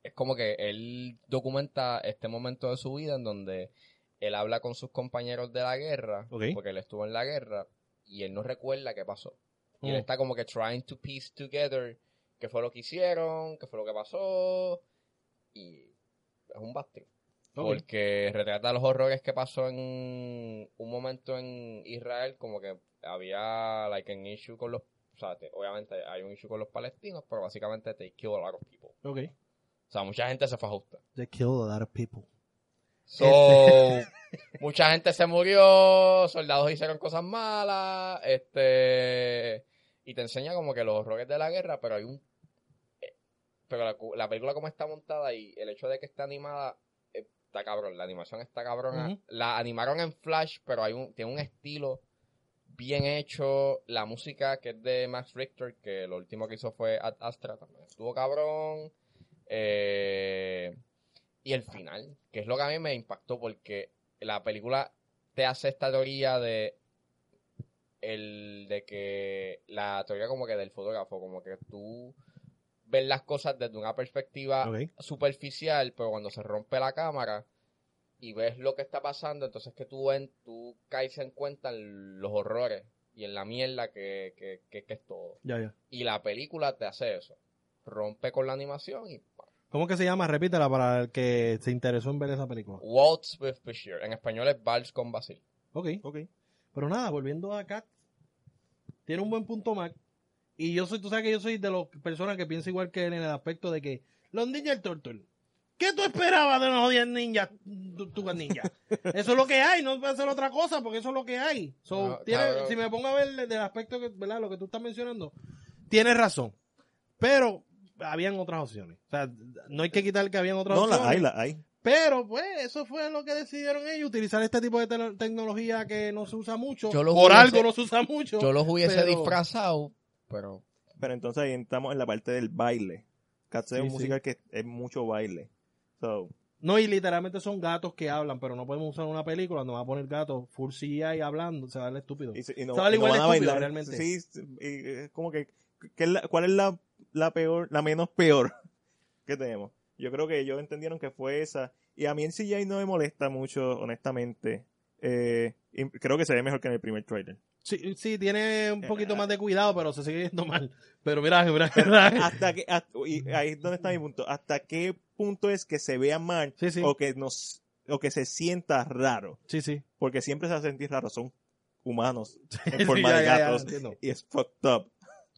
Speaker 2: es como que él documenta este momento de su vida en donde él habla con sus compañeros de la guerra,
Speaker 1: Ok.
Speaker 2: porque él estuvo en la guerra, y él no recuerda qué pasó. Y él
Speaker 1: Mm.
Speaker 2: está como que trying to piece together qué fue lo que hicieron, qué fue lo que pasó, y es un basting.
Speaker 1: Ok.
Speaker 2: Porque retrata los horrores que pasó en un momento en Israel, como que había like an issue con los, o sea, te- obviamente hay un issue con los palestinos, pero básicamente they killed a lot of people.
Speaker 1: Ok.
Speaker 2: O sea, mucha gente se fue justa.
Speaker 1: They killed a lot of people.
Speaker 2: So, mucha gente se murió, soldados hicieron cosas malas, este, y te enseña como que los horrores de la guerra, pero hay un, eh, pero la, cu- la película como está montada y el hecho de que está animada, eh, está cabrón, la animación está cabrona,
Speaker 1: Ujú.
Speaker 2: la animaron en Flash, pero hay un, tiene un estilo bien hecho, la música que es de Max Richter, que lo último que hizo fue Ad Astra también, estuvo cabrón, eh, y el final, que es lo que a mí me impactó porque la película te hace esta teoría de el de que la teoría como que del fotógrafo, como que tú ves las cosas desde una perspectiva
Speaker 1: Ok.
Speaker 2: superficial, pero cuando se rompe la cámara y ves lo que está pasando, entonces que tú ven, tú caes en cuenta en los horrores y en la mierda que, que, que- que es todo.
Speaker 1: Ya, ya.
Speaker 2: Y la película te hace eso. Rompe con la animación y ¡pam!
Speaker 1: ¿Cómo que se llama? Repítela para el que se interesó en ver esa película.
Speaker 2: Waltz with Bashir. En español es Vals con Basil.
Speaker 1: Ok.
Speaker 3: Ok.
Speaker 1: Pero nada, volviendo a Kat, tiene un buen punto Mac. Y yo soy, tú sabes que yo soy de las personas que piensa igual que él en el aspecto de que los ninjas turtle. ¿Qué tú esperabas de los 10 ninjas, Tugas ninja? Eso es lo que hay, no puede ser otra cosa, porque eso es lo que hay. So,
Speaker 2: No,
Speaker 1: tiene-
Speaker 2: cabrón.
Speaker 1: si me pongo a ver del aspecto que, ¿verdad? Lo que tú estás mencionando, tienes razón. Pero habían otras opciones. O sea, no hay que quitar que habían otras
Speaker 3: No,
Speaker 1: opciones.
Speaker 3: la hay, la hay.
Speaker 1: Pero pues eso fue lo que decidieron ellos, utilizar este tipo de te- tecnología que no se usa mucho.
Speaker 2: Yo lo
Speaker 1: Por
Speaker 2: hubiese-
Speaker 1: algo no se usa mucho.
Speaker 2: Yo los hubiese
Speaker 1: pero-
Speaker 2: disfrazado, pero
Speaker 3: Pero entonces ahí estamos en la parte del baile. Cats es
Speaker 1: Sí,
Speaker 3: un
Speaker 1: sí.
Speaker 3: musical que es mucho baile. So,
Speaker 1: No, y literalmente son gatos que hablan, pero no podemos usar una película, nos va a poner gatos full CGI hablando, se va a ver estúpido.
Speaker 3: y, se- y no,
Speaker 1: Sale
Speaker 3: y no
Speaker 1: igual
Speaker 3: van
Speaker 1: de
Speaker 3: a
Speaker 1: estúpido,
Speaker 3: bailar.
Speaker 1: realmente.
Speaker 3: Sí, sí, y es como que, que es la- ¿cuál es la, la peor, la menos peor que tenemos? Yo creo que ellos entendieron que fue esa. Y a mí el CGI no me molesta mucho, honestamente. Eh, y creo que se ve mejor que en el primer trailer.
Speaker 1: Sí, sí, tiene un
Speaker 3: Eh,
Speaker 1: poquito
Speaker 3: ah.
Speaker 1: más de cuidado, pero se sigue viendo mal. Pero mira, mira, mira.
Speaker 3: hasta que hasta- y ahí es donde está mi punto hasta qué punto es que se vea mal
Speaker 1: Sí, sí,
Speaker 3: o que nos o que se sienta raro
Speaker 1: sí, sí.
Speaker 3: porque siempre se va a sentir raro son humanos
Speaker 1: Sí,
Speaker 3: en forma
Speaker 1: ya,
Speaker 3: de
Speaker 1: ya, ya,
Speaker 3: gatos
Speaker 1: entiendo.
Speaker 3: y es fucked up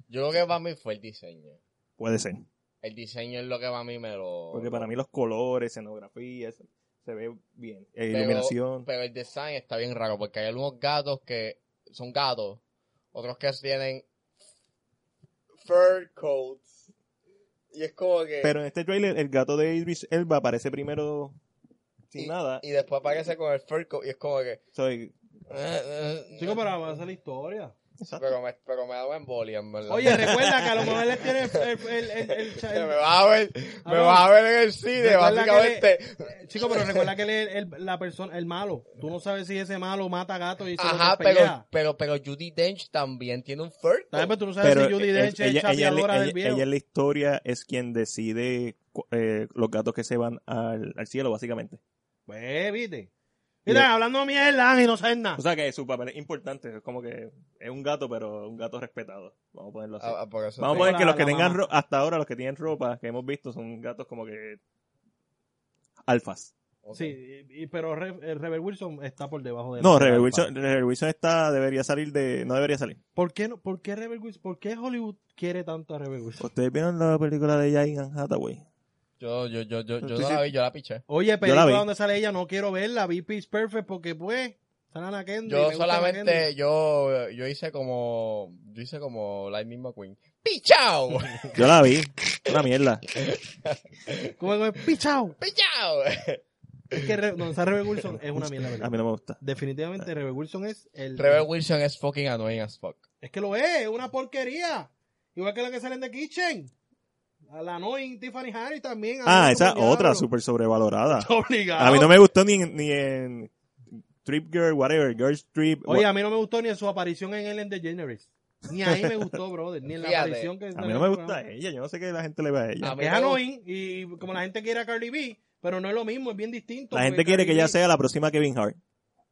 Speaker 2: yo creo que para mí fue el diseño.
Speaker 3: puede ser
Speaker 2: El diseño es lo que a mí me lo...
Speaker 3: Porque para mí los colores, escenografía, eso, se ve bien. Eh,
Speaker 2: Pero-
Speaker 3: iluminación.
Speaker 2: Pero el design está bien raro porque hay algunos gatos que son gatos, otros que tienen fur coats. Y es como que...
Speaker 3: Pero en este trailer el gato de Idris Elba aparece primero sin nada. eh,
Speaker 2: Y después aparece con el fur coat y es como que...
Speaker 3: Soy-
Speaker 1: Chico, pero avanza la historia.
Speaker 2: Pero me, pero me da buen boli, en verdad.
Speaker 1: Oye, recuerda que a lo mejor él tiene el, el, el, el- el-
Speaker 2: Que me
Speaker 1: el-
Speaker 2: vas a ver, me
Speaker 1: Cabrón.
Speaker 2: vas a ver en el cine,
Speaker 1: Recuerda que
Speaker 2: básicamente.
Speaker 1: Chico, pero recuerda que él es el- la persona, el malo. Tú no sabes si ese malo mata gato y se
Speaker 2: Ajá,
Speaker 1: lo pelea.
Speaker 2: pero, pero, pero Judy Dench también tiene un fur
Speaker 1: Tal vez tú no sabes
Speaker 3: Pero
Speaker 1: si Judy
Speaker 3: el-
Speaker 1: Dench es
Speaker 3: ella, ella, en
Speaker 1: chapeadora
Speaker 3: la-
Speaker 1: del
Speaker 3: ella-
Speaker 1: viejo.
Speaker 3: ella en la historia es quien decide cu- eh, los gatos que se van al, al cielo, básicamente.
Speaker 1: Pues, viste.
Speaker 3: Le-
Speaker 1: Mira, hablando mierda, Ángel, no sabes nada.
Speaker 3: O sea que su papel es importante, es como que es un gato, pero un gato respetado. Vamos a ponerlo así.
Speaker 2: Ah, ah, por eso te-
Speaker 3: Vamos a
Speaker 1: Como
Speaker 3: poner
Speaker 1: la-
Speaker 3: que los que
Speaker 1: la
Speaker 3: tengan
Speaker 1: mamá.
Speaker 3: ro- hasta ahora los que tienen ropa que hemos visto son gatos como que alfas.
Speaker 2: ok.
Speaker 1: Sí, y- y- pero Re- eh, Rebel Wilson está por debajo de
Speaker 3: No,
Speaker 1: la-
Speaker 3: Rebel Wilson, Rebel Wilson está debería salir de no debería salir.
Speaker 1: ¿Por qué, no, ¿Por qué Rebel Wilson? ¿Por qué Hollywood quiere tanto a Rebel Wilson?
Speaker 3: Ustedes vieron la película de Jane Hathaway.
Speaker 2: Yo, yo, yo, yo, yo
Speaker 3: Sí,
Speaker 2: no
Speaker 3: sí.
Speaker 2: la vi, yo la piché.
Speaker 1: Oye,
Speaker 3: la vi.
Speaker 1: película donde sale ella, no quiero verla. Vi Pitch Perfect porque, pues, sale Anna Kendrick.
Speaker 2: Yo
Speaker 1: me gusta Anna Kendrick.
Speaker 2: solamente, yo, yo hice como, yo hice como Lightning McQueen. ¡Pichao!
Speaker 3: Yo la vi, una mierda.
Speaker 1: Como que, pichao.
Speaker 2: ¡Pichao!
Speaker 1: Es que Re- donde está Rebel Wilson es una mierda.
Speaker 3: A
Speaker 1: ¿verdad?
Speaker 3: mí no me gusta.
Speaker 1: Definitivamente Rebel Wilson es el...
Speaker 2: Eh, Rebel Wilson es fucking annoying as fuck.
Speaker 1: Es que lo es, es una porquería. Igual que la que salen de Kitchen. A la Noin, Tiffany Harris también.
Speaker 3: Ah,
Speaker 1: Ay,
Speaker 3: esa
Speaker 1: como
Speaker 3: otra
Speaker 1: diablo.
Speaker 3: súper sobrevalorada.
Speaker 1: Obligado.
Speaker 3: A mí no me gustó ni en, ni en Trip Girl, whatever, Girls Trip.
Speaker 1: Oye, a mí no me gustó ni en su aparición en Ellen DeGeneres. Ni ahí me gustó, brother. Ni en la
Speaker 2: Fíjate,
Speaker 1: aparición que...
Speaker 3: a mí no me gusta ella, yo no sé qué la gente le ve a ella.
Speaker 2: A mí
Speaker 1: Es
Speaker 2: me
Speaker 1: annoying y como la gente quiere a Carly B, pero no es lo mismo, es bien distinto.
Speaker 3: La
Speaker 1: porque
Speaker 3: gente quiere que
Speaker 1: Cardi
Speaker 3: ella
Speaker 1: B-
Speaker 3: sea la próxima Kevin Hart.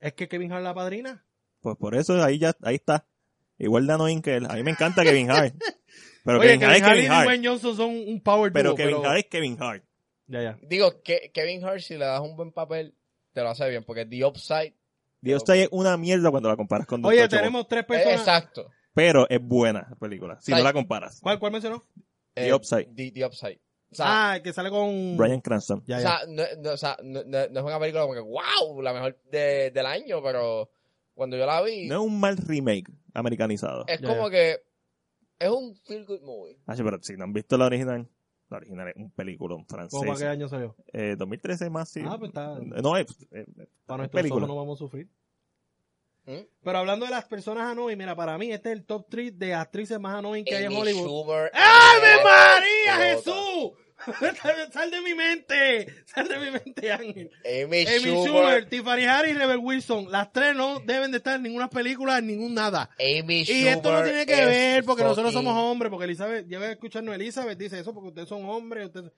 Speaker 1: Es que Kevin Hart la padrina.
Speaker 3: Pues por eso ahí ya ahí está. Igual de annoying que él. A mí me encanta Kevin Hart. Pero
Speaker 1: Oye,
Speaker 3: Kevin, Hart es Kevin
Speaker 1: y
Speaker 3: Hart.
Speaker 1: Dwayne Johnson son un power
Speaker 3: Pero
Speaker 1: duo,
Speaker 3: Kevin Hart es Kevin Hart.
Speaker 1: Ya, ya.
Speaker 2: Digo, que Kevin Hart, si le das un buen papel, te lo hace bien, porque The Upside...
Speaker 3: Dios te es una mierda cuando la comparas con Doctor
Speaker 1: Oye,
Speaker 3: Chavo.
Speaker 1: tenemos tres
Speaker 2: Eh,
Speaker 1: personas.
Speaker 2: exacto.
Speaker 3: Pero es buena la película. Si
Speaker 2: Ay.
Speaker 3: no la comparas.
Speaker 1: ¿Cuál, ¿Cuál mencionó?
Speaker 3: The
Speaker 2: Eh,
Speaker 3: Upside.
Speaker 2: The, The Upside. O sea,
Speaker 1: Ah, el que sale con...
Speaker 3: Brian Cranston.
Speaker 1: Ya,
Speaker 2: O
Speaker 1: ya.
Speaker 2: sea, no, no, o sea, no- no- no es una película como que, wow, la mejor de- del año, pero cuando yo la vi,
Speaker 3: No es un mal remake americanizado.
Speaker 2: es
Speaker 1: Ya,
Speaker 2: como que es un feel good movie.
Speaker 3: Ah, sí, pero si no han visto la original, la original es un película en francés.
Speaker 1: ¿Cómo para qué año salió?
Speaker 3: Eh, 2013 más, sí.
Speaker 1: Ah, pues está...
Speaker 3: No, es, eh,
Speaker 1: Para
Speaker 3: Es
Speaker 1: nuestros
Speaker 3: película.
Speaker 1: ojos no vamos a sufrir.
Speaker 2: ¿Mm?
Speaker 1: Pero hablando de las personas annoying, mira, para mí este es el top 3 de actrices más annoying que hay en
Speaker 2: Amy
Speaker 1: Hollywood.
Speaker 2: Schumer,
Speaker 1: ¡Ave
Speaker 2: es
Speaker 1: María
Speaker 2: idiota.
Speaker 1: Jesús! Sal- Sal de mi mente, sal de mi mente, Ángel.
Speaker 2: Amy,
Speaker 1: Amy
Speaker 2: Schumer,
Speaker 1: Schumer, Tiffany Harris y Rebel Wilson. Las tres no deben de estar en ninguna película, en ningún nada.
Speaker 2: Amy Schumer.
Speaker 1: Y esto no tiene que
Speaker 2: es
Speaker 1: ver porque nosotros
Speaker 2: fucking-
Speaker 1: somos hombres, porque Elizabeth, ya voy a escucharnos, Elizabeth dice eso porque ustedes son hombres. ustedes-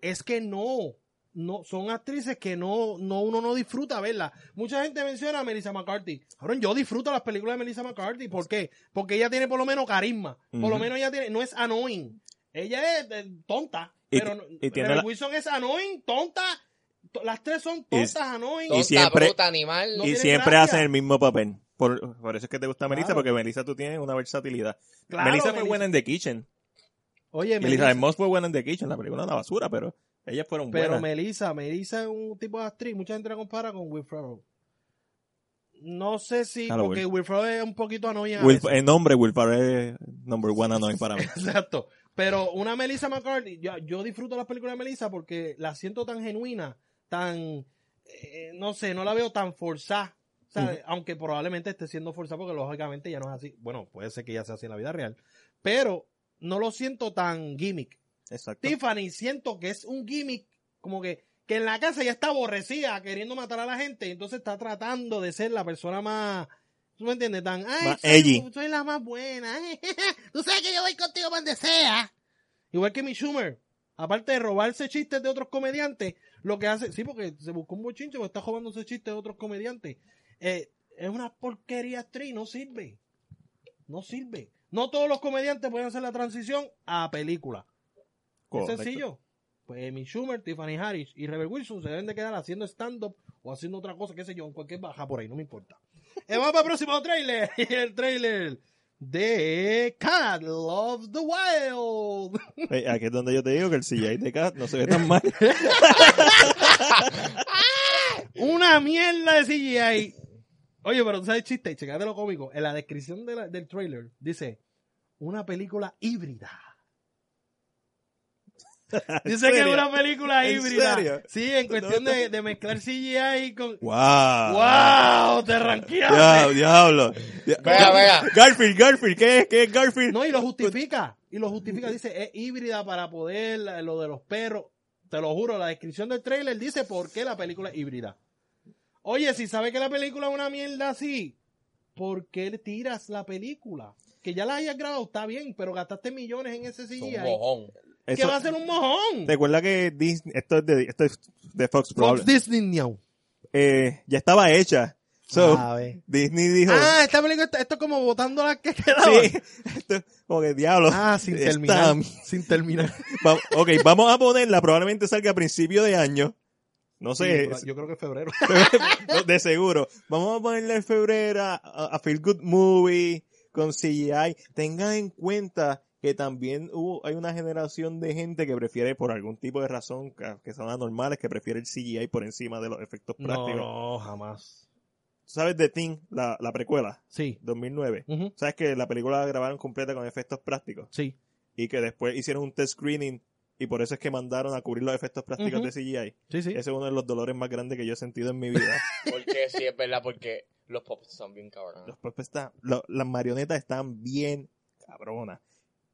Speaker 1: Es que no, no, son actrices que no, no, uno no disfruta verlas. Mucha gente menciona a Melissa McCarthy. Ahora yo disfruto las películas de Melissa McCarthy. ¿Por qué? Porque ella tiene por lo menos carisma. Por lo
Speaker 3: Ujú.
Speaker 1: menos ella tiene, no es annoying. Ella es eh, tonta.
Speaker 3: Y-
Speaker 1: pero no-
Speaker 3: y tiene
Speaker 1: Rebel
Speaker 3: la-
Speaker 1: Wilson es annoying, tonta. to- Las tres son tontas, annoying.
Speaker 2: Tonta,
Speaker 3: Y siempre-
Speaker 2: bruta, animal.
Speaker 1: No
Speaker 3: y
Speaker 1: tiene
Speaker 3: siempre
Speaker 1: gracia.
Speaker 3: hacen el mismo papel. Por, por eso es que te gusta Melissa,
Speaker 1: Claro.
Speaker 3: porque Melissa tú tienes una versatilidad.
Speaker 1: Claro,
Speaker 3: Melissa fue
Speaker 1: Melissa.
Speaker 3: buena en The Kitchen.
Speaker 1: Oye,
Speaker 3: Melissa Moss fue buena en The Kitchen. La película es una basura, pero ellas fueron
Speaker 1: Pero
Speaker 3: buenas.
Speaker 1: Melissa, Melissa es un tipo de actriz. Mucha gente la compara con Will Ferrell. No sé si,
Speaker 3: Claro,
Speaker 1: porque Will Ferrell es un poquito annoying. a
Speaker 3: Will-
Speaker 1: veces.
Speaker 3: el nombre Will Ferrell es number one annoying para mí.
Speaker 1: Exacto. Pero una Melissa McCarthy, yo, yo disfruto las películas de Melissa porque la siento tan genuina, tan, eh, no sé, no la veo tan forzada. O sea,
Speaker 3: Ujú.
Speaker 1: Aunque probablemente esté siendo forzada porque lógicamente ya no es así. Bueno, puede ser que ya sea así en la vida real. Pero no lo siento tan gimmick.
Speaker 3: Exacto.
Speaker 1: Tiffany siento que es un gimmick, como que, que en la casa ya está aborrecida, queriendo matar a la gente, y entonces está tratando de ser la persona más, ¿tú me entiendes? Tan, ay,
Speaker 3: Más
Speaker 1: soy,
Speaker 3: edgy.
Speaker 1: soy la más buena, tú sabes que yo voy contigo para donde sea. Igual que mi Schumer, aparte de robarse chistes de otros comediantes, lo que hace, sí, porque se buscó un bochinche, porque está robándose chistes de otros comediantes. Eh, es una porquería actriz, no sirve. No sirve. No todos los comediantes pueden hacer la transición a película. Es
Speaker 3: Correcto.
Speaker 1: sencillo. Pues Amy Schumer, Tiffany Harris y Rebel Wilson se deben de quedar haciendo stand-up o haciendo otra cosa, qué sé yo, en cualquier baja por ahí, no me importa. Eh, vamos para el próximo trailer. el trailer de Cat Love the Wild.
Speaker 3: Ey, Pues, Aquí es donde yo te digo que el CGI de Cat no se ve tan mal.
Speaker 1: Una mierda de CGI. Oye, pero tú sabes el chiste, checate lo cómico. En la descripción de la- del trailer dice una película híbrida. Dice que es
Speaker 3: serio?
Speaker 1: una película
Speaker 3: ¿En
Speaker 1: híbrida.
Speaker 3: serio?
Speaker 1: Sí, en cuestión de, de mezclar CGI con.
Speaker 3: ¡Wow!
Speaker 1: ¡Wow! ¡Te ranqueaste!
Speaker 3: Diablo, diablo. Dia-
Speaker 2: Vea, vea.
Speaker 3: Garfield, Garfield, ¿qué es? ¿Qué es Garfield?
Speaker 1: No, y lo justifica. Y lo justifica. Dice, es híbrida para poder, la- lo de los perros. Te lo juro, la descripción del trailer dice por qué la película es híbrida. Oye, si sabes que la película es una mierda así, ¿por qué le tiras la película? Que ya la hayas grabado, está bien, pero gastaste millones en ese
Speaker 2: Es un
Speaker 1: CGI.
Speaker 2: mojón.
Speaker 1: Que
Speaker 3: Eso-
Speaker 1: va a ser un mojón.
Speaker 3: Recuerda que Disney, esto es de, esto es de Fox,
Speaker 1: Fox
Speaker 3: probable.
Speaker 1: Disney Now.
Speaker 3: Eh, ya estaba hecha. So,
Speaker 1: Ah, ve.
Speaker 3: Disney dijo,
Speaker 1: Ah, esta película, está- esto es como botando la que quedaba.
Speaker 3: sí, esto, como que diablo.
Speaker 1: Ah, sin
Speaker 3: Esta
Speaker 1: terminar.
Speaker 3: m-
Speaker 1: Sin terminar.
Speaker 3: va- ok, vamos a ponerla, probablemente salga a principio de año. No sé,
Speaker 1: Sí, yo creo que en febrero.
Speaker 3: No, de seguro. Vamos a ponerle en febrero a, a Feel Good Movie con CGI. Tengan en cuenta que también hubo, hay una generación de gente que prefiere, por algún tipo de razón, que, que son anormales, que prefiere el CGI por encima de los efectos
Speaker 1: No,
Speaker 3: prácticos.
Speaker 1: no, jamás.
Speaker 3: ¿Tú sabes de Thing, la, la precuela,
Speaker 1: Sí.
Speaker 3: 2009?
Speaker 1: Ujú.
Speaker 3: ¿Sabes que la película la grabaron completa con efectos prácticos?
Speaker 1: Sí.
Speaker 3: Y que después hicieron un test screening y por eso es que mandaron a cubrir los efectos prácticos
Speaker 1: Ujú.
Speaker 3: de CGI.
Speaker 1: Sí, sí.
Speaker 3: Ese es uno de los dolores más grandes que yo he sentido en mi vida.
Speaker 2: Porque sí, es verdad, porque los pop son bien cabrones.
Speaker 3: Los puppets están- lo- las marionetas están bien cabronas.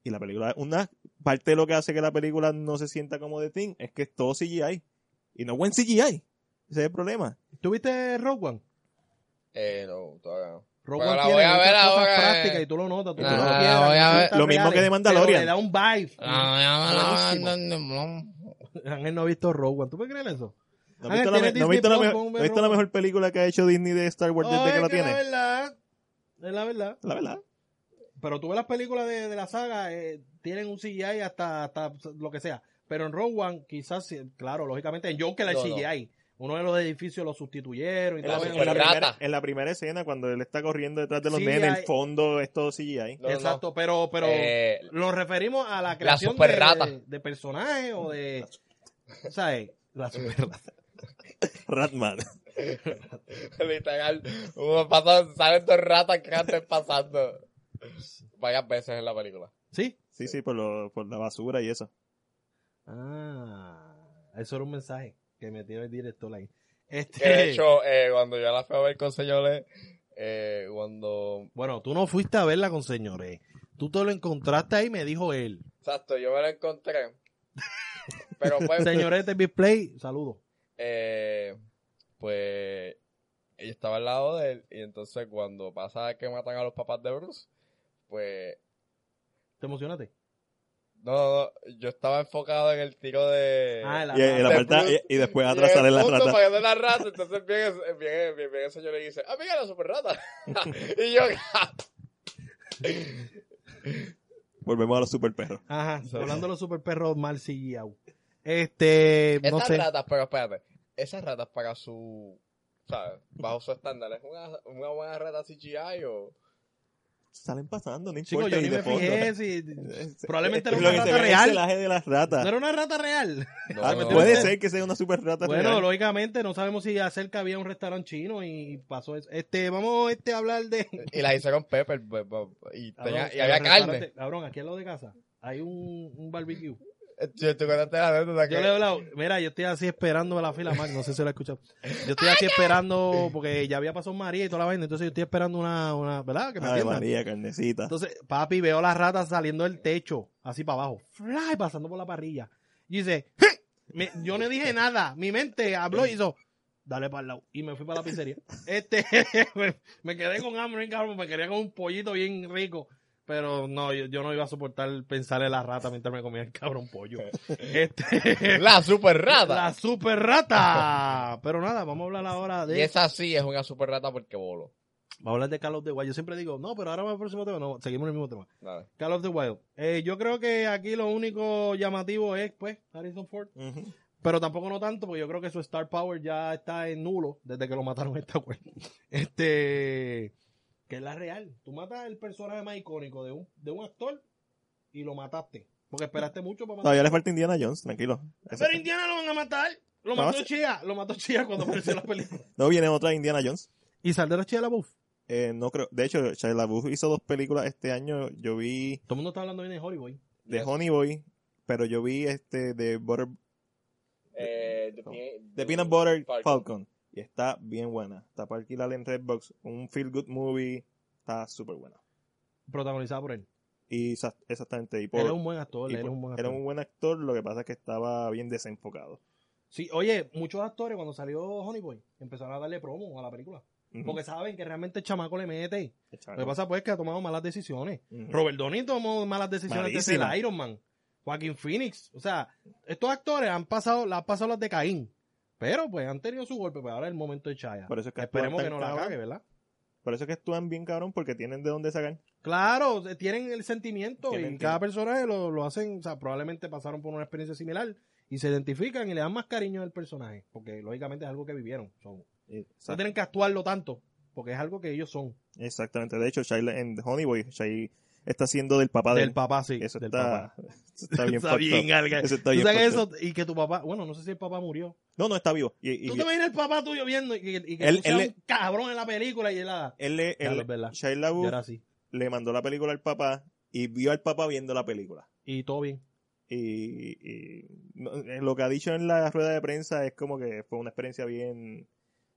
Speaker 3: Y la película, una parte de lo que hace que la película no se sienta como de Thing es que es todo CGI. Y no buen CGI. Ese es el problema.
Speaker 1: ¿Tuviste Rogue One?
Speaker 2: Eh, no, todavía no.
Speaker 1: Rogue
Speaker 2: Bueno,
Speaker 1: One
Speaker 2: la
Speaker 1: tiene
Speaker 2: voy a
Speaker 1: muchas
Speaker 2: ver
Speaker 1: cosas
Speaker 2: ahora,
Speaker 1: prácticas
Speaker 2: eh.
Speaker 1: y tú lo notas. Tú
Speaker 2: Ah,
Speaker 1: lo
Speaker 3: la
Speaker 1: quieras,
Speaker 2: voy a
Speaker 1: no
Speaker 2: ver. Ah.
Speaker 1: están
Speaker 3: Lo mismo
Speaker 1: reales,
Speaker 3: que de Mandalorian.
Speaker 1: pero Le da un vibe.
Speaker 2: Buenísimo.
Speaker 1: Ángel no ha visto Rogue One. ¿Tú puedes creer eso?
Speaker 3: ¿No
Speaker 1: Ah,
Speaker 3: has visto, la,
Speaker 1: tiene
Speaker 3: me- no has
Speaker 1: Disney
Speaker 3: visto la
Speaker 1: Plus,
Speaker 3: mejor-
Speaker 1: con un
Speaker 3: no has visto la
Speaker 1: berrón.
Speaker 3: mejor película que ha hecho Disney de Star Wars desde
Speaker 1: Oye,
Speaker 3: que la
Speaker 1: Es
Speaker 3: tiene?
Speaker 1: verdad. Es la verdad.
Speaker 3: La verdad.
Speaker 1: Pero tú ves las películas de, de la saga, eh, tienen un CGI hasta, hasta lo que sea. Pero en Rogue One, quizás, sí, claro, lógicamente, en Joker el
Speaker 2: No, no.
Speaker 1: CGI. Uno de los edificios lo sustituyeron y
Speaker 3: En
Speaker 1: todo
Speaker 3: la,
Speaker 1: eso.
Speaker 3: en la
Speaker 2: superrata.
Speaker 3: primera, en la primera escena, cuando él está corriendo detrás de los
Speaker 1: CGI.
Speaker 3: nenes, el fondo es todo CGI.
Speaker 2: No, no, no.
Speaker 1: Exacto, pero, pero
Speaker 2: Eh,
Speaker 1: nos referimos a la creación de-
Speaker 2: superrata.
Speaker 1: de, de personajes o de... ¿Sabes? La superrata.
Speaker 3: Ratman.
Speaker 2: Literal, uno pasa, salen dos ratas que andan pasando varias veces en la película.
Speaker 1: ¿Sí?
Speaker 3: Sí, sí, por, lo- por la basura y eso.
Speaker 1: Ah, eso era un mensaje que me dio el director ahí. Este,
Speaker 2: Que de hecho, eh, cuando yo la fui a ver con señores, eh, cuando.
Speaker 1: Bueno, tú no fuiste a verla con señores. Tú te lo encontraste ahí, me dijo él.
Speaker 2: Exacto, yo me la encontré. Pero pues.
Speaker 1: Señores de Big Play, saludos.
Speaker 2: eh, pues. Ella estaba al lado de él, y entonces cuando pasa que matan a los papás de Bruce, pues.
Speaker 1: ¿Te emocionaste?
Speaker 2: No, no, no, yo estaba enfocado en el tiro de.
Speaker 1: Ah, la
Speaker 3: Y, y la
Speaker 2: de
Speaker 3: falta-
Speaker 2: Bruce.
Speaker 3: y- y después
Speaker 2: Y
Speaker 3: atrás
Speaker 2: en el
Speaker 3: sale la
Speaker 2: fondo,
Speaker 3: rata.
Speaker 2: pagando la rata, entonces eh, viene, viene, viene, viene el señor y dice, ah, mira la super rata. y yo,
Speaker 3: Volvemos a los super perros.
Speaker 1: Ajá, hablando de los super perros mal CGI. Este, no
Speaker 2: esas
Speaker 1: sé.
Speaker 2: ratas, pero espérate, esas ratas para su, ¿sabes? Bajo su estándar, ¿es una, una buena rata CGI o...?
Speaker 3: Salen pasando, no importa.
Speaker 1: Chicos, yo
Speaker 3: y
Speaker 1: ni
Speaker 3: de
Speaker 1: me
Speaker 3: fondo.
Speaker 1: fijé si...
Speaker 3: Ese-
Speaker 1: Probablemente
Speaker 3: lo
Speaker 1: era una
Speaker 3: que se
Speaker 1: rata
Speaker 3: ve es
Speaker 1: real.
Speaker 3: El celaje de las
Speaker 1: ¿No
Speaker 3: ratas.
Speaker 1: era una rata real?
Speaker 2: No,
Speaker 3: Ah,
Speaker 2: no,
Speaker 3: puede
Speaker 2: no.
Speaker 3: ser que sea una super rata
Speaker 1: Bueno,
Speaker 3: real.
Speaker 1: lógicamente no sabemos si acerca había un restaurante chino y pasó eso. Este, vamos este, a hablar de...
Speaker 2: Y la hicieron pepper pues, pues, y, tenía-
Speaker 1: Cabrón,
Speaker 2: y había
Speaker 1: el restaurante-
Speaker 2: carne.
Speaker 1: Cabrón, aquí al lado de casa hay un, un barbecue.
Speaker 2: Yo, ¿Tú contaste la anécdota
Speaker 1: Yo le he
Speaker 2: que...
Speaker 1: hablado, mira, yo estoy así esperando la fila, Mac, no sé si lo he escuchado. Yo estoy aquí esperando, porque ya había pasado María y toda la vaina, entonces yo estoy esperando una, una ¿verdad? Que me
Speaker 3: Ay,
Speaker 1: atiendan.
Speaker 3: María, carnecita.
Speaker 1: Entonces, papi, veo las ratas saliendo del techo, así para abajo, fly, pasando por la parrilla. Y dice, "¡Ja!". Me- yo no dije nada, mi mente habló y hizo, dale para el lado. Y me fui para la pizzería. Este, me, me quedé con hambre, bien cabrón, me quería con un pollito bien rico. Pero no, yo, yo no iba a soportar pensar en la rata mientras me comía el cabrón pollo. Este,
Speaker 2: La super
Speaker 1: la
Speaker 2: rata.
Speaker 1: super rata. Pero nada, vamos a hablar ahora de...
Speaker 2: Y esa sí es una super rata porque voló.
Speaker 1: Vamos a hablar de Carlos de Guay. Yo siempre digo, no, pero ahora vamos al próximo tema. No, seguimos en el mismo tema.
Speaker 2: Dale.
Speaker 1: Call of the Wild. Eh, yo creo que aquí lo único llamativo es, pues, Harrison Ford.
Speaker 3: Ujú.
Speaker 1: Pero tampoco no tanto, porque yo creo que su Star Power ya está en nulo desde que lo mataron esta web. Este. que es la real. Tú matas el personaje más icónico de un, de un actor y lo mataste. Porque esperaste mucho para matar.
Speaker 3: Todavía le falta Indiana Jones, tranquilo.
Speaker 1: Pero Indiana lo van a matar. Lo
Speaker 3: No,
Speaker 1: mató
Speaker 3: sí.
Speaker 1: Chia. Lo mató Chia cuando apareció en la película.
Speaker 3: No viene otra Indiana Jones.
Speaker 1: ¿Y saldrá Chia la buff?
Speaker 3: Eh, no creo. De hecho, Shia LaBeouf hizo dos películas este año. Yo vi
Speaker 1: Todo el mundo está hablando bien de Holly Boy.
Speaker 3: de
Speaker 2: Yes.
Speaker 3: Honey Boy, pero yo vi este de Butter,
Speaker 2: Eh, the, Pe-
Speaker 3: de Peanut Butter
Speaker 2: Falcon.
Speaker 3: Falcon. Y está bien buena. Está para alquilar en Redbox. Un feel good movie. Está súper buena.
Speaker 1: Protagonizada por él.
Speaker 3: Y esa- exactamente. Y por,
Speaker 1: Él es un buen actor.
Speaker 3: y
Speaker 1: Él es
Speaker 3: por-
Speaker 1: un buen
Speaker 3: era
Speaker 1: actor.
Speaker 3: un buen actor, lo que pasa es que estaba bien desenfocado.
Speaker 1: Sí, oye, muchos actores cuando salió Honey Boy empezaron a darle promo a la película.
Speaker 3: Ujú.
Speaker 1: Porque saben que realmente el chamaco le mete.
Speaker 3: El
Speaker 1: Lo
Speaker 3: chamaco.
Speaker 1: que pasa pues es que ha tomado malas decisiones.
Speaker 3: Ujú.
Speaker 1: Robert Downey tomó malas decisiones antes de ser
Speaker 3: Malísima.
Speaker 1: Iron Man. Joaquín Phoenix. O sea, estos actores han pasado, las han pasado las de Caín. Pero pues han tenido su golpe, pues ahora es el momento de Chaya.
Speaker 3: Por eso es que
Speaker 1: Esperemos
Speaker 3: actúan
Speaker 1: que
Speaker 3: tan
Speaker 1: no la
Speaker 3: cabrón.
Speaker 1: cague, ¿verdad?
Speaker 3: Por eso es que actúan bien cabrón porque tienen de dónde sacar.
Speaker 1: Claro, se- tienen el sentimiento
Speaker 3: Tienen-
Speaker 1: y cada personaje lo, lo hacen, o sea, probablemente pasaron por una experiencia similar y se identifican y le dan más cariño al personaje, porque lógicamente es algo que vivieron. son-
Speaker 3: Exacto.
Speaker 1: Eh, no tienen que actuarlo tanto, porque es algo que ellos son.
Speaker 3: Exactamente. De hecho, Shia La- en Honey Boy, Shia está haciendo del papá
Speaker 1: del
Speaker 3: de él.
Speaker 1: papá, sí.
Speaker 3: Eso
Speaker 1: del
Speaker 3: está,
Speaker 1: papá.
Speaker 3: eso está bien fucked up.
Speaker 1: alga.
Speaker 3: Eso está
Speaker 1: Tú
Speaker 3: bien
Speaker 1: sabes
Speaker 3: fucked
Speaker 1: eso, y que tu papá, bueno, no sé si el papá murió.
Speaker 3: No, no, está vivo. Y, y-
Speaker 1: ¿Tú te imaginas el papá tuyo viendo y, que- y que
Speaker 3: Él-
Speaker 1: tú seas
Speaker 3: él le-
Speaker 1: un cabrón en la película y él la...
Speaker 3: él le,
Speaker 1: Ya
Speaker 3: él-
Speaker 1: lo es verdad.
Speaker 3: Shia
Speaker 1: Y
Speaker 3: LaBeouf
Speaker 1: ahora sí.
Speaker 3: le mandó la película al papá y vio al papá viendo la película.
Speaker 1: Y todo bien.
Speaker 3: Y, y- no, eh, lo que ha dicho en la rueda de prensa es como que fue una experiencia bien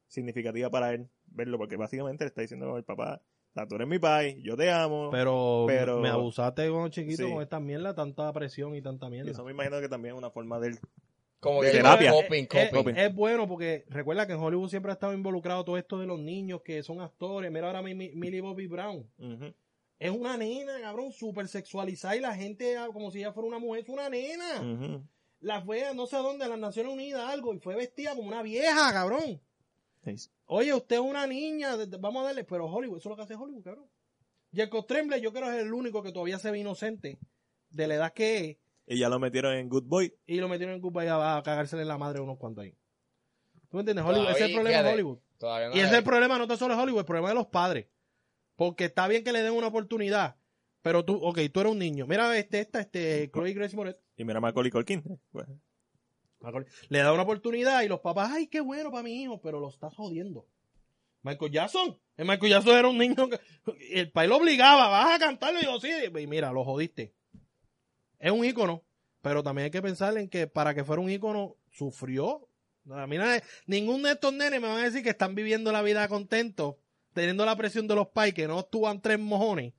Speaker 3: significativa para él verlo, porque básicamente le está diciendo al papá, "Ah, tú eres mi pai, yo te amo.
Speaker 1: Pero,
Speaker 3: Pero-
Speaker 1: me abusaste cuando chiquito
Speaker 3: Sí.
Speaker 1: con esta mierda, tanta presión y tanta
Speaker 3: y
Speaker 1: mierda.
Speaker 3: eso me imagino que también es una forma de él.
Speaker 2: Como
Speaker 3: De
Speaker 2: que
Speaker 3: terapia.
Speaker 2: coping,
Speaker 1: Es-
Speaker 2: coping.
Speaker 1: Es, bueno porque recuerda que en Hollywood siempre ha estado involucrado todo esto de los niños que son actores. Mira ahora mi- mi- Millie Bobby Brown.
Speaker 3: Ujú.
Speaker 1: Es una nena, cabrón, súper sexualizada y la gente ah, como si ella fuera una mujer. Es una nena.
Speaker 3: Ujú.
Speaker 1: La fue a no sé dónde, a las Naciones Unidas, algo, y fue vestida como una vieja, cabrón.
Speaker 3: Sí.
Speaker 1: Oye, usted es una niña, de- de- vamos a darle. Pero Hollywood, eso es lo que hace Hollywood, cabrón. Jacob Tremblay, yo creo que es el único que todavía se ve inocente de la edad que es.
Speaker 3: Y ya lo metieron en Good Boy.
Speaker 1: y lo metieron en culpa y a, a cagársele la madre a unos cuantos ahí. ¿Tú me entiendes? Hollywood,
Speaker 2: Todavía,
Speaker 1: ese es el problema de
Speaker 2: fíjate.
Speaker 1: Hollywood.
Speaker 2: Todavía no
Speaker 1: eh. Y
Speaker 2: la
Speaker 1: ese es
Speaker 2: veo.
Speaker 1: el problema no tan solo de Hollywood, el problema de los padres. Porque está bien que le den una oportunidad, pero tú, ok, tú eres un niño. Mira, este, esta, este, Chloe Grace Moret,
Speaker 3: Y mira a Macaulay Culkin. Pues, Bueno,
Speaker 1: le da una oportunidad y los papás, ay, qué bueno para mi hijo, pero lo estás jodiendo. Michael Jackson, el Michael Jackson era un niño que el país lo obligaba, vas a cantarlo y yo sí, y mira, lo jodiste. Es un ícono, pero también hay que pensar en que para que fuera un ícono sufrió. A mí nadie- ningún de estos nenes me van a decir que están viviendo la vida contentos, teniendo la presión de los pais que no actúan tres mojones.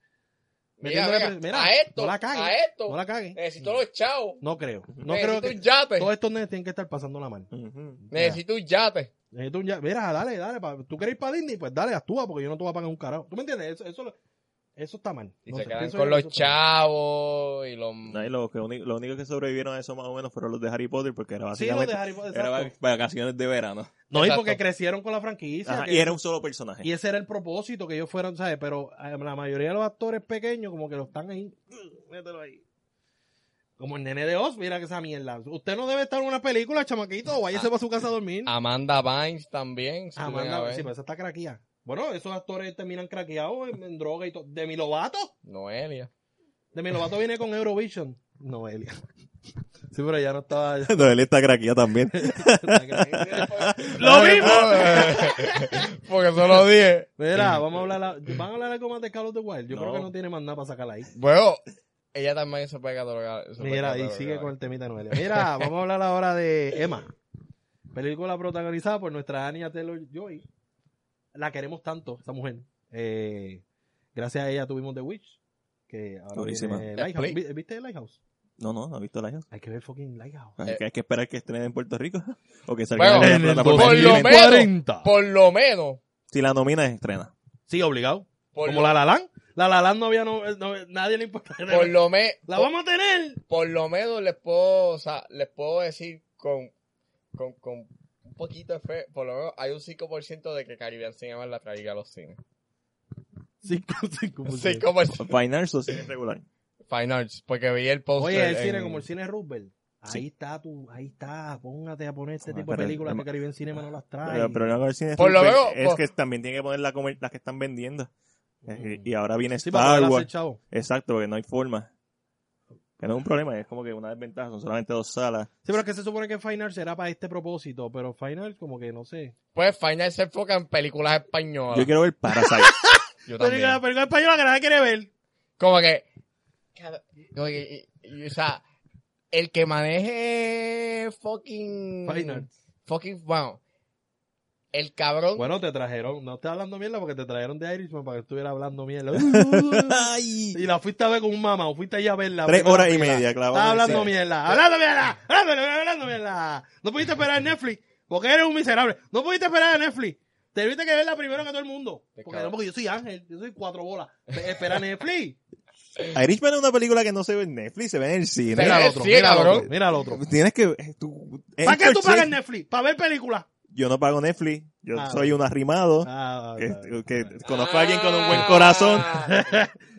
Speaker 2: Mira,
Speaker 1: metiéndole
Speaker 2: mira,
Speaker 1: pres- mira,
Speaker 2: a esto,
Speaker 1: no la cagues,
Speaker 2: a esto,
Speaker 1: No la cagues.
Speaker 2: necesito los chavos,
Speaker 1: No creo. No creo
Speaker 2: necesito
Speaker 1: que
Speaker 2: un yate,
Speaker 1: todos estos nenes tienen que estar pasando la mano.
Speaker 3: ujú.
Speaker 2: necesito un yate.
Speaker 1: Necesito un ya- Mira, dale, dale. pa- ¿Tú quieres ir para Disney? Pues dale, actúa, porque yo no te voy a pagar un carajo. ¿Tú me entiendes? Eso, eso, eso está mal.
Speaker 2: Y
Speaker 1: No
Speaker 2: se
Speaker 1: sé,
Speaker 2: quedan
Speaker 1: pienso
Speaker 2: con
Speaker 1: yo que
Speaker 2: los
Speaker 1: eso está mal.
Speaker 2: chavos y los...
Speaker 1: Mm.
Speaker 3: Ahí lo, que uni- lo único que sobrevivieron a eso más o menos fueron los de Harry Potter porque era
Speaker 1: Sí, los
Speaker 3: básicamente
Speaker 1: de Harry Potter.
Speaker 3: era
Speaker 1: exacto.
Speaker 3: vac- vacaciones de verano.
Speaker 1: No, y
Speaker 2: Exacto.
Speaker 1: porque crecieron con la franquicia.
Speaker 3: Ajá,
Speaker 1: que-
Speaker 3: y era un solo personaje.
Speaker 1: y ese era el propósito, que ellos fueran, ¿sabes? Pero eh, la mayoría de los actores pequeños, como que lo están ahí. Mételo ahí. Como el nene de Oz, mira que esa mierda. Usted no debe estar en una película, chamaquito. o Váyase para su casa a dormir.
Speaker 2: Amanda Bynes también. si ah, tú ven a
Speaker 1: Amanda,
Speaker 2: ver.
Speaker 1: sí, pero esa está craqueada. Bueno, esos actores terminan craqueados en, en droga y todo. ¿De mi lobato?
Speaker 2: Noelia.
Speaker 1: De mi Lovato viene con Eurovision. Noelia. Sí, pero ya no estaba. ya
Speaker 3: no, él está craquía también.
Speaker 1: está que-
Speaker 2: ¡Lo mismo! Porque solo dije.
Speaker 1: Mira, vamos a hablar. ¿Van a hablar algo más de Call of the Wild? Yo
Speaker 3: No.
Speaker 1: creo que no tiene más nada para sacarla ahí.
Speaker 2: Bueno, ella también se puede catalogar. se puede
Speaker 1: Mira, y
Speaker 2: catalogar.
Speaker 1: sigue con el temita de Noelia. Mira, vamos a hablar ahora de Emma. Película protagonizada por nuestra Anya Taylor Joy. La queremos tanto, esa mujer. Eh, gracias a ella tuvimos The Witch. Que ahora
Speaker 3: Durísima.
Speaker 1: viene Lighthouse.
Speaker 2: Netflix.
Speaker 1: ¿Vi- ¿Viste Lighthouse?
Speaker 3: No, no, ¿has visto la hija?
Speaker 1: Hay que ver fucking Lighthouse.
Speaker 3: Hay, que- hay que esperar que estén en Puerto Rico o que salga
Speaker 2: Bueno,
Speaker 3: en la
Speaker 2: en el
Speaker 3: plataforma
Speaker 2: por
Speaker 3: en
Speaker 2: lo
Speaker 3: streaming.
Speaker 2: menos. Por lo menos.
Speaker 3: Si la nomina es estrena.
Speaker 1: Sí, obligado.
Speaker 2: Por
Speaker 1: Como
Speaker 2: lo,
Speaker 1: la Lalan. La Lalan no había, no, no- nadie le importaba.
Speaker 2: por lo me-
Speaker 1: La vamos a tener.
Speaker 2: por lo menos les puedo, o sea, les puedo decir con, con, con un poquito de fe, por lo menos hay un 5% de que Caribbean Cinema la traiga a los cines.
Speaker 1: 5, 5,
Speaker 2: 5%
Speaker 3: Final Social Regular.
Speaker 2: Fine Arts, porque vi el post.
Speaker 1: Oye, el cine como el cine Roosevelt. Ahí
Speaker 3: Sí.
Speaker 1: está tú, ahí está, póngate a poner este
Speaker 3: Ah,
Speaker 1: tipo de
Speaker 3: pero-
Speaker 1: películas que Caribbean Cinema no las trae.
Speaker 3: Pero el problema con el cine
Speaker 2: Por lo
Speaker 3: es
Speaker 2: menos,
Speaker 3: es
Speaker 2: por-
Speaker 3: que también tiene que poner la comer- las que están vendiendo. Eh, Y ahora viene
Speaker 1: Mm. Sí, para
Speaker 3: Star
Speaker 1: poder
Speaker 3: Wars.
Speaker 1: hacer chavo.
Speaker 3: Exacto, porque no hay forma. Que no es un problema, es como que una desventaja, son solamente dos salas.
Speaker 1: Sí, pero es que se supone que Final será para este propósito, pero Final como que no sé.
Speaker 2: Pues Final se enfoca en películas españolas.
Speaker 3: Yo quiero ver Parasite.
Speaker 1: Pero
Speaker 2: Yo también.
Speaker 1: diga, la película española que nadie quiere ver.
Speaker 2: Como que. claro, como que- y- y- o sea, el que maneje fucking.
Speaker 1: Final.
Speaker 2: Fucking. Wow. El cabrón.
Speaker 1: Bueno, te trajeron, no estoy hablando mierda porque te trajeron de Irishman para que estuviera hablando mierda.
Speaker 3: Ay.
Speaker 1: y la fuiste a ver con un mamá, o fuiste allá a verla.
Speaker 3: Tres
Speaker 1: primera
Speaker 3: horas y
Speaker 1: fila.
Speaker 3: media, clavado.
Speaker 1: Estaba hablando
Speaker 3: Sí.
Speaker 1: mierda, hablando mierda, hablando mierda, hablando mierda. No pudiste esperar a Netflix, porque eres un miserable. No pudiste esperar a Netflix. Te tuviste que verla primero que todo el mundo.
Speaker 2: Te
Speaker 1: Porque,
Speaker 2: cago.
Speaker 1: no, porque yo soy Ángel, yo soy cuatro bolas. Te- Espera a Netflix.
Speaker 3: Irishman es una película que no se ve en Netflix, se ve en el cine.
Speaker 2: Pero-
Speaker 1: Mira al otro,
Speaker 2: sí,
Speaker 1: mira al otro,
Speaker 2: cabrón.
Speaker 1: mira al otro.
Speaker 3: Tienes que. eh, tú-
Speaker 1: ¿Para qué tú
Speaker 3: Entonces,
Speaker 1: pagas Netflix? ¿Para ver películas?
Speaker 3: Yo no pago Netflix, yo
Speaker 1: Ah.
Speaker 3: soy un arrimado.
Speaker 1: Ah,
Speaker 3: que,
Speaker 1: está bien.
Speaker 3: que conozco a alguien con un buen corazón.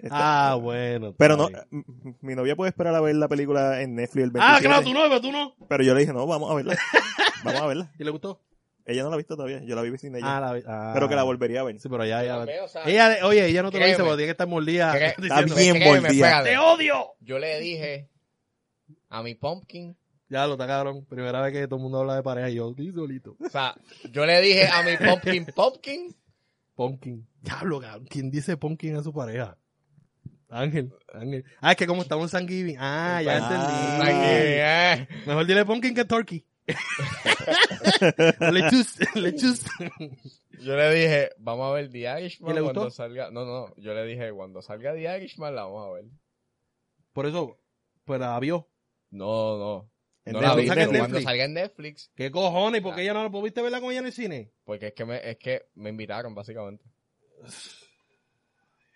Speaker 1: Ah, bueno. está
Speaker 3: Pero no, eh,
Speaker 1: bien.
Speaker 3: m- m- mi novia puede esperar a ver la película en Netflix el 27.
Speaker 1: Ah, claro, tú no, pero tú no.
Speaker 3: Pero yo le dije, no, vamos a verla. vamos a verla.
Speaker 1: ¿Y le gustó?
Speaker 3: Ella no la ha visto todavía, yo la vi sin ella.
Speaker 1: Ah, la vi- ah.
Speaker 3: pero que la volvería a ver.
Speaker 1: Sí, pero ya, ya.
Speaker 2: También, o sea,
Speaker 1: Ella, oye, ella no te lo dice
Speaker 2: Créeme.
Speaker 1: porque tiene que estar mordida.
Speaker 2: Cre-
Speaker 3: Está
Speaker 1: diciendo,
Speaker 3: bien
Speaker 2: Créeme,
Speaker 3: volvía.
Speaker 2: espérate.
Speaker 1: ¡Te odio!
Speaker 2: Yo le dije a mi pumpkin.
Speaker 1: Ya lo está cabrón. Primera vez que todo el mundo habla de pareja y yo estoy solito.
Speaker 2: O sea, yo le dije a mi pumpkin pumpkin.
Speaker 1: Pumpkin. Diablo, cabrón. ¿Quién dice pumpkin a su pareja? Ángel, Ángel. Ah, es que como estamos en San Giving. Ah, ya
Speaker 3: Ah.
Speaker 2: Ay,
Speaker 1: entendí.
Speaker 2: eh.
Speaker 1: Mejor dile pumpkin que turkey. lechus, lechus.
Speaker 2: Yo le dije, vamos a ver The Irishman
Speaker 1: ¿Y le gustó?
Speaker 2: cuando salga. No, no, yo le dije, cuando salga The Irishman la vamos a ver.
Speaker 1: Por eso, pues la vio.
Speaker 2: No, no.
Speaker 3: En
Speaker 2: No
Speaker 1: Netflix,
Speaker 2: la vi,
Speaker 1: saca en
Speaker 2: pero cuando
Speaker 1: Netflix.
Speaker 2: salga en Netflix,
Speaker 1: ¿Qué cojones? ¿Por qué
Speaker 2: Ah.
Speaker 1: ella no la pudiste verla con ella en el cine?
Speaker 2: porque es que me, es que me invitaron, básicamente.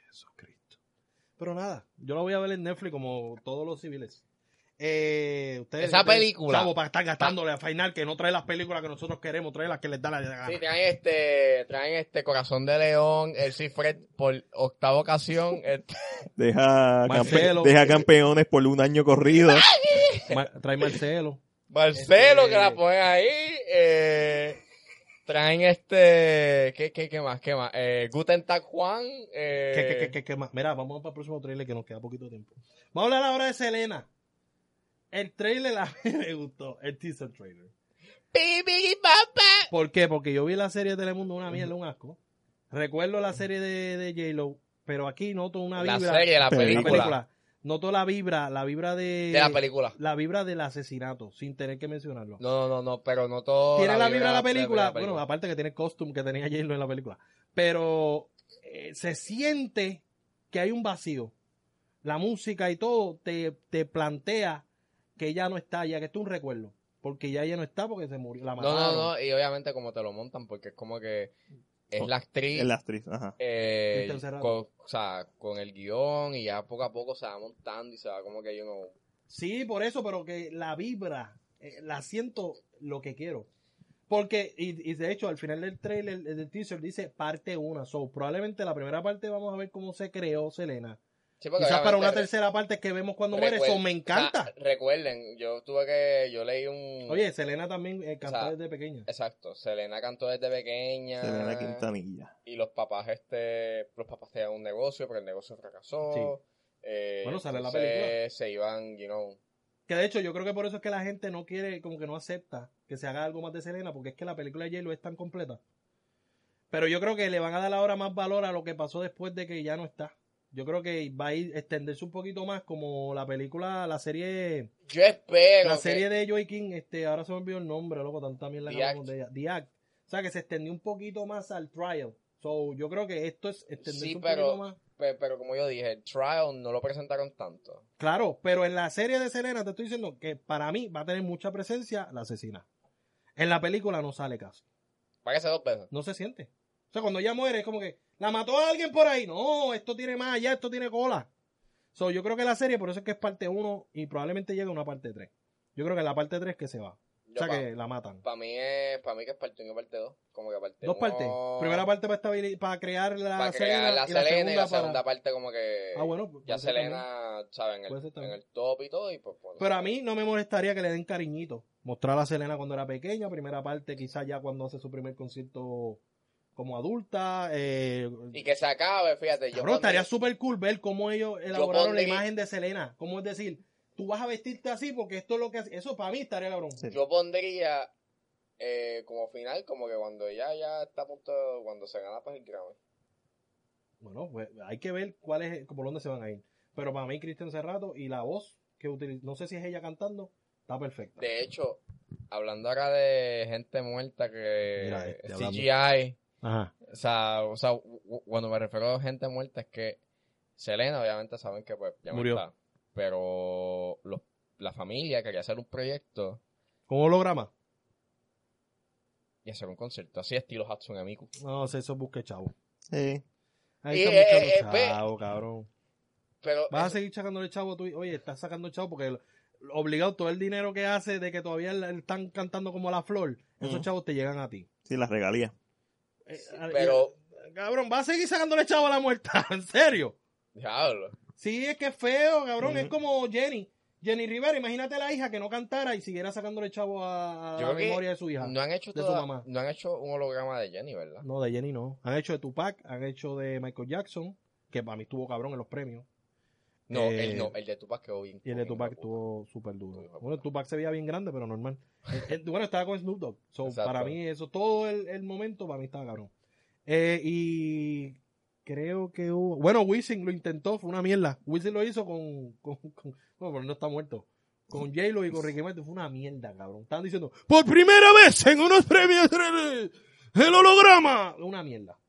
Speaker 1: Jesucristo. Pero nada, yo la voy a ver en Netflix como todos los civiles. Eh, ustedes,
Speaker 2: Esa
Speaker 1: ustedes,
Speaker 2: película.
Speaker 1: Chavo, para estar gastándole a Final, que no trae las películas que nosotros queremos, trae las que les da la gana.
Speaker 2: Sí, traen este, traen este Corazón de León, el Cifred por octava ocasión. este-
Speaker 3: Deja, campe-
Speaker 1: Marcelo.
Speaker 3: deja campeones por un año corrido.
Speaker 1: Ma- trae Marcelo.
Speaker 2: Marcelo,
Speaker 1: Este-
Speaker 2: que la ponen ahí. eh, traen este, ¿qué, qué, qué más? ¿Qué más? Eh, Guten Tag Juan. eh,
Speaker 1: ¿Qué, qué, qué, qué, qué más? Mira, vamos para el próximo trailer que nos queda poquito tiempo. Vamos a hablar ahora de Selena. El trailer la- me gustó, el teaser trailer.
Speaker 2: Baby, papá.
Speaker 1: ¿Por qué? Porque yo vi la serie de Telemundo, una mierda, un asco. Recuerdo la serie de, de J-Lo, pero aquí noto una
Speaker 2: La
Speaker 1: vibra.
Speaker 2: serie, la
Speaker 3: Pero la
Speaker 1: la
Speaker 2: película.
Speaker 1: película. Noto la vibra, la vibra de.
Speaker 2: De la película.
Speaker 1: la vibra del asesinato, sin tener que mencionarlo.
Speaker 2: No, no, no, no, pero no todo.
Speaker 1: tiene la vibra de la
Speaker 2: de
Speaker 1: película. Bueno, aparte que tiene el costume que tenía J-Lo en la película. Pero eh, se siente que hay un vacío. La música y todo te, te plantea que ya no está, ya que esto es un recuerdo. Porque ya ella no está porque se murió. La
Speaker 2: no,
Speaker 1: mataron.
Speaker 2: no, no, y obviamente como te lo montan, porque es como que
Speaker 1: Oh,
Speaker 2: es la actriz.
Speaker 3: En la actriz, ajá.
Speaker 2: eh,
Speaker 1: Cristian Serrano.
Speaker 2: con, o sea, con el guión y ya poco a poco se va montando y se va como que yo no.
Speaker 1: Sí, por eso, pero que la vibra, eh, la siento lo que quiero. Porque, y, y de hecho, al final del trailer, eh, del teaser, dice parte 1. So, probablemente la primera parte vamos a ver cómo se creó Selena.
Speaker 2: Sí, porque
Speaker 1: Quizás para
Speaker 2: obviamente
Speaker 1: una
Speaker 2: re-
Speaker 1: tercera parte que vemos cuando muere.
Speaker 2: recuer-
Speaker 1: Eso me encanta.
Speaker 2: o sea, recuerden, yo tuve que. Yo leí un.
Speaker 1: Oye, Selena también eh, cantó
Speaker 2: O sea,
Speaker 1: desde pequeña.
Speaker 2: Exacto, Selena cantó desde pequeña.
Speaker 3: Selena Quintanilla.
Speaker 2: Y los papás, este. Los papás tenían un negocio, pero el negocio fracasó.
Speaker 1: Sí.
Speaker 2: Eh,
Speaker 1: Bueno, sale la
Speaker 2: entonces
Speaker 1: película.
Speaker 2: Se iban, you know.
Speaker 1: Que de hecho, yo creo que por eso es que la gente no quiere, como que no acepta que se haga algo más de Selena, porque es que la película de J-Lo es tan completa. Pero yo creo que le van a dar ahora más valor a lo que pasó después de que ya no está. Yo creo que va a ir extenderse un poquito más, como la película, la serie,
Speaker 2: Yo espero.
Speaker 1: la
Speaker 2: que-
Speaker 1: serie de Joey King, este, ahora se me olvidó el nombre, loco, tanta mierda que
Speaker 2: The
Speaker 1: hablamos
Speaker 2: Act.
Speaker 1: de ella. The Act. O sea, que se extendió un poquito más al trial. So, yo creo que esto es extenderse
Speaker 2: Sí,
Speaker 1: un
Speaker 2: pero-
Speaker 1: poquito más.
Speaker 2: pe- Pero, como yo dije, el trial no lo presentaron tanto.
Speaker 1: Claro, pero en la serie de Selena te estoy diciendo que para mí va a tener mucha presencia la asesina. En la película no sale casi.
Speaker 2: Págase dos veces.
Speaker 1: No se siente. O sea, cuando ella muere es como que la mató a alguien por ahí. No, esto tiene más allá, esto tiene cola. So, yo creo que la serie, por eso es que es parte 1 y probablemente llegue a una parte 3. Yo creo que la parte 3 que se va. O sea, que la matan.
Speaker 2: Para mí es, para mí que es parte 1 y parte 2. Como que parte
Speaker 1: Dos
Speaker 2: uno-
Speaker 1: partes. Primera parte para, estabili- para crear la
Speaker 2: para crear
Speaker 1: Selena
Speaker 2: la
Speaker 1: y la
Speaker 2: Selena y
Speaker 1: segunda
Speaker 2: la segunda
Speaker 1: para...
Speaker 2: parte como que
Speaker 1: Ah, bueno. pues,
Speaker 2: ya
Speaker 1: puede ser también.
Speaker 2: Selena, ¿sabes? En
Speaker 1: Puede ser
Speaker 2: el,
Speaker 1: también.
Speaker 2: en el top y todo. Y pues, bueno.
Speaker 1: Pero a mí no me molestaría que le den cariñito. Mostrar a Selena cuando era pequeña, primera parte, quizás ya cuando hace su primer concierto como adulta. Eh,
Speaker 2: Y que se acabe, fíjate. yo
Speaker 1: cabrón,
Speaker 2: cuando-
Speaker 1: estaría súper cool ver cómo ellos elaboraron la
Speaker 2: pondría-
Speaker 1: imagen de Selena. Como es decir, tú vas a vestirte así porque esto es lo que... Eso para mí estaría cabrón.
Speaker 3: Sí.
Speaker 2: Yo pondría eh, como final, como que cuando ella ya está a punto, cuando se gana pues el Grammy.
Speaker 1: Bueno, pues, hay que ver cuál es, por dónde se van a ir. Pero para mí, Cristian Cerrato y la voz que utiliza, no sé si es ella cantando, está perfecta.
Speaker 2: De hecho, hablando ahora de gente muerta que
Speaker 1: Mira, este, hablando.
Speaker 2: CGI,
Speaker 1: Ajá.
Speaker 2: o sea, o sea, u- u- cuando me refiero a gente muerta es que Selena, obviamente saben que pues ya no
Speaker 1: Murió.
Speaker 2: está, pero los- la familia quería hacer un proyecto
Speaker 1: ¿Con holograma?
Speaker 2: y hacer un concierto así estilo Hatsune Miku.
Speaker 1: No sé, eso busque chavo.
Speaker 3: Sí.
Speaker 1: Ahí
Speaker 2: Y,
Speaker 1: está
Speaker 2: eh,
Speaker 1: buscando
Speaker 2: eh, ve.
Speaker 1: chavo, cabrón.
Speaker 2: Pero
Speaker 1: Vas a seguir sacándole chavo tú. Oye, estás sacando chavo porque el- obligado todo el dinero que hace de que todavía la- están cantando como la flor, esos
Speaker 3: Ujú.
Speaker 1: chavos te llegan a ti.
Speaker 3: Sí, las regalías.
Speaker 1: Eh, a-
Speaker 2: pero
Speaker 1: y- Cabrón, vas a seguir sacándole chavo a la muerta, en serio.
Speaker 2: diablo,
Speaker 1: Sí, es que es feo, cabrón.
Speaker 3: Ujú.
Speaker 1: Es como Jenny. Jenny Rivera, imagínate la hija que no cantara y siguiera sacándole chavo a, a
Speaker 2: Yo
Speaker 1: la
Speaker 2: creo que
Speaker 1: memoria de su hija.
Speaker 2: no han hecho
Speaker 1: de su
Speaker 2: toda-
Speaker 1: mamá.
Speaker 2: no han hecho un holograma de Jenny, ¿verdad?
Speaker 1: No, de Jenny no. Han hecho de Tupac, han hecho de Michael Jackson, que para mí estuvo cabrón en los premios.
Speaker 2: No,
Speaker 1: Eh,
Speaker 2: el no, el de Tupac quedó bien.
Speaker 1: Y el de
Speaker 2: hijo
Speaker 1: Tupac
Speaker 2: puta.
Speaker 1: estuvo súper
Speaker 2: Hijo de
Speaker 1: duro.
Speaker 2: puta.
Speaker 1: Bueno, Tupac se veía bien grande, pero normal. Eh, eh, bueno, estaba con Snoop Dogg. So,
Speaker 2: Exacto.
Speaker 1: para mí, eso, todo el, el momento, para mí estaba cabrón. Eh, y creo que hubo. Bueno, Wisin lo intentó, fue una mierda. Wisin lo hizo con. con, con bueno, pero no está muerto. Con J-Lo y con Ricky Martin fue una mierda, cabrón. Estaban diciendo, por primera vez en unos premios, el holograma. Una mierda.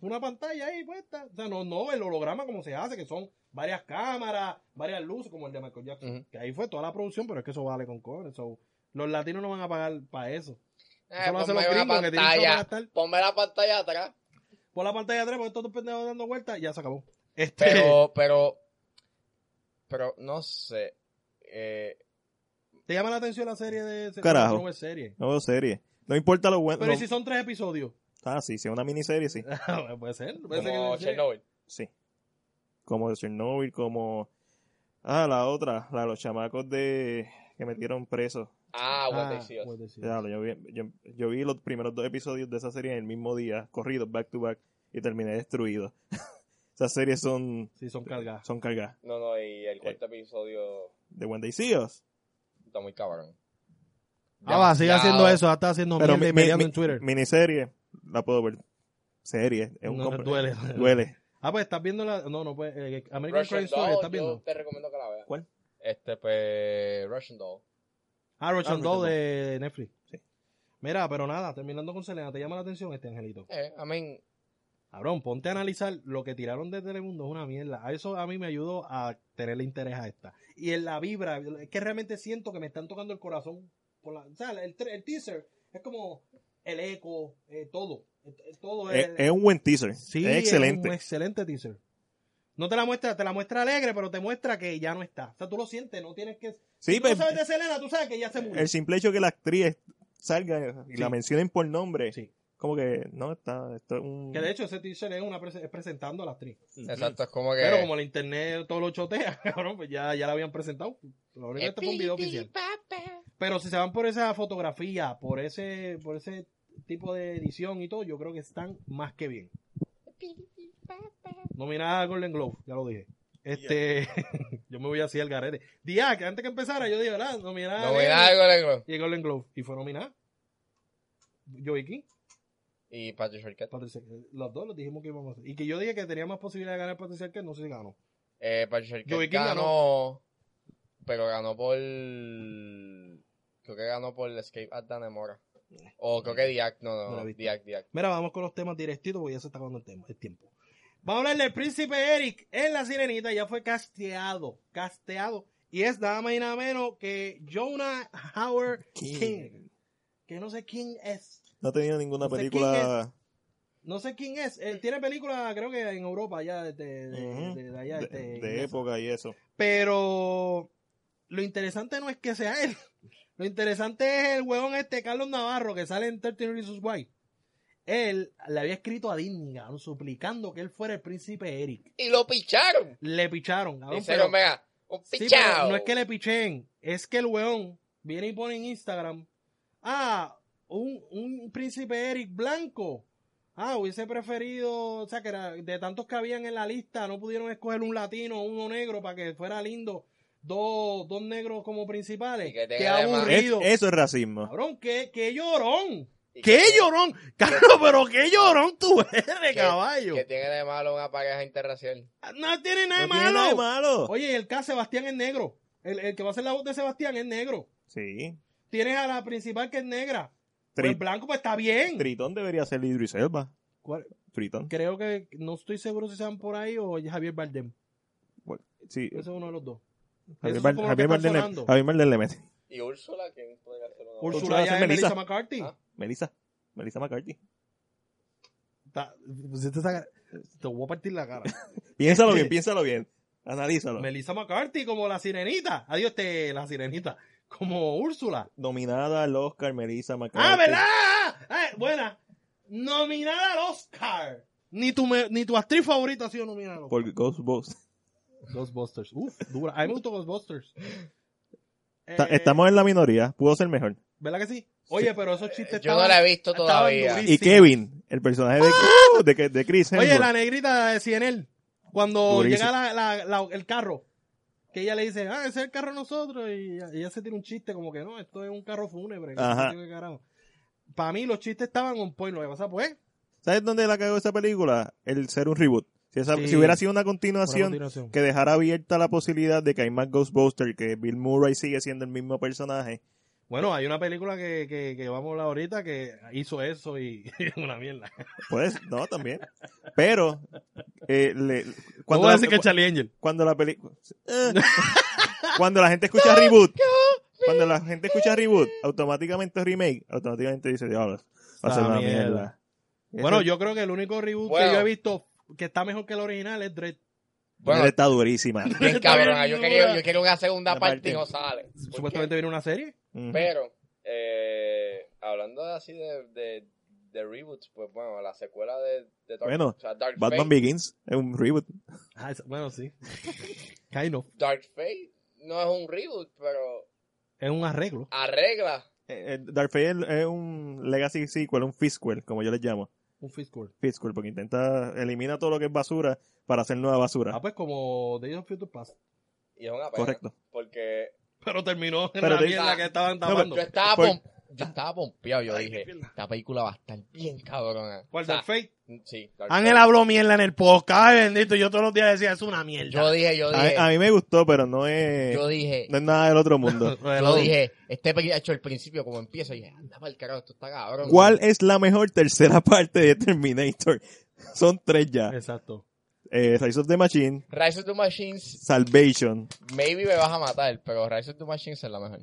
Speaker 1: Una pantalla ahí puesta. O sea, no, no, el holograma como se hace, que son varias cámaras, varias luces, como el de Michael Jackson.
Speaker 2: Ujú. Eh,
Speaker 1: Que ahí fue toda la producción, pero es que eso vale con cobre. So, los latinos no van a pagar para eso.
Speaker 2: Eh,
Speaker 1: Eso lo hacen los
Speaker 2: ponme
Speaker 1: gringos
Speaker 2: una
Speaker 1: que tienen que
Speaker 2: pantalla,
Speaker 1: gastar.
Speaker 2: ponme la pantalla atrás.
Speaker 1: Por la pantalla 3, porque todos los pendejos dando vueltas, ya se acabó. Este,
Speaker 2: Pero, pero, pero, no sé. Eh,
Speaker 1: ¿Te llama la atención la serie de
Speaker 3: Carajo.
Speaker 1: No es serie.
Speaker 3: No veo serie. No importa lo bueno.
Speaker 1: Pero ¿y
Speaker 3: lo-
Speaker 1: si son tres episodios.
Speaker 3: Ah, sí, si es una miniserie, sí.
Speaker 1: puede ser. Puede ser que
Speaker 2: como
Speaker 1: sea serie.
Speaker 2: Chernobyl.
Speaker 3: Sí. Como de Chernobyl, como. Ah, la otra, la de los chamacos de. que metieron presos.
Speaker 2: Ah, What They See Us.
Speaker 1: Ah, What They See Us.
Speaker 3: Diablo, yo, vi, yo, yo vi los primeros dos episodios de esa serie en el mismo día, corridos back to back, y terminé destruido. Esas series son,
Speaker 1: Sí, son cargadas.
Speaker 3: son cargadas.
Speaker 2: No, no, y
Speaker 1: Eh.
Speaker 2: el cuarto episodio
Speaker 3: De When They See Us.
Speaker 2: está muy cabrón.
Speaker 1: Ah, va, sigue
Speaker 2: Demasiado.
Speaker 1: haciendo eso. Está haciendo
Speaker 3: Pero
Speaker 1: mierda y
Speaker 3: mi-
Speaker 1: peleando
Speaker 3: mi-
Speaker 1: en Twitter.
Speaker 3: Miniserie, la puedo ver. Serie, es un
Speaker 1: No,
Speaker 3: compre-
Speaker 1: duele.
Speaker 3: Duele.
Speaker 1: Ah, pues estás viendo la. No, no, pues. eh, American Crime
Speaker 2: Russian
Speaker 1: Story,
Speaker 2: Doll,
Speaker 1: estás
Speaker 2: yo
Speaker 1: viendo.
Speaker 2: te recomiendo que la veas.
Speaker 3: ¿Cuál?
Speaker 2: Este, pues, Russian Doll.
Speaker 1: Ah, Russian
Speaker 3: Ah,
Speaker 1: Doll
Speaker 3: Russian
Speaker 1: de Netflix.
Speaker 3: Sí.
Speaker 1: Mira, pero nada, terminando con Selena, ¿te llama la atención este angelito?
Speaker 2: Eh, I mean,
Speaker 1: Cabrón, ponte a analizar lo que tiraron de Telemundo es una mierda. A Eso a mí me ayudó a tenerle interés a esta. Y en la vibra, es que realmente siento que me están tocando el corazón. Por la, o sea, el, tre- el teaser es como el eco, eh, todo. Eh, eh, todo
Speaker 3: Es,
Speaker 1: el-
Speaker 3: es un buen teaser.
Speaker 1: Sí,
Speaker 3: es excelente.
Speaker 1: un excelente teaser. No te la muestra, te la muestra alegre, pero te muestra que ya no está. O sea, tú lo sientes, no tienes que.
Speaker 3: Sí,
Speaker 1: Si tú no
Speaker 3: pero-
Speaker 1: sabes de Selena, tú sabes que ya se murió.
Speaker 3: el simple hecho que la actriz salga y la
Speaker 1: Sí.
Speaker 3: mencionen por nombre,
Speaker 1: Sí.
Speaker 3: como que no está, esto es un
Speaker 1: Que de hecho ese teaser es, una prese- es presentando a la actriz.
Speaker 2: exacto, es como que...
Speaker 1: Pero como el internet todo lo chotea, cabrón, pues ya, ya la habían presentado. Lo único que este fue un video oficial. Pero si se van por esa fotografía, por ese, por ese tipo de edición y todo, yo creo que están más que bien. Nominada a Golden Globe, ya lo dije. Este, yo me voy así al garete. Día, que antes que empezara, yo dije, ¿verdad? Nominada. a
Speaker 2: No ve nada de Golden Globe.
Speaker 1: Y Golden Globe. Y fue nominada. Joey King,
Speaker 2: Y Patrick Arquette.
Speaker 1: Patricia, los dos los dijimos que íbamos a hacer. Y que yo dije que tenía más posibilidad de ganar Patricia Arquette, no sé si ganó.
Speaker 2: Eh, Patrick Arquette
Speaker 1: Joey King
Speaker 2: ganó,
Speaker 1: ganó.
Speaker 2: pero ganó por... Creo que ganó por Escape at Danemora. O creo que Diac, no,
Speaker 1: No
Speaker 2: no,
Speaker 1: la he
Speaker 2: no
Speaker 1: visto.
Speaker 2: Diac, Diac.
Speaker 1: Mira, vamos con los temas directitos porque ya se está acabando el, tema, el tiempo. Vamos a hablar del príncipe Eric en La Sirenita. Ya fue casteado, casteado. Y es nada más y nada menos que Jonah Howard King. Que no sé quién es.
Speaker 3: No ha tenido ninguna
Speaker 1: No sé
Speaker 3: película.
Speaker 1: No sé quién es. Él tiene películas, creo que en Europa, ya de, de-
Speaker 3: Ujú.
Speaker 1: de- de allá.
Speaker 3: de,
Speaker 1: este,
Speaker 3: de
Speaker 1: inglesa.
Speaker 3: época y eso.
Speaker 1: Pero lo interesante no es que sea él. Lo interesante es el huevón este, Carlos Navarro, que sale en 13 Reasons Why. Él le había escrito a Disney, cabrón, suplicando que él fuera el príncipe Eric.
Speaker 2: Y lo picharon.
Speaker 1: Le picharon, cabrón.
Speaker 2: Dice
Speaker 1: Ah, pero-
Speaker 2: Omega, un
Speaker 1: Sí,
Speaker 2: pichao.
Speaker 1: pero no es que le pichen, es que el weón viene y pone en Instagram, ah, un, un príncipe Eric blanco. Ah, hubiese preferido, o sea, que era- de tantos que habían en la lista, no pudieron escoger un latino o uno negro para que fuera lindo, dos, dos negros como principales.
Speaker 2: Y que tenga
Speaker 1: Qué
Speaker 2: además-
Speaker 3: Es-
Speaker 1: aburrido.
Speaker 3: eso es racismo.
Speaker 1: Cabrón, qué, qué llorón.
Speaker 2: Y
Speaker 1: Qué
Speaker 2: que-
Speaker 1: llorón. Carlos, pero qué llorón tú eres,
Speaker 2: que-
Speaker 1: caballo.
Speaker 2: Que tiene de malo una pareja interracial.
Speaker 1: No tiene nada de
Speaker 3: No tiene nada de
Speaker 1: malo.
Speaker 3: malo.
Speaker 1: Oye, el K Sebastián es negro. El, el que va a ser la voz de Sebastián es negro.
Speaker 3: Sí.
Speaker 1: Tienes a la principal que es negra.
Speaker 3: Tri-
Speaker 1: Pues blanco, pues está bien.
Speaker 3: Tritón debería ser Idris Elba.
Speaker 1: ¿Cuál?
Speaker 3: Tritón.
Speaker 1: Creo que no estoy seguro si sean por ahí o Javier Bardem.
Speaker 3: Sí.
Speaker 1: Ese es uno de los dos.
Speaker 3: Javier
Speaker 1: esos
Speaker 3: Bard-
Speaker 1: son los que
Speaker 3: Javier
Speaker 1: están
Speaker 3: Bardem le-
Speaker 1: sonando.
Speaker 3: Javier Bardem le mete.
Speaker 2: ¿Y Úrsula? ¿Quién podría hacer una
Speaker 3: Úrsula
Speaker 1: Ursula
Speaker 3: es
Speaker 1: ya es
Speaker 3: Melissa.
Speaker 1: Melissa McCarthy.
Speaker 2: Ah.
Speaker 3: Melissa. Melissa McCarthy.
Speaker 1: Ta- pues este saca- te voy a partir la cara.
Speaker 3: Piénsalo bien, piénsalo bien. Analízalo.
Speaker 1: Melissa McCarthy como la sirenita. Adiós, te, la sirenita. Como Úrsula.
Speaker 3: Nominada al Oscar Melissa McCarthy.
Speaker 1: ¡Ah, verdad! Ah, ah, buena. Nominada al Oscar. Ni tu, me- ni tu actriz favorita ha sido nominada al Oscar.
Speaker 3: Por
Speaker 1: Eh,
Speaker 3: Ghostbusters.
Speaker 1: Ghostbusters. Uf, dura. A mí me gustó Ghostbusters.
Speaker 3: Está-
Speaker 1: Eh,
Speaker 3: Estamos en la minoría. Pudo ser mejor.
Speaker 1: ¿Verdad que sí? Oye, pero esos chistes
Speaker 2: Yo no la he visto
Speaker 1: estaban
Speaker 2: todavía.
Speaker 1: durísimos. Sí.
Speaker 3: Y
Speaker 1: ¡Ah!
Speaker 3: Kevin, el personaje de, de, que- de Chris
Speaker 1: Oye,
Speaker 3: Hemsworth.
Speaker 1: la negrita de Cienel, cuando
Speaker 3: Durísimo.
Speaker 1: llega la- la- la- el carro, que ella le dice, ah, ese es el carro de nosotros, y ella, ella se tira un chiste como que no, esto es un carro fúnebre.
Speaker 3: Ajá.
Speaker 1: Para mí los chistes estaban on point, lo que pasa pues,
Speaker 3: ¿Sabes dónde la cagó esa película? El ser un reboot. Si, esa-
Speaker 1: Sí.
Speaker 3: si hubiera sido una
Speaker 1: una
Speaker 3: continuación,
Speaker 1: continuación.
Speaker 3: que dejara abierta la posibilidad de que hay más Ghostbusters, que Bill Murray sigue siendo el mismo personaje.
Speaker 1: Bueno, hay una película que, que- que vamos a hablar ahorita que hizo eso y una mierda.
Speaker 3: Pues, no, también. Pero, eh, le-
Speaker 1: No
Speaker 3: cuando,
Speaker 1: voy a
Speaker 3: la,
Speaker 1: decir que es Charlie Angel.
Speaker 3: cuando la película... cuando la gente escucha reboot, cuando la gente escucha reboot, automáticamente remake, automáticamente dice, diablo, va a ser
Speaker 1: Esa
Speaker 3: una
Speaker 1: mierda".
Speaker 3: mierda.
Speaker 1: Bueno,
Speaker 3: Ese-
Speaker 1: yo creo que el único reboot
Speaker 2: Bueno.
Speaker 1: que yo he visto que está mejor que el original es Dread.
Speaker 2: Bueno,
Speaker 3: está durísima.
Speaker 2: bien
Speaker 1: está bien
Speaker 2: cabrona. Yo
Speaker 1: dura.
Speaker 2: quiero, yo quiero una segunda
Speaker 3: La
Speaker 2: parte.
Speaker 3: parte.
Speaker 2: y no sale. ¿Por qué?
Speaker 1: Supuestamente viene una serie.
Speaker 3: Ujú.
Speaker 2: Pero, eh, hablando así de, de, de reboots, pues bueno, la secuela de, de Dark,
Speaker 3: Bueno,
Speaker 2: o sea, Dark
Speaker 3: Batman
Speaker 2: Fate.
Speaker 3: Begins es un reboot.
Speaker 1: Ah, esa- bueno, sí. kind of.
Speaker 2: Dark Fate no es un reboot, pero
Speaker 1: Es un arreglo.
Speaker 2: arregla.
Speaker 3: Eh, eh, Dark Fate es- es un legacy sequel, un fisquel, como yo les llamo.
Speaker 1: Un fiscal.
Speaker 3: Fisquel, porque intenta, elimina todo lo que es basura para hacer nueva basura.
Speaker 1: Ah, pues como Days of Future Past.
Speaker 2: Y es una pena.
Speaker 3: Correcto.
Speaker 2: Porque
Speaker 1: Pero terminó en
Speaker 3: Pero
Speaker 1: la
Speaker 3: te-
Speaker 1: mierda que estaban
Speaker 3: No,
Speaker 1: tapando.
Speaker 2: yo estaba,
Speaker 3: Por-
Speaker 2: pom- yo estaba pompeado. Yo
Speaker 1: Ay,
Speaker 2: dije,
Speaker 1: qué mierda.
Speaker 2: esta película va a estar bien cabrona.
Speaker 1: ¿Cuál
Speaker 2: O sea,
Speaker 1: Dark Fate?
Speaker 2: Sí, Dark
Speaker 1: Ángel
Speaker 2: Fate.
Speaker 1: habló mierda en el podcast, ay, bendito. Yo todos los días decía, es una
Speaker 2: Yo
Speaker 1: mierda.
Speaker 2: dije, yo dije,
Speaker 3: A, a mí me gustó, pero no es,
Speaker 2: yo dije,
Speaker 3: no es nada del otro mundo.
Speaker 2: yo dije, este película hecho el principio como empieza. Y dije, anda mal carajo, esto está cabrón.
Speaker 3: ¿Cuál es la mejor tercera parte de Terminator? Son tres ya.
Speaker 1: Exacto.
Speaker 3: Eh, Rise of the Machine,
Speaker 2: Rise of the Machines,
Speaker 3: Salvation.
Speaker 2: maybe me vas a matar, pero Rise of the Machines es la mejor.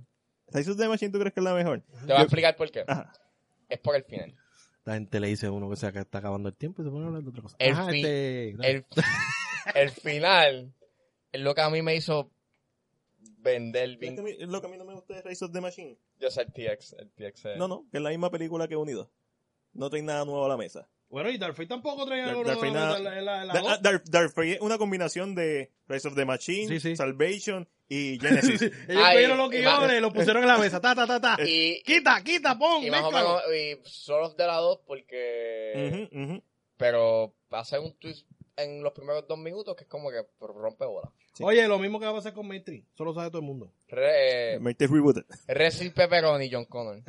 Speaker 3: ¿Rise of the Machine tú crees que es la mejor?
Speaker 2: Te voy a explicar por qué.
Speaker 3: Ajá.
Speaker 2: Es por el final.
Speaker 1: La gente le dice a uno que se está acabando el tiempo y se pone a hablar de otra cosa.
Speaker 2: El
Speaker 1: Ajá,
Speaker 2: fin-
Speaker 1: este, dale.
Speaker 2: El, el final es lo que a mí me hizo vender
Speaker 3: Lo que a
Speaker 2: bien.
Speaker 3: mí- Lo que a mí no me gusta es Rise of the Machine.
Speaker 2: Yo sé el TX. El TX es-
Speaker 3: No, no, que es la misma película que Unidos. No trae nada nuevo a la mesa.
Speaker 1: Bueno, y Dark Fate tampoco traía
Speaker 3: Dark-
Speaker 1: algo
Speaker 3: Dark
Speaker 1: nuevo en
Speaker 3: Fate
Speaker 1: la,
Speaker 3: nada-
Speaker 1: en la- en la
Speaker 3: Da-
Speaker 1: dos.
Speaker 3: ah, Dark, Dark Fate es una combinación de Rise of the Machine,
Speaker 1: Sí, sí.
Speaker 3: Salvation y
Speaker 1: Sí,
Speaker 3: Genesis.
Speaker 1: sí. Ellos
Speaker 2: Ay,
Speaker 1: cogieron los
Speaker 2: y
Speaker 1: guiones, los pusieron en la mesa. Ta, ta, ta, ta.
Speaker 2: Y,
Speaker 1: Quita, quita, pon,
Speaker 2: y más o
Speaker 1: mézclalo.
Speaker 2: menos, y solo de la dos porque...
Speaker 3: Ujú, ujú.
Speaker 2: Pero hace un twist en los primeros dos minutos que es como que rompe bola.
Speaker 3: Sí.
Speaker 1: Oye, lo mismo que va a pasar con Matrix. Solo sabe todo el mundo.
Speaker 2: Re, eh,
Speaker 3: Marte Rebooted.
Speaker 2: Resil Pepperoni, John Connor.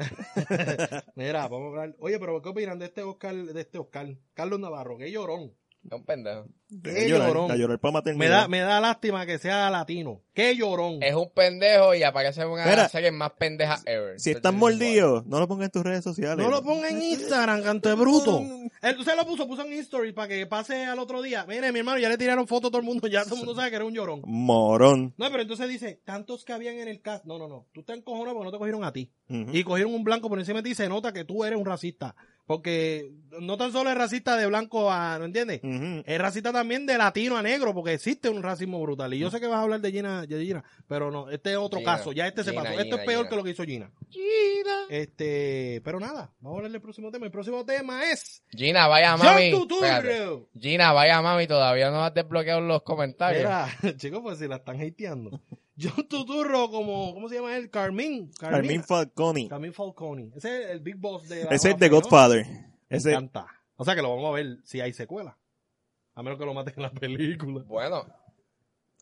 Speaker 1: Mira, vamos a hablar. Oye, pero ¿qué opinan de este Oscar, de este Oscar? Carlos Navarro, qué llorón.
Speaker 2: Es un pendejo.
Speaker 1: Qué
Speaker 3: llorar,
Speaker 1: llorón.
Speaker 3: a llorar para
Speaker 1: Me
Speaker 3: maternidad.
Speaker 1: da, me da lástima que sea latino. Qué llorón.
Speaker 2: Es un pendejo y aparece en una de
Speaker 3: Mira,
Speaker 2: las series más pendejas ever.
Speaker 3: Si
Speaker 2: Entonces,
Speaker 3: estás
Speaker 2: yo soy
Speaker 3: mordido, no lo pongas en tus redes sociales.
Speaker 1: No lo ponga en Instagram, canto de bruto. Él se lo puso, puso en history para que pase al otro día. Mire, mi hermano, ya le tiraron foto a todo el mundo, ya todo el mundo sabe que era un llorón.
Speaker 3: Morón.
Speaker 1: No, pero entonces dice, tantos que habían en el cast. No, no, no. Tú estás encojonado porque no te cogieron a ti.
Speaker 3: Ujú.
Speaker 1: Y cogieron un blanco por encima de ti y se nota que tú eres un racista. Porque no tan solo es racista de blanco a, ¿no entiendes?
Speaker 3: Ujú.
Speaker 1: Es racista también de latino a negro, porque existe un racismo brutal. Y yo sé que vas a hablar de Gina, de Gina, pero no, este es otro
Speaker 2: Gina,
Speaker 1: caso. Ya este se
Speaker 2: Gina,
Speaker 1: pasó. Esto
Speaker 2: Gina,
Speaker 1: es peor
Speaker 2: Gina.
Speaker 1: que lo que hizo Gina.
Speaker 2: Gina.
Speaker 1: Este, pero nada, vamos a hablar del próximo tema. El próximo tema es
Speaker 2: Gina, vaya mami.
Speaker 1: John
Speaker 2: Espérate.
Speaker 1: Tuturro.
Speaker 2: Gina, vaya mami, todavía no has desbloqueado los comentarios.
Speaker 1: Mira, chicos, pues si la están hateando. John Tuturro, como, ¿cómo se llama él? Carmín.
Speaker 3: Carmín Falconi.
Speaker 1: Carmín Falconi. Ese es el big boss de la
Speaker 3: Ese es
Speaker 1: mafia,
Speaker 3: The
Speaker 1: ¿no?
Speaker 3: Godfather.
Speaker 1: Me
Speaker 3: Ese,
Speaker 1: encanta. O sea que lo vamos a ver si hay secuela. A menos que lo maten en la película.
Speaker 2: Bueno,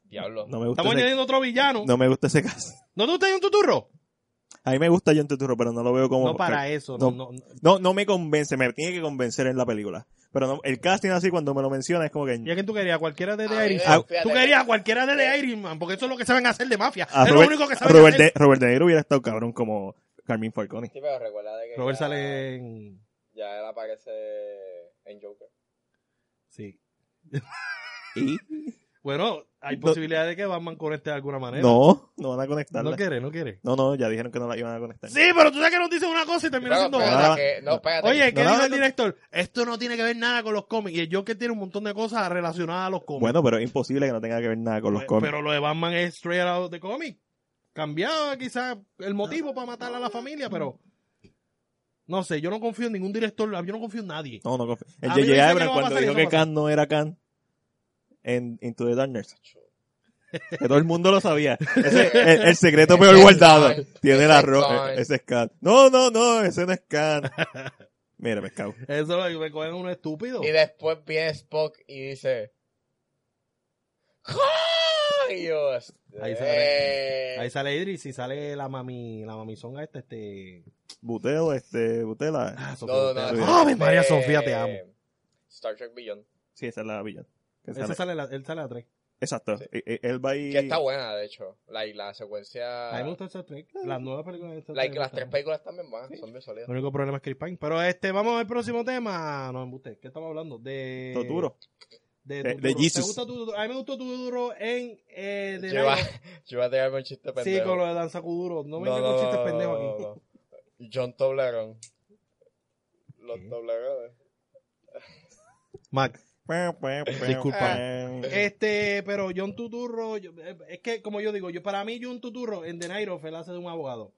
Speaker 2: diablo.
Speaker 3: No me gusta,
Speaker 1: Estamos
Speaker 3: ese,
Speaker 1: añadiendo otro villano. ¿No,
Speaker 3: no me gusta ese caso.
Speaker 1: te gusta un tuturro?
Speaker 3: A mí me gusta John Turturro, pero no lo veo como...
Speaker 1: No para eso. No, no,
Speaker 3: no.
Speaker 1: no.
Speaker 3: No, no me convence, me tiene que convencer en la película. Pero no- el casting así cuando me lo menciona es como que...
Speaker 1: ¿Y a quién tú querías? ¿Cualquiera de
Speaker 2: A
Speaker 1: The Iron
Speaker 2: ver,
Speaker 1: Man?
Speaker 2: fíjate.
Speaker 1: Tú querías a cualquiera de The Iron Man, porque eso es lo que saben hacer de mafia.
Speaker 3: a
Speaker 1: es
Speaker 3: Robert,
Speaker 1: lo único que
Speaker 3: a
Speaker 1: saben
Speaker 3: Robert,
Speaker 1: hacer.
Speaker 3: de, Robert De Niro hubiera estado cabrón como Carmín Falcone.
Speaker 2: Sí, pero recuerda de que
Speaker 1: Robert
Speaker 2: ya,
Speaker 1: sale en...
Speaker 2: ya él aparece en Joker.
Speaker 1: Sí.
Speaker 3: ¿Y?
Speaker 1: Bueno, hay
Speaker 3: No.
Speaker 1: posibilidad de que Batman conecte de alguna manera.
Speaker 3: No, no van a
Speaker 1: No
Speaker 3: conectarla.
Speaker 1: quiere, no quiere.
Speaker 3: No, no, ya dijeron que no la iban a conectar.
Speaker 1: Sí, pero tú sabes que nos dicen una cosa y termina
Speaker 2: Pero,
Speaker 1: siendo
Speaker 2: espérate
Speaker 1: otra.
Speaker 3: ahora-
Speaker 2: que- no, espérate.
Speaker 1: Oye, ¿qué
Speaker 3: No, no,
Speaker 1: dijo el
Speaker 3: no.
Speaker 1: director? Esto no tiene que ver nada con los cómics. Y el Joker tiene un montón de cosas relacionadas a los cómics.
Speaker 3: Bueno, pero es imposible que no tenga que ver nada con los
Speaker 1: Pe-
Speaker 3: cómics.
Speaker 1: Pero lo de Batman es straight out de cómic. Cambiaba quizás el motivo para matar a la familia, pero no sé, yo no confío en ningún director, yo no confío en nadie.
Speaker 3: No, no confío. El
Speaker 1: A mí me
Speaker 3: J.J.
Speaker 1: dicen que
Speaker 3: Abrams
Speaker 1: no va a
Speaker 3: cuando
Speaker 1: pasar y
Speaker 3: dijo
Speaker 1: no
Speaker 3: que
Speaker 1: pasa.
Speaker 3: Khan no era Khan en Into the Darkness. Que todo el mundo lo sabía. Ese- el, el secreto
Speaker 2: Ese
Speaker 3: peor
Speaker 2: es
Speaker 3: guardado.
Speaker 2: Khan.
Speaker 3: Tiene
Speaker 2: Ese
Speaker 3: la
Speaker 2: es
Speaker 3: ropa.
Speaker 2: Khan.
Speaker 3: Ese es Khan. No, no, no, ese no es Khan. Mira, pescado.
Speaker 1: Eso lo me cogen uno estúpido.
Speaker 2: Y después viene Spock y dice. Dios. eh,
Speaker 1: Ahí sale- Ahí sale Idris y sale la mami, la mamizonga esta, este.
Speaker 3: Buteo, este, Butela.
Speaker 1: Ah, Sofía, te
Speaker 2: No, no, no. eh,
Speaker 1: amo.
Speaker 3: sí.
Speaker 2: este-
Speaker 1: ¡Ave María Sofía, te amo.
Speaker 2: Star Trek Beyond.
Speaker 3: Sí, esa es la villana. Que
Speaker 1: Esa
Speaker 3: sale-
Speaker 1: sale la- él sale a tres.
Speaker 3: Exacto.
Speaker 2: Sí.
Speaker 3: E- e- Él va y...
Speaker 2: Que está buena, de hecho. Like, la
Speaker 1: A mí me
Speaker 2: secuencia.
Speaker 1: gusta Star Trek. Las nuevas películas de Star
Speaker 2: Ah. Like,
Speaker 1: Trek me
Speaker 2: las
Speaker 1: gustan.
Speaker 2: tres películas también van, son bien
Speaker 1: El
Speaker 2: sólidas.
Speaker 1: único problema es Chris Pine. Pero este, vamos al próximo tema. No, embuste. ¿Qué estamos hablando? De.
Speaker 3: Toturo.
Speaker 1: De,
Speaker 3: De-
Speaker 1: Tuturo.
Speaker 3: de Jesus.
Speaker 1: ¿Te gusta Tuturo? A mí me gustó Tuturo en. Eh, de
Speaker 2: Yo iba, yo iba a tirarme un
Speaker 1: Sí,
Speaker 2: chiste este pendejo.
Speaker 1: con lo de Danza Kuduro. No me
Speaker 2: No,
Speaker 1: vengas
Speaker 2: no,
Speaker 1: con chistes
Speaker 2: no, no,
Speaker 1: pendejos
Speaker 2: no,
Speaker 1: aquí.
Speaker 2: no, no. John Toblerón. Los
Speaker 1: ¿Qué?
Speaker 2: Toblerones.
Speaker 1: Mac. Disculpa.
Speaker 3: Eh,
Speaker 1: Este, pero John Tuturro, yo- eh, es que como yo digo, yo para mí John Tuturro en The Night Of, él hace de un abogado.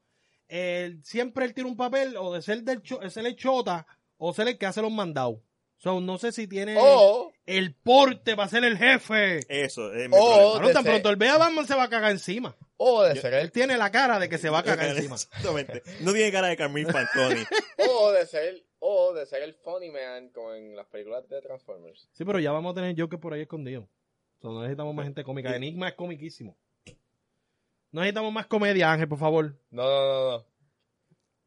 Speaker 1: Él- siempre él tiene un papel o de ser del cho- es el chota o ser el que hace los mandados. So, no sé si tiene
Speaker 2: O,
Speaker 1: el porte para ser el jefe.
Speaker 3: Eso, es mi
Speaker 2: o,
Speaker 1: Claro,
Speaker 2: Oh, de
Speaker 1: tan
Speaker 2: ser-
Speaker 1: pronto él vea a Batman se va a cagar encima.
Speaker 2: o de ser
Speaker 1: Él
Speaker 2: el
Speaker 1: tiene la cara de que se va a cagar oh,
Speaker 3: problema.
Speaker 1: encima.
Speaker 3: Eh, Exactamente. No tiene cara de Carmín Falcone.
Speaker 2: o de ser el o de ser el funny man como en las películas de Transformers.
Speaker 1: Sí, pero ya vamos a tener Joker por ahí escondido. So, no necesitamos más gente cómica. Enigma es comiquísimo. No necesitamos más comedia, Ángel, por favor.
Speaker 2: No, no, no, no.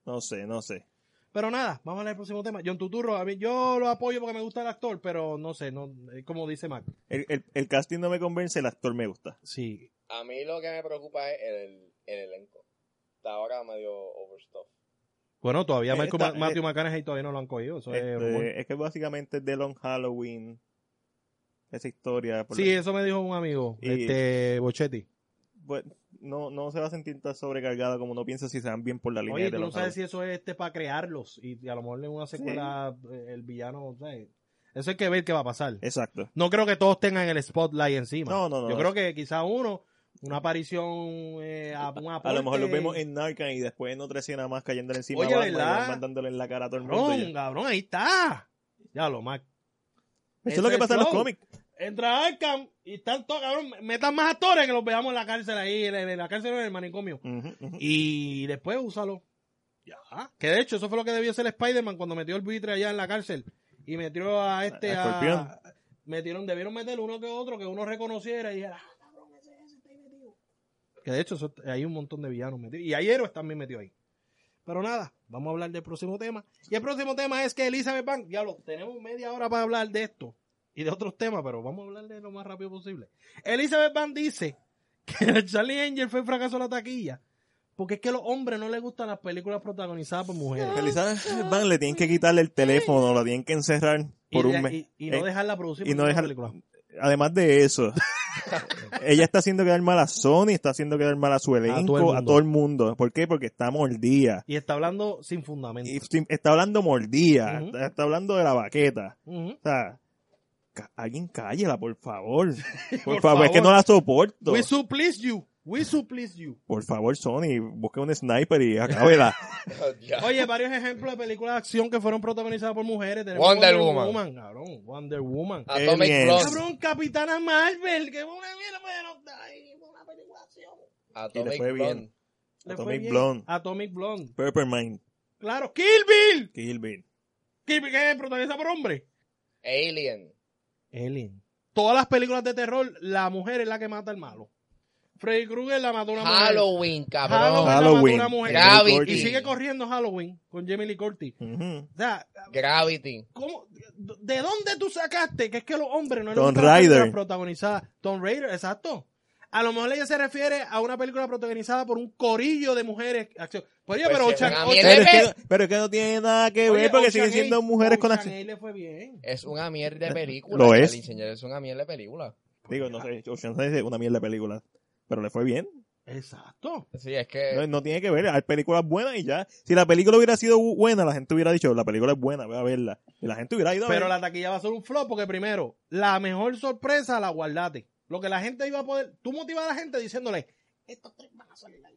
Speaker 3: No sé, no sé.
Speaker 1: Pero nada, vamos a hablar del próximo tema. John Tuturro, a mí, yo lo apoyo porque me gusta el actor, pero no sé, no, es como dice Mac.
Speaker 3: El, el- el casting no me convence, el actor me gusta.
Speaker 1: Sí.
Speaker 2: A mí lo que me preocupa es el, el elenco. Hasta ahora medio overstuff.
Speaker 1: Bueno, todavía Marco
Speaker 3: Esta-
Speaker 1: Ma- Matthew McConaughey todavía no lo han cogido. Eso es
Speaker 3: Este,
Speaker 1: rumor.
Speaker 3: es que básicamente es de Long Halloween. Esa historia. por
Speaker 1: Sí,
Speaker 3: la-
Speaker 1: eso me dijo un amigo,
Speaker 3: Y-
Speaker 1: este Bochetti.
Speaker 3: pues, no, no se va a sentir tan sobrecargada como no piensa si se van bien por la línea
Speaker 1: Oye,
Speaker 3: de
Speaker 1: tú no
Speaker 3: Long
Speaker 1: sabes
Speaker 3: Halloween.
Speaker 1: si eso es este para crearlos y, y a lo mejor en una secuela eh, el villano, ¿sabes? Eso hay que ver qué va a pasar.
Speaker 3: Exacto.
Speaker 1: No creo que todos tengan el spotlight encima.
Speaker 3: No, no, no,
Speaker 1: Yo
Speaker 3: no.
Speaker 1: creo que quizá uno, una aparición, eh, a, un
Speaker 3: A lo mejor los
Speaker 1: aporte.
Speaker 3: vemos en Narcan y después en otra escena más cayéndole encima
Speaker 1: Oye,
Speaker 3: a Batman y
Speaker 1: ¿verdad?
Speaker 3: van mandándole en la cara a todo el mundo.
Speaker 1: Cabrón, cabrón, ahí está. Ya lo más.
Speaker 3: Eso es lo
Speaker 1: ese
Speaker 3: que pasa en los
Speaker 1: flow.
Speaker 3: cómics.
Speaker 1: Entra Arkham y están todos, cabrón, metan más actores que los veamos en la cárcel ahí, en, en la cárcel o en el manicomio.
Speaker 3: Ujú, ujú.
Speaker 1: Y después úsalo. Ya. Que de hecho, eso fue lo que debió hacer Spider-Man cuando metió el buitre allá en la cárcel. Y metió a este.
Speaker 3: A-
Speaker 1: A,
Speaker 3: a Escorpión.
Speaker 1: metieron, debieron meter uno que otro que uno reconociera y dijera, ah, cabrón, ese, ese está ahí metido. Que de hecho, eso- hay un montón de villanos metidos. Y hay héroes también metidos ahí. Pero nada, vamos a hablar del próximo tema. Y el próximo tema es que Elizabeth Bank, diablo, tenemos media hora para hablar de esto y de otros temas, pero vamos a hablar de lo más rápido posible. Elizabeth Bank dice que Charlie Angel fue un fracaso en la taquilla porque es que a los hombres no les gustan las películas protagonizadas por mujeres.
Speaker 3: Elizabeth Bann le tienen que quitarle el teléfono, la tienen que encerrar por
Speaker 1: y,
Speaker 3: un mes.
Speaker 1: y- y no
Speaker 3: Eh,
Speaker 1: dejarla producir
Speaker 3: y no
Speaker 1: por
Speaker 3: dejar-
Speaker 1: película.
Speaker 3: Además de eso, ella está haciendo quedar mal a Sony, está haciendo quedar mal a su
Speaker 1: A todo el
Speaker 3: elenco,
Speaker 1: mundo.
Speaker 3: a todo el mundo. ¿Por qué? Porque está mordida.
Speaker 1: Y está hablando sin fundamento.
Speaker 3: Y sim- está hablando mordida,
Speaker 1: Ujú.
Speaker 3: está, está hablando de la baqueta.
Speaker 1: Ujú.
Speaker 3: O sea, ca- alguien cállala, por favor. Por,
Speaker 1: Por
Speaker 3: favor, es que
Speaker 1: favor. Pues
Speaker 3: no la soporto.
Speaker 1: We supplies you. We supplies you.
Speaker 3: Por favor, Sony, busque un sniper y acábela.
Speaker 2: Oh, ya.
Speaker 1: Oye, varios ejemplos de películas de acción que fueron protagonizadas por mujeres. Tenemos
Speaker 2: Wonder Woman.
Speaker 1: cabrón. Wonder Woman.
Speaker 2: Atomic
Speaker 3: Alien.
Speaker 2: Blonde.
Speaker 1: Cabrón, Capitana Marvel. Que es una mierda, pero. Ay, una película de acción.
Speaker 2: Atomic
Speaker 3: fue bien.
Speaker 2: Blonde.
Speaker 1: Le fue
Speaker 3: Atomic
Speaker 1: bien.
Speaker 3: Blonde.
Speaker 1: Atomic Blonde.
Speaker 3: Peppermint,
Speaker 1: Claro, Kill Bill.
Speaker 3: Kill Bill.
Speaker 1: ¿Qué, qué es? ¿Protagoniza por hombre?
Speaker 2: Alien.
Speaker 1: Alien. Todas las películas de terror, la mujer es la que mata al malo. Freddy Krueger la mató una mujer. Halloween
Speaker 2: Halloween, cabrón.
Speaker 1: la
Speaker 3: Halloween.
Speaker 1: mató una mujer.
Speaker 2: Gravity.
Speaker 1: Y sigue corriendo Halloween con Jamie Lee Curtis.
Speaker 3: Ujú.
Speaker 1: O sea,
Speaker 2: Ah. Gravity.
Speaker 1: ¿cómo- ¿de dónde tú sacaste que es que los hombres no les
Speaker 3: Tomb
Speaker 1: gustan las películas
Speaker 3: Raider.
Speaker 1: protagonizadas? Tomb Raider, exacto. A lo mejor ella se refiere a una película protagonizada por un corillo de mujeres. Acción. Pues, oye,
Speaker 2: Pues
Speaker 1: pero
Speaker 2: sí,
Speaker 1: Ocean-
Speaker 2: una
Speaker 1: Ocean-
Speaker 2: mierda
Speaker 3: Pero, es
Speaker 2: Bebé.
Speaker 3: que, pero es que no tiene nada que ver
Speaker 1: oye,
Speaker 3: porque
Speaker 1: Ocean
Speaker 3: siguen siendo
Speaker 1: Eight-
Speaker 3: mujeres con
Speaker 1: Ocean
Speaker 3: acción.
Speaker 1: Eight le fue bien.
Speaker 2: Es una mierda de película.
Speaker 3: Eh, Lo es.
Speaker 2: Charlie, señores, es una mierda de película.
Speaker 3: Digo, no sé, Ocean's Eight es una mierda de película. Pero le fue bien.
Speaker 1: Exacto.
Speaker 2: Sí, es
Speaker 1: Eh.
Speaker 2: que.
Speaker 3: No, no tiene que ver, hay películas buenas y ya. Si la película hubiera sido bu- buena, la gente hubiera dicho, la película es buena, voy a verla. Y la gente hubiera ido a
Speaker 1: Pero
Speaker 3: verla.
Speaker 1: la taquilla va a ser un flop porque primero, la mejor sorpresa la guardaste. Lo que la gente iba a poder, tú motivas a la gente diciéndole, estos tres van a salir ahí.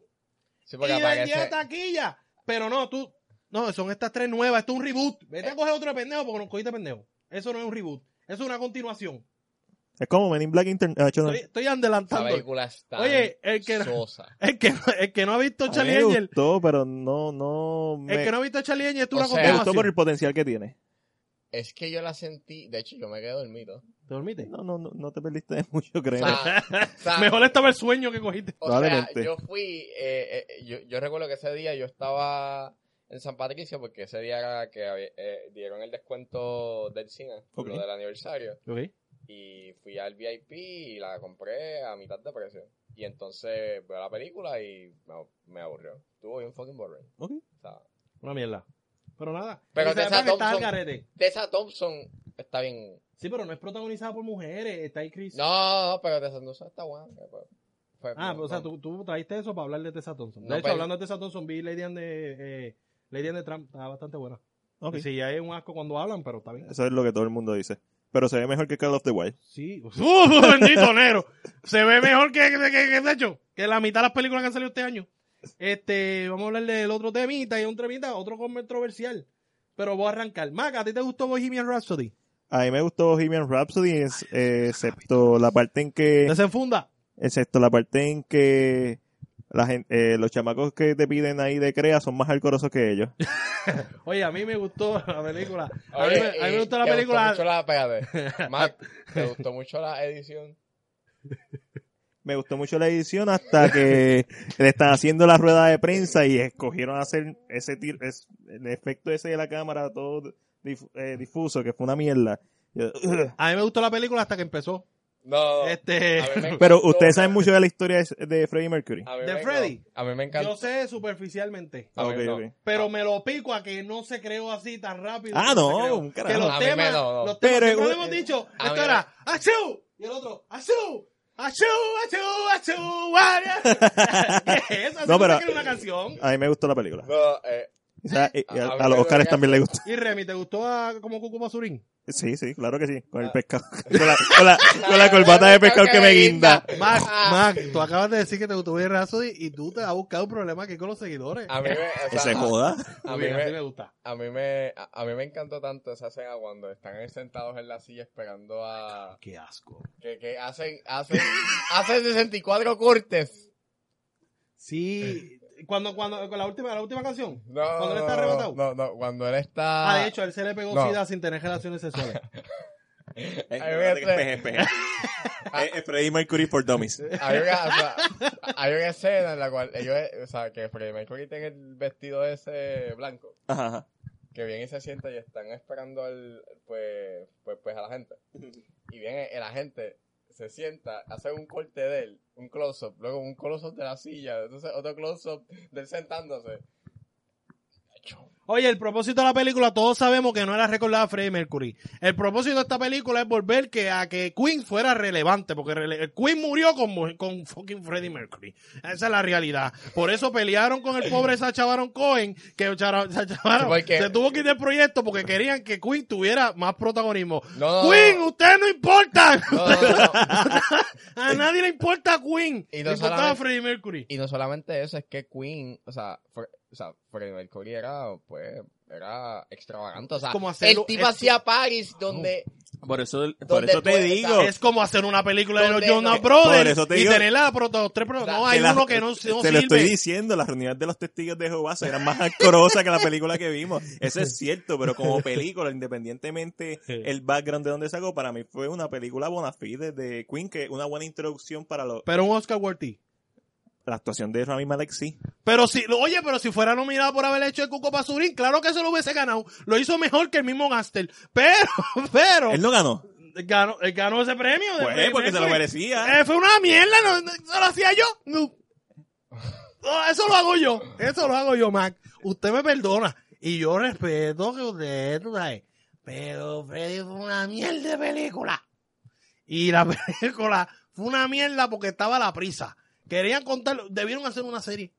Speaker 2: sí, porque
Speaker 1: Y
Speaker 2: para que
Speaker 1: vendía
Speaker 2: se-
Speaker 1: taquilla. Pero no, tú, no, son estas tres nuevas, esto es un reboot. Vete a coger otro de pendejo porque nos cogiste pendejo. Eso no es un reboot, eso es una continuación.
Speaker 3: Es como Men in Black eh, International.
Speaker 1: Estoy, estoy
Speaker 2: esa
Speaker 1: adelantando.
Speaker 2: película está.
Speaker 1: Oye, el que,
Speaker 2: sosa.
Speaker 1: el, que, el que no ha visto
Speaker 3: A mí
Speaker 1: Charlie
Speaker 3: me
Speaker 1: Angel,
Speaker 3: gustó, pero no, no. Me,
Speaker 1: el que no ha visto Charlie Angel, es
Speaker 2: O
Speaker 1: una
Speaker 2: sea,
Speaker 3: me
Speaker 2: vea,
Speaker 3: gustó por
Speaker 1: continuación.
Speaker 3: el potencial que tiene.
Speaker 2: Es que yo la sentí. De hecho, yo me quedé dormido.
Speaker 1: ¿Te dormiste?
Speaker 3: No, no, no, no te perdiste de mucho,
Speaker 2: O
Speaker 3: creo.
Speaker 1: Ah,
Speaker 2: sea, o sea,
Speaker 1: Mejor estaba el sueño que cogiste.
Speaker 2: O sea,
Speaker 3: Probablemente.
Speaker 2: yo fui, eh, eh, yo, yo recuerdo que ese día yo estaba en San Patricio porque ese día era que había- eh, dieron el descuento del cine, por
Speaker 3: Ok.
Speaker 2: lo del aniversario,
Speaker 1: Ok.
Speaker 2: y fui al VIP y la compré a mitad de precio. Y entonces veo la película y me, me aburrió. Estuvo bien fucking boring.
Speaker 3: Ok.
Speaker 2: O sea,
Speaker 1: Una mierda. Pero nada.
Speaker 2: Pero
Speaker 1: Esa
Speaker 2: de esa
Speaker 1: época estás al
Speaker 2: Thompson-
Speaker 1: garete.
Speaker 2: Tessa Thompson está bien.
Speaker 1: Sí, pero no es protagonizada por mujeres. Está ahí Chris.
Speaker 2: No, no, pero Tessa Thompson está buena. pero- fue-
Speaker 1: ah,
Speaker 2: no,
Speaker 1: o sea,
Speaker 2: no.
Speaker 1: tú, tú trajiste eso para hablar de Tessa Thompson. De
Speaker 2: No,
Speaker 1: hecho,
Speaker 2: pero-
Speaker 1: hablando de Tessa Thompson, vi Lady and de, eh, Lady and the Tramp. Está bastante buena.
Speaker 3: Ok.
Speaker 1: Sí, ya es un asco cuando hablan, pero está bien.
Speaker 3: Eso es lo que todo el mundo dice. Pero se ve mejor que Call of the Wild.
Speaker 1: Sí. ¡Uh, bendito negro! Se ve mejor que, que, que- que- de hecho, que la mitad de las películas que han salido este año. Este, vamos a hablar del otro temita y un temita, otro controversial. Pero voy a arrancar. Mac, ¿a ti te gustó Bohemian Rhapsody?
Speaker 3: A mí me gustó Bohemian Rhapsody, es- eh, excepto la parte en que.
Speaker 1: Desenfunda.
Speaker 3: excepto la parte en que la gen- eh, los chamacos que te piden ahí de crea son más alcorosos que ellos.
Speaker 1: Oye, a mí me gustó la película. A mí,
Speaker 2: Oye, eh,
Speaker 1: me- a mí
Speaker 2: y
Speaker 1: me gustó la
Speaker 2: te
Speaker 1: película.
Speaker 2: mucho la, espérate. Mark, ¿te gustó mucho la edición?
Speaker 3: Me gustó mucho la edición hasta que le están haciendo la rueda de prensa y escogieron hacer ese tir- es- el efecto ese de la cámara todo dif- eh, difuso, que fue una mierda. Yo,
Speaker 1: A mí me gustó la película hasta que empezó.
Speaker 2: No.
Speaker 1: Este,
Speaker 2: Oh, A mí me
Speaker 3: Pero
Speaker 2: encantó,
Speaker 3: ustedes saben
Speaker 2: pero-
Speaker 3: mucho de la historia de, de Freddie Mercury.
Speaker 2: A mí
Speaker 1: ¿De
Speaker 2: me-
Speaker 1: Freddy?
Speaker 2: no, a mí me encanta.
Speaker 1: yo sé superficialmente,
Speaker 2: a mí
Speaker 3: Ok,
Speaker 2: no.
Speaker 3: ok.
Speaker 1: pero me lo pico a que no se creó así tan rápido.
Speaker 3: Ah,
Speaker 1: que
Speaker 3: no,
Speaker 1: se creó.
Speaker 3: un carajo.
Speaker 1: Que
Speaker 2: A
Speaker 1: los
Speaker 2: mí me
Speaker 1: temas,
Speaker 2: no, no.
Speaker 1: los temas
Speaker 3: Pero,
Speaker 1: siempre
Speaker 3: eh,
Speaker 1: lo hemos dicho,
Speaker 2: a mí
Speaker 1: esto
Speaker 2: me-
Speaker 1: era ¡Achú! Y el otro, ¡Achú! ¡Achú! ¡Achú! ¡Achú! ¡Ah! ¿Qué es? Así
Speaker 3: No,
Speaker 1: no,
Speaker 3: pero-
Speaker 1: se creó una canción.
Speaker 3: A mí me gustó la película.
Speaker 2: No, eh,
Speaker 3: O sea, y- y a,
Speaker 2: Ah, A- a
Speaker 3: a los
Speaker 2: mí me
Speaker 3: Oscars
Speaker 2: encanta.
Speaker 3: también le gustó.
Speaker 1: Y Remy, ¿te gustó ah, como Cucu Basurín?
Speaker 3: Sí, sí, claro que sí, con el
Speaker 2: Ah.
Speaker 3: pescado. Con la, con la, con la corbata de pescado que me guinda.
Speaker 1: Mac,
Speaker 2: Ah.
Speaker 1: Mac, tú acabas de decir que te gustó bien Rhapsody y tú te has buscado un problema aquí con los seguidores.
Speaker 2: A mí me, o
Speaker 3: Que
Speaker 2: sea,
Speaker 3: se
Speaker 2: a-
Speaker 3: joda.
Speaker 2: A, mí
Speaker 1: Porque así
Speaker 2: me,
Speaker 1: me gusta.
Speaker 2: a, mí me, a, a mí me encantó tanto esa escena cuando están ahí sentados en la silla esperando a...
Speaker 1: Qué asco.
Speaker 2: Que, que hacen, hacen, hacen 64 cortes.
Speaker 1: Sí, cuando, cuando, con la última, la última canción.
Speaker 2: No,
Speaker 1: Cuando él está
Speaker 2: no,
Speaker 1: arrebatado.
Speaker 2: No, no, cuando él está...
Speaker 1: Ah, de hecho, a él se le pegó
Speaker 2: no.
Speaker 1: sida sin tener relaciones sexuales.
Speaker 2: espérate que espeje,
Speaker 3: Es Freddie Eh, Mercury for Dummies.
Speaker 2: Hay una, o sea, hay una escena en la cual ellos, o sea, que Freddie Mercury tiene el vestido ese blanco,
Speaker 3: Ajá, ajá.
Speaker 2: que viene y se sienta y están esperando al, pues, pues, pues a la gente. Y viene el agente, se sienta, hace un corte de él, un close-up, luego un close-up de la silla, entonces otro close-up de él sentándose.
Speaker 1: Oye, el propósito de la película, todos sabemos que no era recordar a Freddie Mercury. El propósito de esta película es volver que, a que Queen fuera relevante, porque rele- Queen murió con, mu- con fucking Freddie Mercury. Esa es la realidad. Por eso pelearon con el pobre Sacha Baron Cohen, que Chara- Sacha Baron
Speaker 2: Porque-
Speaker 1: se tuvo que ir del proyecto porque querían que Queen tuviera más protagonismo.
Speaker 2: No, no,
Speaker 1: Queen,
Speaker 2: no.
Speaker 1: usted no importa.
Speaker 2: No, no, no, no.
Speaker 1: A nadie le importa Queen.
Speaker 2: Y
Speaker 1: Y
Speaker 2: no
Speaker 1: le importaba
Speaker 2: solamente-
Speaker 1: Freddie Mercury.
Speaker 2: Y no solamente eso, es que Queen, o sea, Fre- o sea, Freddie Mercury era, pues, era extravagante, o sea,
Speaker 1: Como hacerlo-
Speaker 2: el tipo
Speaker 1: es-
Speaker 2: hacía Paris donde
Speaker 3: Por eso, por
Speaker 2: Donde
Speaker 3: eso te
Speaker 2: tú
Speaker 3: digo.
Speaker 2: estás-
Speaker 1: Es como hacer una película de los
Speaker 2: Donde-
Speaker 1: Jonas
Speaker 2: por
Speaker 1: Brothers
Speaker 3: eso te
Speaker 1: y
Speaker 3: digo-
Speaker 1: tener la pro- los tres pro- No, hay
Speaker 3: que la-
Speaker 1: uno que no, no
Speaker 3: te lo
Speaker 1: sirve.
Speaker 3: estoy diciendo, las reuniones de los testigos de Jehová eran más asquerosas que la película que vimos. Eso es cierto, pero como película, independientemente el background de donde sacó, para mí fue una película bona fide de Queen, que una buena introducción para lo-
Speaker 1: Pero un Oscar worthy.
Speaker 3: la actuación de Rami Malek, sí.
Speaker 1: Pero si, oye, pero si fuera nominado por haber hecho el Cuco Pasurín, claro que se lo hubiese ganado. Lo hizo mejor que el mismo Gaster. Pero, pero,
Speaker 3: Él no ganó.
Speaker 1: ganó, él ganó ese premio. de-
Speaker 3: Pues,
Speaker 1: de- de-
Speaker 3: porque se lo merecía.
Speaker 1: Eh, fue una mierda, no, no, eso lo hacía yo. No. No, Eso lo hago yo, eso lo hago yo, Mac. Usted me perdona y yo respeto que usted, tú sabes, pero Freddy fue una mierda de película. Y la película fue una mierda porque estaba a la prisa. Querían contarlo, debieron hacer una serie.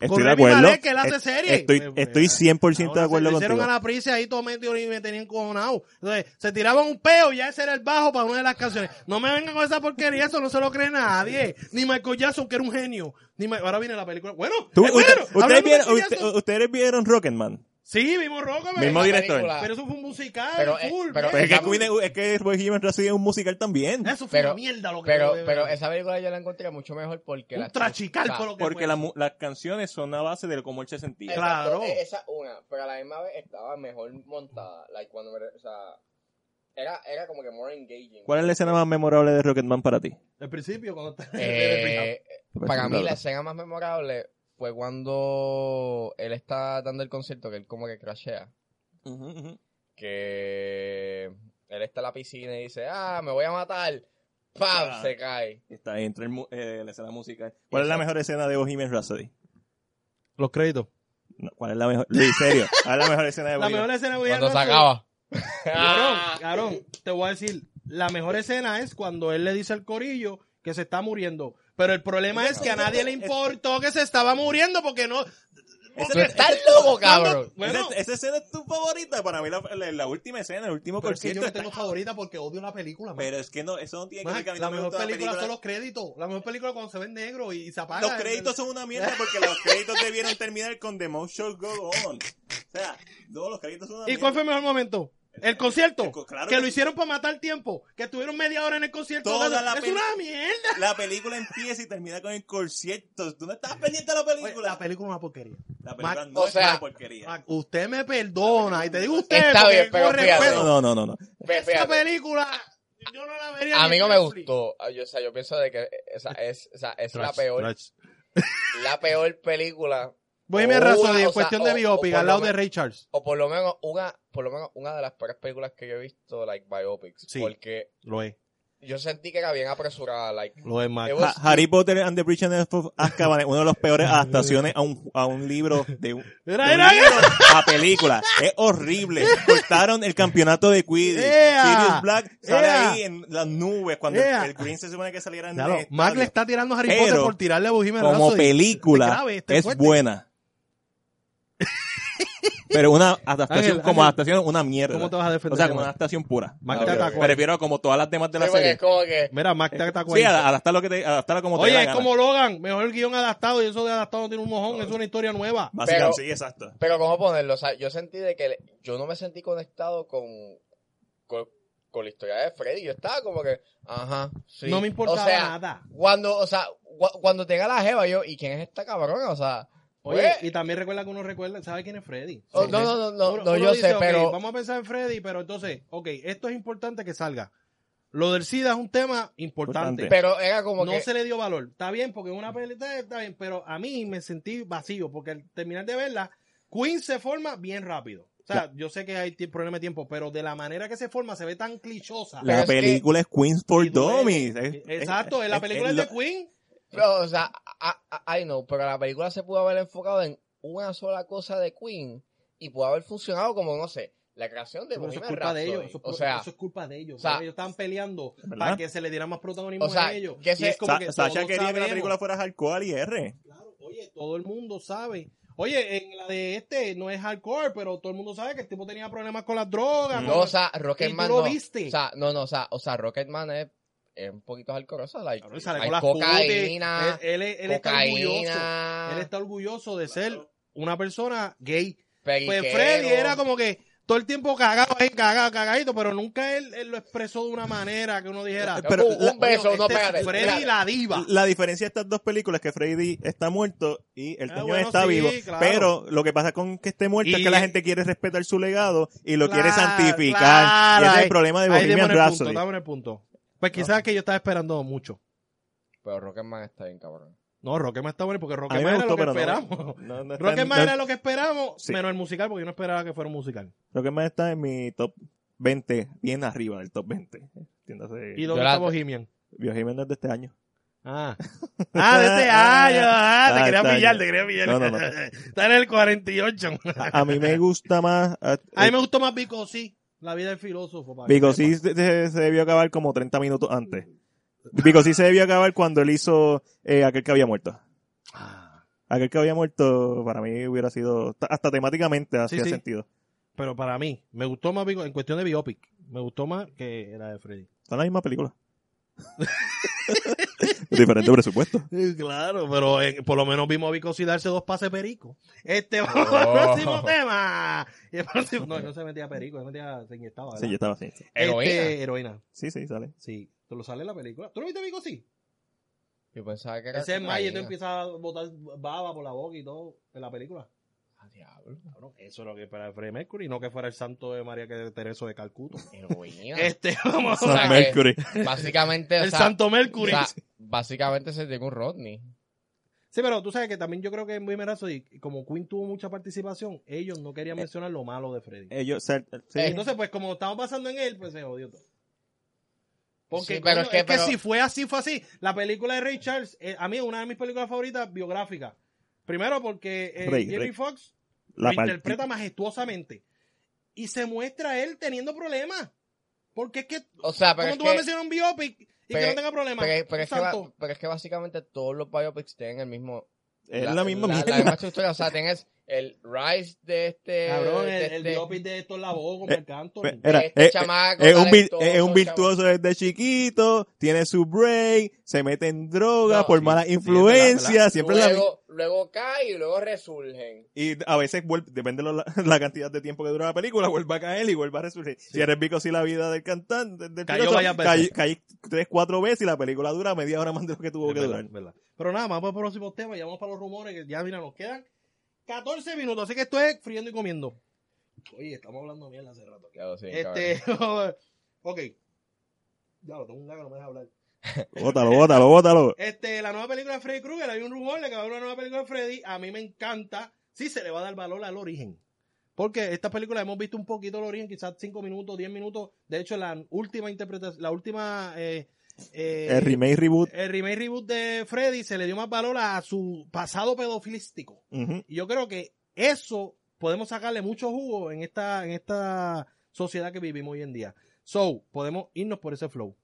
Speaker 3: Estoy
Speaker 1: con
Speaker 3: de
Speaker 1: Rami
Speaker 3: acuerdo.
Speaker 1: Malek, que él hace
Speaker 3: Es-
Speaker 1: serie. Eh, pues,
Speaker 3: Estoy, estoy 100%
Speaker 1: Ahora
Speaker 3: de
Speaker 1: se
Speaker 3: acuerdo
Speaker 1: lo hicieron
Speaker 3: contigo.
Speaker 1: a la prisa y ahí todo metido y me tenían cojonado. Entonces, se tiraban un peo y ya ese era el bajo para una de las canciones. No me vengan con esa porquería, eso no se lo cree nadie. Ni Michael Jackson, que era un genio. Ni Ma- Ahora viene la película. Bueno,
Speaker 3: Tú-
Speaker 1: eh,
Speaker 3: usted-
Speaker 1: bueno, hablando de
Speaker 3: ustedes, vieron,
Speaker 1: Michael
Speaker 3: usted-
Speaker 1: Jackson-
Speaker 3: ustedes vieron Rocketman.
Speaker 1: Sí, vimos Rocco, pero-
Speaker 3: Mismo
Speaker 2: Esa
Speaker 3: director.
Speaker 2: película-
Speaker 1: pero eso fue un musical.
Speaker 2: Pero, eh,
Speaker 1: full,
Speaker 2: pero-
Speaker 1: ¿eh?
Speaker 3: Pues es que
Speaker 2: Estamos-
Speaker 3: Queen es, es que Bohemian Rhapsody es un musical también.
Speaker 1: eso fue
Speaker 2: pero-
Speaker 1: una mierda lo que
Speaker 2: Pero,
Speaker 1: fue,
Speaker 2: pero
Speaker 1: ¿verdad?
Speaker 2: esa película yo la encontré mucho mejor porque la Ah.
Speaker 1: un trachical por lo que
Speaker 3: Porque
Speaker 1: fue.
Speaker 3: la mu- las canciones son a base de cómo él se sentía.
Speaker 1: Claro.
Speaker 2: e-, Esa es una, pero a la misma vez estaba mejor montada. Like, cuando me- o sea, era, era como que more engaging.
Speaker 3: ¿Cuál es la escena más memorable de Rocketman para ti? Pues,
Speaker 1: Al principio, cuando está-
Speaker 2: Eh, para mí la escena más memorable fue cuando él está dando el concierto que él como que crashea.
Speaker 3: Ujú, ujú.
Speaker 2: Que él está en la piscina y dice, ah, me voy a matar. ¡Pam!
Speaker 3: Ah.
Speaker 2: Se cae.
Speaker 3: Está ahí entre el mu- eh, la escena musical. ¿Cuál es la
Speaker 2: Eso.
Speaker 3: mejor escena de Bohemian Rhapsody?
Speaker 1: Los créditos.
Speaker 3: No, ¿Cuál es la mejor? Luis, serio. ¿Cuál es la mejor escena de
Speaker 1: La
Speaker 3: Bohemian
Speaker 1: mejor escena de
Speaker 2: Cuando se
Speaker 1: Rhapsody-
Speaker 2: acaba.
Speaker 1: Cabrón,
Speaker 3: Ah.
Speaker 1: cabrón, te voy a decir, la mejor escena es cuando él le dice al corillo que se está muriendo. Pero el problema es que a nadie le importó que se estaba muriendo porque no...
Speaker 2: Tú
Speaker 1: porque-
Speaker 2: estás loco,
Speaker 1: cuando-
Speaker 2: cabrón.
Speaker 1: Bueno,
Speaker 3: esa, esa escena es tu favorita. Para mí la, la- la última escena, el último
Speaker 1: pero es que yo
Speaker 3: concierto.
Speaker 1: no
Speaker 3: está-
Speaker 1: tengo favorita porque odio la película, man.
Speaker 3: Pero es que no, eso no tiene que
Speaker 1: Man,
Speaker 3: ver que a mí
Speaker 1: la
Speaker 3: no me
Speaker 1: mejor
Speaker 3: gusta
Speaker 1: película,
Speaker 3: la
Speaker 1: son
Speaker 3: película.
Speaker 1: los créditos. La mejor película cuando se ve en negro y, y se apaga.
Speaker 3: Los créditos son una mierda porque los créditos debieron terminar con The Most Show Go On. O sea, no, los créditos son una
Speaker 1: ¿Y
Speaker 3: mierda.
Speaker 1: cuál fue el mejor momento? El concierto,
Speaker 3: El co- claro
Speaker 1: que
Speaker 3: que
Speaker 1: lo
Speaker 3: sí.
Speaker 1: hicieron para matar tiempo, que estuvieron media hora en el concierto.
Speaker 3: Toda
Speaker 1: dando-
Speaker 3: la
Speaker 1: es
Speaker 3: peli-
Speaker 1: una mierda.
Speaker 3: La película empieza y termina con el concierto. Tú no estás pendiente de la película.
Speaker 1: Oye, la película es una porquería.
Speaker 3: La película
Speaker 1: Mac-
Speaker 3: no
Speaker 2: o
Speaker 3: es
Speaker 2: sea-
Speaker 3: una porquería.
Speaker 1: Mac, usted me perdona y te digo usted.
Speaker 2: Está
Speaker 1: porque
Speaker 2: bien, pero
Speaker 1: con
Speaker 2: fíjate.
Speaker 1: respeto.
Speaker 3: no, no, no, no.
Speaker 2: Fe-
Speaker 1: Esa
Speaker 2: fíjate.
Speaker 1: película yo no la vería.
Speaker 2: A
Speaker 1: ni
Speaker 2: mí no
Speaker 1: en
Speaker 2: me
Speaker 1: Netflix.
Speaker 2: gustó. Yo, o sea, yo pienso de que esa es, o sea, es la
Speaker 1: Trash,
Speaker 2: peor,
Speaker 1: trash.
Speaker 2: la peor película.
Speaker 1: Bohemian
Speaker 2: O
Speaker 1: Rhapsody
Speaker 2: una,
Speaker 1: en
Speaker 2: o sea,
Speaker 1: cuestión
Speaker 2: o-
Speaker 1: de biopic
Speaker 2: o por
Speaker 1: al lado
Speaker 2: lo
Speaker 1: de
Speaker 2: menos-
Speaker 1: Ray Charles.
Speaker 2: O por lo menos una, por lo menos una de las peores películas que yo he visto, like biopics.
Speaker 1: Sí.
Speaker 2: Porque
Speaker 1: Lo es,
Speaker 2: yo sentí que era bien apresurada, like.
Speaker 1: lo es más.
Speaker 2: It
Speaker 3: Ha-
Speaker 2: was-
Speaker 3: Harry Potter and the Prisoner of Azkaban es una de las peores adaptaciones a un, a un libro de un,
Speaker 1: Era,
Speaker 3: de un
Speaker 1: era,
Speaker 3: libro a película. Es horrible. Cortaron el campeonato de Quidditch.
Speaker 1: ¡Ea!
Speaker 3: Sirius Black sale
Speaker 1: ¡Ea!
Speaker 3: ahí en las nubes cuando
Speaker 1: ¡Ea!
Speaker 3: el, el Green se supone que saliera en
Speaker 1: Claro,
Speaker 3: el
Speaker 1: Mac le
Speaker 3: estadio.
Speaker 1: está tirando a Harry
Speaker 3: Pero,
Speaker 1: Potter por tirarle a Bohemian
Speaker 3: Como
Speaker 1: Rhapsody.
Speaker 3: película
Speaker 1: Está grave, está
Speaker 3: es
Speaker 1: fuerte.
Speaker 3: buena. Pero una adaptación
Speaker 1: Ángel, Ángel,
Speaker 3: como adaptación una mierda.
Speaker 1: ¿Cómo te vas a defender,
Speaker 3: O sea, como
Speaker 1: Mac?
Speaker 3: una adaptación pura.
Speaker 1: Mac
Speaker 3: Ah,
Speaker 1: te
Speaker 3: ok,
Speaker 1: atacó.
Speaker 3: Prefiero como todas las demás de la
Speaker 2: Sí, porque
Speaker 3: serie.
Speaker 2: es como que.
Speaker 1: Mira, Mac te atacó
Speaker 3: Sí,
Speaker 1: ahí.
Speaker 3: ad- adaptarlo que te, adaptarlo como te dé la
Speaker 1: Oye, es
Speaker 3: gana.
Speaker 1: como Logan, mejor guión adaptado y eso de adaptado no tiene un mojón, es una historia nueva.
Speaker 3: Básicamente,
Speaker 2: Pero-
Speaker 3: sí, exacto.
Speaker 2: Pero cómo ponerlo, o sea, yo sentí de que le- yo no me sentí conectado con, con, con la historia de Freddy. Yo estaba como que, ajá, sí.
Speaker 1: No me importaba
Speaker 2: O sea,
Speaker 1: nada.
Speaker 2: Cuando, o sea, gua- cuando tenga la jeva yo, ¿y quién es esta cabrona? O sea,
Speaker 1: Oye,
Speaker 2: pues,
Speaker 1: y también recuerda que uno recuerda, ¿sabe quién es Freddy?
Speaker 2: oh, no, no, no, no,
Speaker 1: Uno-
Speaker 2: no,
Speaker 1: uno
Speaker 2: yo
Speaker 1: dice,
Speaker 2: sé,
Speaker 1: ok,
Speaker 2: pero
Speaker 1: Vamos a pensar en Freddy, pero entonces, ok, esto es importante que salga. Lo del SIDA es un tema importante.
Speaker 3: Importante.
Speaker 2: pero era como
Speaker 1: no
Speaker 2: que
Speaker 1: se le dio valor. Está bien, porque es una película está bien, pero a mí me sentí vacío, porque al terminar de verla, Queen se forma bien rápido. O sea, yo sé que hay ti- problema de tiempo, pero de la manera que se forma se ve tan clichosa.
Speaker 2: Pero
Speaker 3: La
Speaker 2: es que-
Speaker 3: película es Queens for
Speaker 1: Y duele.
Speaker 3: Dummies. Es-
Speaker 1: Exacto, en la película es
Speaker 3: lo-
Speaker 1: de Queen.
Speaker 2: pero, o sea, a- a- I know, pero la película se pudo haber enfocado en una sola cosa de Queen y pudo haber funcionado como, no sé, la creación de
Speaker 1: Pero eso es
Speaker 2: Bohemian
Speaker 1: culpa de ellos. Eso,
Speaker 2: Rhapsody.
Speaker 1: es
Speaker 2: eh. o
Speaker 1: pro-
Speaker 2: sea,
Speaker 1: eso es culpa de ellos.
Speaker 2: o sea,
Speaker 1: porque ellos estaban peleando
Speaker 3: ¿verdad?
Speaker 1: para que se le diera más protagonismo
Speaker 2: O sea,
Speaker 1: a ellos.
Speaker 2: que
Speaker 1: Y
Speaker 2: se-
Speaker 1: es como
Speaker 3: Sa-
Speaker 1: que
Speaker 3: Sasha
Speaker 1: todos
Speaker 3: quería que la
Speaker 1: sabemos.
Speaker 3: película fuera hardcore y R.
Speaker 1: Claro, oye, todo el mundo sabe. Oye, en la de este no es hardcore, pero todo el mundo sabe que el tipo tenía problemas con las drogas.
Speaker 2: No,
Speaker 1: con-
Speaker 2: o sea, Rocketman
Speaker 1: Y tú lo
Speaker 2: no.
Speaker 1: viste.
Speaker 2: O sea, no, no, o sea, o sea Rocketman es, es un poquito alcoroso. Like,
Speaker 1: Cabrón, sale
Speaker 2: hay
Speaker 1: con las
Speaker 2: cocaína,
Speaker 1: putas. Él, él- él está orgulloso.
Speaker 2: cocaína,
Speaker 1: Él está orgulloso de ser una persona gay.
Speaker 2: periquero.
Speaker 1: Pues Freddy era como que, todo el tiempo cagado ahí, cagado, cagadito, pero nunca él, él lo expresó de una manera que uno dijera.
Speaker 3: Pero
Speaker 2: un, un
Speaker 3: la-
Speaker 2: beso,
Speaker 1: "Coño,
Speaker 2: no,
Speaker 1: este es
Speaker 2: espérate.
Speaker 1: Freddy
Speaker 2: espérate.
Speaker 1: la diva.
Speaker 3: La diferencia de estas dos películas es que Freddy está muerto y el
Speaker 1: Ah,
Speaker 3: Toño
Speaker 1: bueno,
Speaker 3: está
Speaker 1: sí,
Speaker 3: vivo.
Speaker 1: claro.
Speaker 3: Pero lo que pasa con que esté muerto
Speaker 1: Y-
Speaker 3: es que la gente quiere respetar su legado y lo quiere
Speaker 1: Claro,
Speaker 3: santificar.
Speaker 1: claro,
Speaker 3: y ese es
Speaker 1: ahí-
Speaker 3: el problema de Ah.
Speaker 1: Ahí
Speaker 3: Bohemian
Speaker 1: dame el punto,
Speaker 3: Rhapsody.
Speaker 1: dame el punto. Pues quizás que yo estaba esperando mucho.
Speaker 2: Pero Rocketman está bien, cabrón.
Speaker 1: No, Rocketman está bueno porque
Speaker 3: a mí
Speaker 1: Rocketman
Speaker 3: me
Speaker 1: era
Speaker 3: gustó,
Speaker 1: lo que
Speaker 3: pero
Speaker 1: esperamos.
Speaker 3: no. no, no está en-
Speaker 1: Rocketman
Speaker 3: no-
Speaker 1: era lo que esperamos,
Speaker 3: Sí.
Speaker 1: menos el musical, porque yo no esperaba que fuera un musical.
Speaker 3: Rocketman está en mi top 20, bien arriba del top 20. Entiéndase.
Speaker 1: ¿Y dónde
Speaker 2: la-
Speaker 1: está Bohemian?
Speaker 3: Bohemian no es de este año.
Speaker 1: Ah. Ah, de este año. Ah, te
Speaker 3: Ah,
Speaker 1: quería
Speaker 3: este año.
Speaker 1: pillar, te quería pillar.
Speaker 3: No, no, no.
Speaker 1: Está en el 48.
Speaker 3: A a mí me gusta más. eh, a-
Speaker 1: A mí me gustó más Vico sí, la vida del filósofo. para que
Speaker 3: Vico sí
Speaker 1: sepa.
Speaker 3: se, se- se debió acabar como 30 minutos antes. Vico sí se debió acabar cuando él hizo eh, aquel que había muerto.
Speaker 1: Ah,
Speaker 3: Aquel que había muerto para mí hubiera sido ta- hasta temáticamente hacía
Speaker 1: sí.
Speaker 3: sentido.
Speaker 1: Pero para mí, me gustó más Vico, en cuestión de biopic, me gustó más que la de Freddy.
Speaker 3: Son la misma película. Diferente presupuesto.
Speaker 1: Claro, pero eh, por lo menos vimos a Vico sí darse dos pases perico. Este, vamos
Speaker 2: Oh.
Speaker 1: al próximo tema. Y el próximo- no, él no se metía perico, se metía, se inyectaba. ¿verdad?
Speaker 3: Sí, yo estaba así.
Speaker 1: Este,
Speaker 2: Heroína.
Speaker 1: heroína.
Speaker 3: Sí, sí, sale.
Speaker 1: Sí, te lo sale en la película. ¿Tú lo viste Vico sí?
Speaker 2: Yo pensaba que era.
Speaker 1: Ese es más y tú
Speaker 2: cocaína.
Speaker 1: empiezas a botar baba por la boca y todo en la película.
Speaker 2: Ah, diablo.
Speaker 1: Cabrón, eso es lo que esperaba Freddy Mercury, no que fuera el santo de María que Tereso de Calcuta.
Speaker 2: Heroína.
Speaker 1: Este, vamos
Speaker 2: O
Speaker 1: a
Speaker 2: sea
Speaker 3: Son
Speaker 2: que-
Speaker 3: Mercury.
Speaker 2: Básicamente.
Speaker 1: El
Speaker 2: o sea,
Speaker 1: santo
Speaker 2: o
Speaker 1: Mercury.
Speaker 2: sea, básicamente se tiene un Rodney.
Speaker 1: Sí, pero tú sabes que también yo creo que en Bohemian Rhapsody, como Queen tuvo mucha participación, ellos no querían mencionar lo malo de Freddy.
Speaker 3: Ellos, o sea, sí.
Speaker 2: Eh,
Speaker 1: Entonces, pues como estamos pasando en él, pues se jodió todo. Porque
Speaker 2: Sí, pero
Speaker 1: coño,
Speaker 2: es
Speaker 1: es
Speaker 2: que-
Speaker 1: que,
Speaker 2: pero-
Speaker 1: si fue así, fue así. La película de Ray Charles, eh, a mí es una de mis películas favoritas biográficas. Primero porque eh,
Speaker 3: Ray,
Speaker 1: Jamie
Speaker 3: Ray.
Speaker 1: Foxx
Speaker 3: la
Speaker 1: lo
Speaker 3: part-
Speaker 1: interpreta majestuosamente. Y se muestra él teniendo problemas. Porque es que,
Speaker 2: O sea, pero.
Speaker 1: como
Speaker 2: Es
Speaker 1: tú vas a
Speaker 2: que,
Speaker 1: mencionar un biopic y
Speaker 2: pero-
Speaker 1: que no tenga problemas.
Speaker 2: pero, pero es que
Speaker 1: Un
Speaker 2: va-
Speaker 1: santo.
Speaker 2: pero es que básicamente todos los biopics tienen el mismo.
Speaker 3: es la, misma
Speaker 2: la,
Speaker 3: mierda.
Speaker 2: la misma estructura. O sea, tienes el rise de este.
Speaker 1: Cabrón, el,
Speaker 2: de
Speaker 1: el
Speaker 2: este-
Speaker 1: biopic de Héctor Lavoe con Marc Anthony.
Speaker 3: Pe-
Speaker 2: de
Speaker 3: Era,
Speaker 2: este
Speaker 3: eh,
Speaker 2: chamaco
Speaker 3: Es un, vi-
Speaker 2: talentoso,
Speaker 3: es un
Speaker 2: chamaco.
Speaker 3: virtuoso desde chiquito, tiene su break, se mete en droga
Speaker 2: No,
Speaker 3: por
Speaker 1: sí,
Speaker 3: malas
Speaker 1: sí, es verdad, es verdad.
Speaker 3: influencias, siempre es la misma.
Speaker 2: Luego, luego cae y luego resurgen.
Speaker 3: Y a veces vuelve, depende de la, la cantidad de tiempo que dura la película, vuelve a caer y vuelve a resurgir. Si eres Vico, si la vida del cantante, del
Speaker 1: Cayó
Speaker 3: piloto,
Speaker 1: varias
Speaker 3: cay-
Speaker 1: veces.
Speaker 3: caí tres, cuatro veces y la película dura media hora más de lo que tuvo
Speaker 1: Es
Speaker 3: que
Speaker 1: verdad,
Speaker 3: durar.
Speaker 1: es verdad. Pero nada, vamos para el próximo tema. Ya vamos para los rumores. Que ya, mira, nos quedan 14 minutos. Así que esto es friendo y comiendo. Oye, estamos hablando mierda hace rato.
Speaker 2: Claro, sí, cabrón.
Speaker 1: este, ok. Ya lo tengo un gago, no me deja hablar.
Speaker 3: Bótalo, bótalo, bótalo.
Speaker 1: Este, la nueva película de Freddy Krueger, hay un rumor de que va a haber una nueva película de Freddy. A mí me encanta. Sí se le va a dar valor al origen. Porque esta película hemos visto un poquito el origen, quizás 5 minutos, 10 minutos. De hecho, la última interpretación, la última... eh, eh,
Speaker 3: El remake reboot.
Speaker 1: el remake reboot de Freddy se le dio más valor a su pasado pedofilístico.
Speaker 3: Ujú.
Speaker 1: Y yo creo que eso podemos sacarle mucho jugo en esta, en esta sociedad que vivimos hoy en día. So, podemos irnos por ese flow.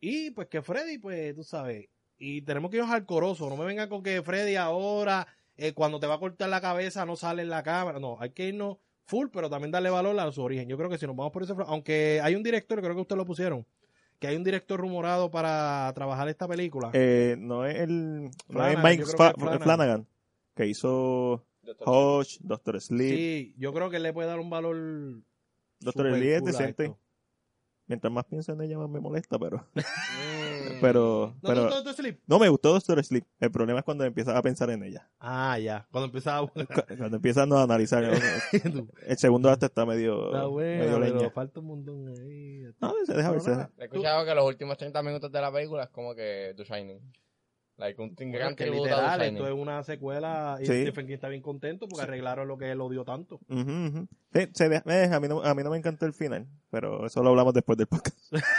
Speaker 1: Y pues que Freddy, pues tú sabes, y tenemos que irnos al corozo. No me venga con que Freddy ahora, eh, cuando te va a cortar la cabeza, no sale en la cámara. No, hay que irnos full, pero también darle valor a su origen. Yo creo que si nos vamos por ese flow, aunque hay un director, creo que ustedes lo pusieron, que hay un director rumorado para trabajar esta película.
Speaker 3: Eh, no es el, no es
Speaker 1: ah. Flanagan,
Speaker 3: Mike
Speaker 1: yo creo
Speaker 3: Fa-
Speaker 1: que es Flanagan.
Speaker 3: Flanagan, que hizo
Speaker 2: Doctor
Speaker 3: Hodge, Doctor Sleep.
Speaker 1: Sí, yo creo que le puede dar un valor.
Speaker 3: Doctor
Speaker 1: super
Speaker 3: Lee es
Speaker 1: cool a
Speaker 3: decente.
Speaker 1: esto.
Speaker 3: Mientras más pienso en ella, más me molesta, pero.
Speaker 2: Mm.
Speaker 3: Pero.
Speaker 1: ¿No te
Speaker 3: pero
Speaker 1: gustó Doctor Sleep?
Speaker 3: no me gustó Doctor Sleep. El problema es cuando empiezas a pensar en ella.
Speaker 1: Ah, ya. Cuando empezaba.
Speaker 3: Cu- Cuando empiezas no, a analizar. ¿no? El segundo hasta está medio.
Speaker 1: Está
Speaker 3: medio
Speaker 1: bueno,
Speaker 3: leña.
Speaker 1: pero falta un montón ahí.
Speaker 3: No, se deja ver.
Speaker 1: Pero
Speaker 3: se
Speaker 1: nada,
Speaker 3: deja.
Speaker 2: He escuchado que los últimos 30 minutos de la película es como que The Shining. Like un
Speaker 1: Bueno,
Speaker 2: gran
Speaker 1: que
Speaker 2: tributo a
Speaker 1: literal,
Speaker 2: The
Speaker 1: esto es
Speaker 2: Shining.
Speaker 1: una secuela y
Speaker 3: Sí.
Speaker 1: Stephen King está bien contento porque arreglaron lo que él odió tanto.
Speaker 3: Ujú, ujú. Sí, se deja- eh, a, mí no, a mí no me encantó el final, pero eso lo hablamos después del podcast.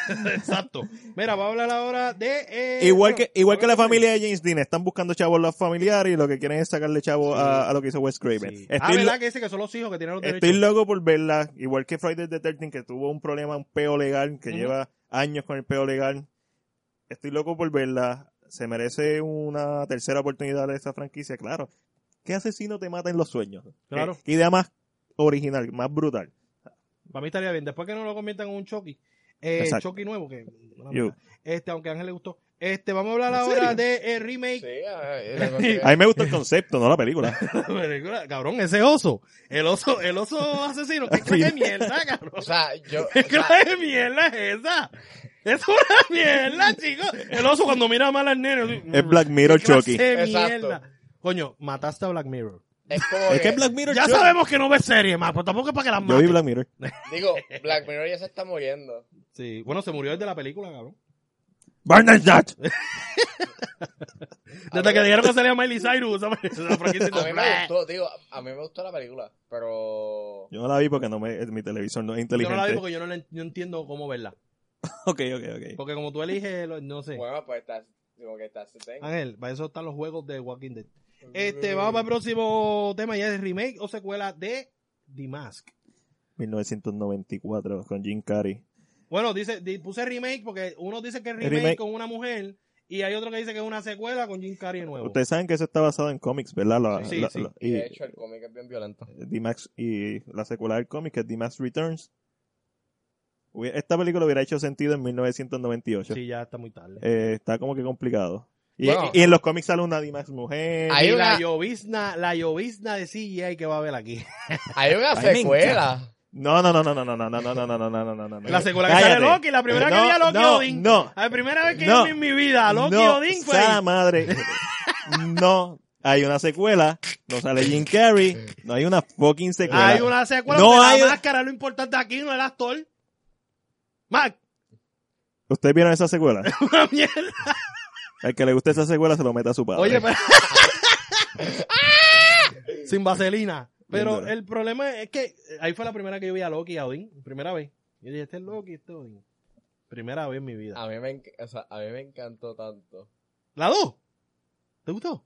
Speaker 1: Exacto. Mira, vamos a hablar ahora de... eh,
Speaker 3: igual
Speaker 1: bueno,
Speaker 3: que, igual que la
Speaker 1: sí.
Speaker 3: familia de James Dean, están buscando chavos los familiares y lo que quieren es sacarle chavos a, a lo que hizo Wes Craven.
Speaker 1: Sí. Ah,
Speaker 3: Estoy lo-
Speaker 1: ¿verdad? Que dice que son los hijos que tienen los
Speaker 3: Estoy
Speaker 1: derechos.
Speaker 3: loco por verla, igual que Friday the 13 que tuvo un problema, un peo legal, que
Speaker 1: Ujú.
Speaker 3: lleva años con el peo legal. Estoy loco por verla. Se merece una tercera oportunidad de esa franquicia, claro. ¿Qué asesino te mata en los sueños?
Speaker 1: Claro.
Speaker 3: ¿Qué, qué idea más original, más brutal?
Speaker 1: Para mí estaría bien. Después que no lo conviertan en un Chucky. Eh,
Speaker 3: Exacto.
Speaker 1: Chucky nuevo, que...
Speaker 3: Yo.
Speaker 1: Este, aunque a Ángel le gustó. Este, vamos a hablar
Speaker 3: ¿En
Speaker 1: ahora
Speaker 3: serio?
Speaker 1: de el remake.
Speaker 2: Sí, ah, es la cosa que-
Speaker 3: A mí me gusta el concepto, no la película.
Speaker 1: Película, Cabrón, ese oso. El oso, el oso asesino. ¿Qué clase de mierda,
Speaker 2: O
Speaker 1: cabrón?
Speaker 2: sea, yo. o
Speaker 1: ¿Qué
Speaker 2: sea,
Speaker 1: clase de mierda es esa? Es una mierda, chicos. El oso cuando mira mal al nene. así,
Speaker 3: Es Black Mirror
Speaker 1: ¿qué clase
Speaker 3: Chucky.
Speaker 1: de
Speaker 2: Exacto.
Speaker 1: mierda? Coño, mataste a Black Mirror.
Speaker 2: es como
Speaker 3: Es que
Speaker 2: que,
Speaker 3: es Black Mirror
Speaker 1: Ya
Speaker 3: Chucky.
Speaker 1: sabemos que no ves serie más, pues tampoco es para que las
Speaker 3: Yo vi
Speaker 1: mates.
Speaker 3: Black Mirror.
Speaker 2: Digo, Black Mirror ya se está muriendo.
Speaker 1: Sí, bueno, se murió el de la película, cabrón.
Speaker 3: Barney Dutch.
Speaker 1: Desde que dijeron que salía Miley Cyrus, esa- esa franquicia-
Speaker 2: Ah, A mí me gustó, digo, a mí me gustó la película, pero.
Speaker 3: Yo no la vi porque no me, mi televisor no es
Speaker 1: Yo no la vi
Speaker 3: inteligente.
Speaker 1: porque yo no, la- no entiendo cómo verla.
Speaker 3: Ok, ok, ok.
Speaker 1: Porque como tú eliges, lo- no sé.
Speaker 2: Bueno, pues estás. Digo que estás.
Speaker 1: Ángel, para eso están los juegos de Walking Dead.
Speaker 3: Eh.
Speaker 1: Este, vamos para el próximo tema, ya es remake o secuela de The Mask.
Speaker 3: 1994 con Jim Carrey.
Speaker 1: Bueno, dice, di- puse remake porque uno dice que es
Speaker 3: El
Speaker 1: remake,
Speaker 3: remake.
Speaker 1: con una mujer y hay otro que dice que es una secuela con Jim Carrey de nuevo.
Speaker 3: Ustedes saben que eso está basado en cómics, ¿verdad? La-
Speaker 1: Sí,
Speaker 3: la-
Speaker 1: sí.
Speaker 3: la- y,
Speaker 2: De hecho, el cómic es bien violento.
Speaker 3: D-Max y la secuela del cómic, que es D-Max Returns. Hubiera- Esta película hubiera hecho sentido en 1998.
Speaker 1: Sí, ya está muy tarde.
Speaker 3: Eh, está como que complicado. Y,
Speaker 2: Bueno.
Speaker 3: y en los cómics sale una D-Max mujer.
Speaker 2: Hay
Speaker 1: Y
Speaker 2: una,
Speaker 1: la llovizna, la llovizna de CGI que va a haber aquí.
Speaker 2: hay una
Speaker 3: Ay, me
Speaker 2: secuela.
Speaker 3: No, no, no, no, no, no, no, no, no, no, no, no, no, no, no.
Speaker 1: La secuela que sale
Speaker 3: Cállate.
Speaker 1: Loki, la primera que vi a Loki
Speaker 3: no,
Speaker 1: Odin.
Speaker 3: No,
Speaker 1: La primera vez que
Speaker 3: No.
Speaker 1: vi en mi vida, Loki
Speaker 3: no,
Speaker 1: Odin fue.
Speaker 3: sea
Speaker 1: ahí.
Speaker 3: madre. No, hay una secuela. No sale Jim Carrey. No hay una fucking secuela.
Speaker 1: Hay una secuela
Speaker 3: No
Speaker 1: no
Speaker 3: hay-
Speaker 1: la máscara, lo importante aquí no es el actor. Mac,
Speaker 3: ¿Ustedes vieron esa secuela?
Speaker 1: una mierda.
Speaker 3: El que le guste esa secuela se lo meta a su padre.
Speaker 1: Oye, pero... Sin vaselina. Pero
Speaker 3: Viéndolo.
Speaker 1: el problema es que eh, ahí fue la primera que yo vi a Loki y a Odin. Primera vez. Yo dije, este es Loki, este es Odin. Primera vez en mi vida.
Speaker 2: A mí me, enc- o sea, a mí me encantó tanto.
Speaker 1: ¿La dos? ¿Te gustó?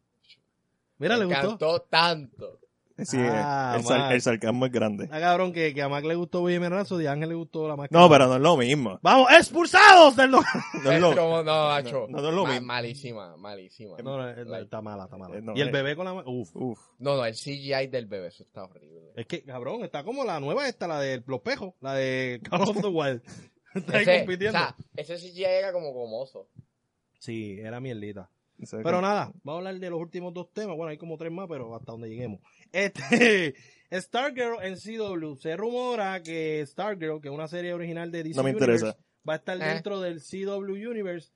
Speaker 1: Mira,
Speaker 2: me
Speaker 1: le gustó.
Speaker 2: encantó tanto.
Speaker 3: Sí,
Speaker 1: Ah,
Speaker 3: el, sar-
Speaker 1: man.
Speaker 3: el sarcasmo es grande.
Speaker 1: Ah, cabrón, que, que a Mac le gustó William Razo y a Ángel le gustó la máscara.
Speaker 3: No, pero no es lo mismo.
Speaker 1: ¡Vamos, expulsados del lugar!
Speaker 3: No es
Speaker 2: Es
Speaker 3: lo-
Speaker 2: como, no, macho.
Speaker 3: no, no es lo
Speaker 2: Ma-
Speaker 3: mismo.
Speaker 2: malísima, malísima.
Speaker 1: No, no, no,
Speaker 2: Like,
Speaker 1: está mala, está mala.
Speaker 3: Eh, no,
Speaker 1: y el
Speaker 3: eh.
Speaker 1: bebé con la máscara. Uf.
Speaker 3: Uf.
Speaker 2: no, no, el CGI del bebé, eso está horrible.
Speaker 1: Es que, cabrón, está como la nueva esta, la de los pejos, la de Call of the Wild. Está ahí
Speaker 2: Ese, o
Speaker 1: compitiendo.
Speaker 2: sea, ese CGI era como gomoso.
Speaker 1: Sí, era mierdita.
Speaker 3: Ese-
Speaker 1: Pero nada, vamos a hablar de los últimos dos temas. Bueno, hay como tres más, pero hasta donde lleguemos. Este, Stargirl en CW. Se rumora que Stargirl, que es una serie original de DC
Speaker 3: no me
Speaker 1: Universe,
Speaker 3: interesa.
Speaker 1: va a estar
Speaker 2: Eh.
Speaker 1: dentro del CW Universe.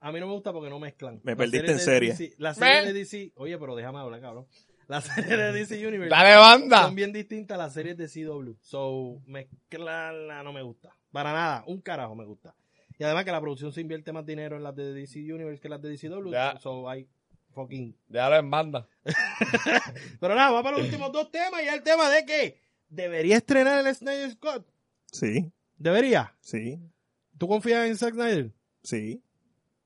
Speaker 1: A mí no me gusta porque no mezclan.
Speaker 3: Me
Speaker 1: Las
Speaker 3: perdiste
Speaker 1: series
Speaker 3: en
Speaker 1: de DC
Speaker 3: serie.
Speaker 1: la serie
Speaker 2: Me-
Speaker 1: de DC... Oye, pero déjame hablar, cabrón. La serie de DC Universe
Speaker 2: ¡Dale banda!
Speaker 1: son bien distintas las series de CW. So, mezclarla no me gusta. Para nada, un carajo me gusta. Y además que la producción se invierte más dinero en las de DC Universe que en las de DCW.
Speaker 2: Ya.
Speaker 1: So, hay fucking.
Speaker 2: Déjalo en banda.
Speaker 1: Pero nada, vamos para los últimos dos temas. Y el tema de que debería estrenar el Snyder Scott.
Speaker 3: Sí,
Speaker 1: Debería.
Speaker 3: sí,
Speaker 1: ¿Tú confías en Zack Snyder?
Speaker 3: sí.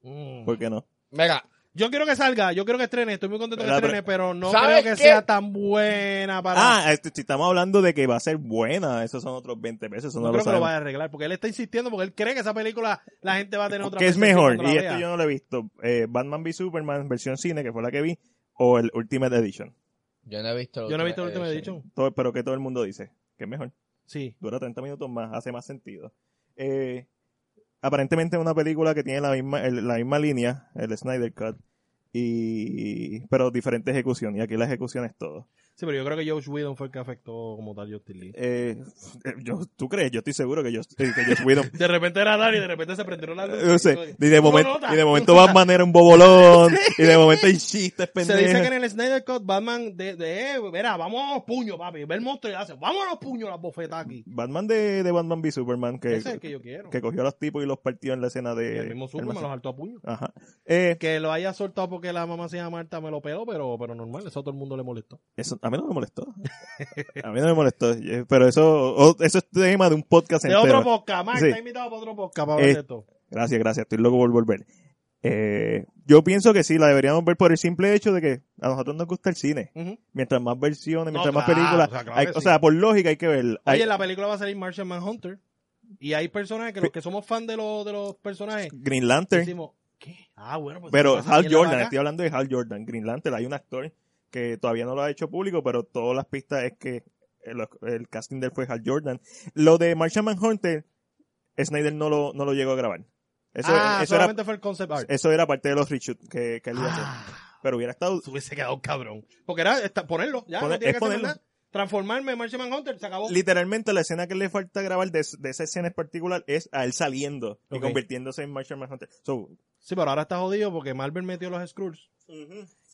Speaker 1: Mm.
Speaker 3: ¿Por qué no?
Speaker 2: Mega,
Speaker 1: Yo quiero que salga, yo quiero que estrene, estoy muy contento que
Speaker 3: ¿Verdad?
Speaker 1: estrene, pero no creo
Speaker 2: ¿Sabes
Speaker 1: que
Speaker 2: qué?
Speaker 1: sea tan buena para...
Speaker 3: Ah, este, si estamos hablando de que va a ser buena, esos son otros 20 pesos. Eso
Speaker 1: no
Speaker 3: no,
Speaker 1: creo que
Speaker 3: lo
Speaker 1: lo
Speaker 3: sabemos.
Speaker 1: vaya a arreglar, porque él está insistiendo, porque él cree que esa película la gente va a tener otra
Speaker 3: ¿Qué es
Speaker 1: percepción
Speaker 3: mejor?
Speaker 1: cuando la
Speaker 3: Y esto
Speaker 1: vea.
Speaker 3: yo no lo he visto. Eh, Batman v Superman versión cine, que fue la que vi, o el Ultimate Edition.
Speaker 2: yo no he visto el
Speaker 1: Yo no he visto el último dicho.
Speaker 3: Todo, pero que todo el mundo dice que es mejor.
Speaker 1: Sí.
Speaker 3: Dura 30 minutos más, hace más sentido. Eh, aparentemente es una película que tiene la misma, el- la misma línea, el Snyder Cut, y, pero diferente ejecución. Y aquí la ejecución es todo.
Speaker 1: Sí, pero yo creo que Josh Whedon fue el que afectó como tal Justin Lee.
Speaker 3: Eh, eh, yo- ¿Tú crees? Yo estoy seguro que yo, eh, que Josh Whedon-
Speaker 1: De repente era Dari, de repente se prendieron las
Speaker 3: eh, no
Speaker 1: luces.
Speaker 3: sé, y, de
Speaker 1: ¿Cómo
Speaker 3: momento,
Speaker 1: nota?
Speaker 3: y de momento Batman era un bobolón. Y de momento hay chistes
Speaker 1: Se dice que
Speaker 3: pendejos.
Speaker 1: en el Snyder Cut Batman de, de eh, mira, vamos a los puños, papi. Ve el monstruo y le hace, vamos a los puños, las bofetas aquí.
Speaker 3: Batman de, de Batman v Superman que,
Speaker 1: Ese es el que yo quiero.
Speaker 3: que cogió a los tipos y los partió en la escena de.
Speaker 1: el mismo Superman
Speaker 3: el-
Speaker 1: los saltó a puños.
Speaker 3: Ajá. Eh,
Speaker 1: Que lo haya soltado porque la mamá se llama Marta me lo pegó, pero, pero normal, eso a todo el mundo le molestó.
Speaker 3: eso a mí no me molestó. A mí no me molestó. eh, Pero eso, o- eso es tema de un podcast
Speaker 1: De otro
Speaker 3: entero.
Speaker 1: podcast, Marta
Speaker 3: Sí.
Speaker 1: está invitado para otro podcast para hablar
Speaker 3: Eh,
Speaker 1: de esto.
Speaker 3: Gracias, gracias. Estoy loco por volver. Eh, yo pienso que sí, la deberíamos ver por el simple hecho de que a nosotros nos gusta el cine.
Speaker 1: Ujú.
Speaker 3: Mientras más versiones,
Speaker 1: No,
Speaker 3: mientras más
Speaker 1: claro,
Speaker 3: películas.
Speaker 1: o sea, claro
Speaker 3: hay- O sea,
Speaker 1: que sí.
Speaker 3: por lógica hay que ver. Hay-
Speaker 1: Oye, en la película va a salir Martian Manhunter. Y hay personajes que los que somos fan de los, de los personajes,
Speaker 3: Green Lantern.
Speaker 1: decimos, ¿qué? Ah, bueno, pues.
Speaker 3: Pero
Speaker 1: entonces,
Speaker 3: Hal
Speaker 1: ¿quién la va
Speaker 3: Jordan, este
Speaker 1: acá?
Speaker 3: estoy hablando de Hal Jordan, Green Lantern, hay un actor que todavía no lo ha hecho público, pero todas las pistas es que el, el casting de él fue Hal Jordan. Lo de Martian Manhunter, Snyder no lo, no lo llegó a grabar. Eso,
Speaker 1: ah,
Speaker 3: eso, era, Ah.
Speaker 1: solamente fue el concept art.
Speaker 3: eso era parte de los reshoots que, que él iba a hacer.
Speaker 1: Ah,
Speaker 3: Pero hubiera estado.
Speaker 1: se hubiese quedado cabrón. Porque era esta- ponerlo, ya, no
Speaker 3: Poner-
Speaker 1: tiene
Speaker 3: es
Speaker 1: que hacer
Speaker 3: ponerlo.
Speaker 1: nada. Transformarme en Martian Hunter, se acabó.
Speaker 3: Literalmente la escena que le falta grabar de, de esa escena en particular es a él saliendo y
Speaker 1: Ok.
Speaker 3: convirtiéndose en Marshall Manhunter. So,
Speaker 1: Sí, pero ahora está jodido porque Marvel metió los Skrulls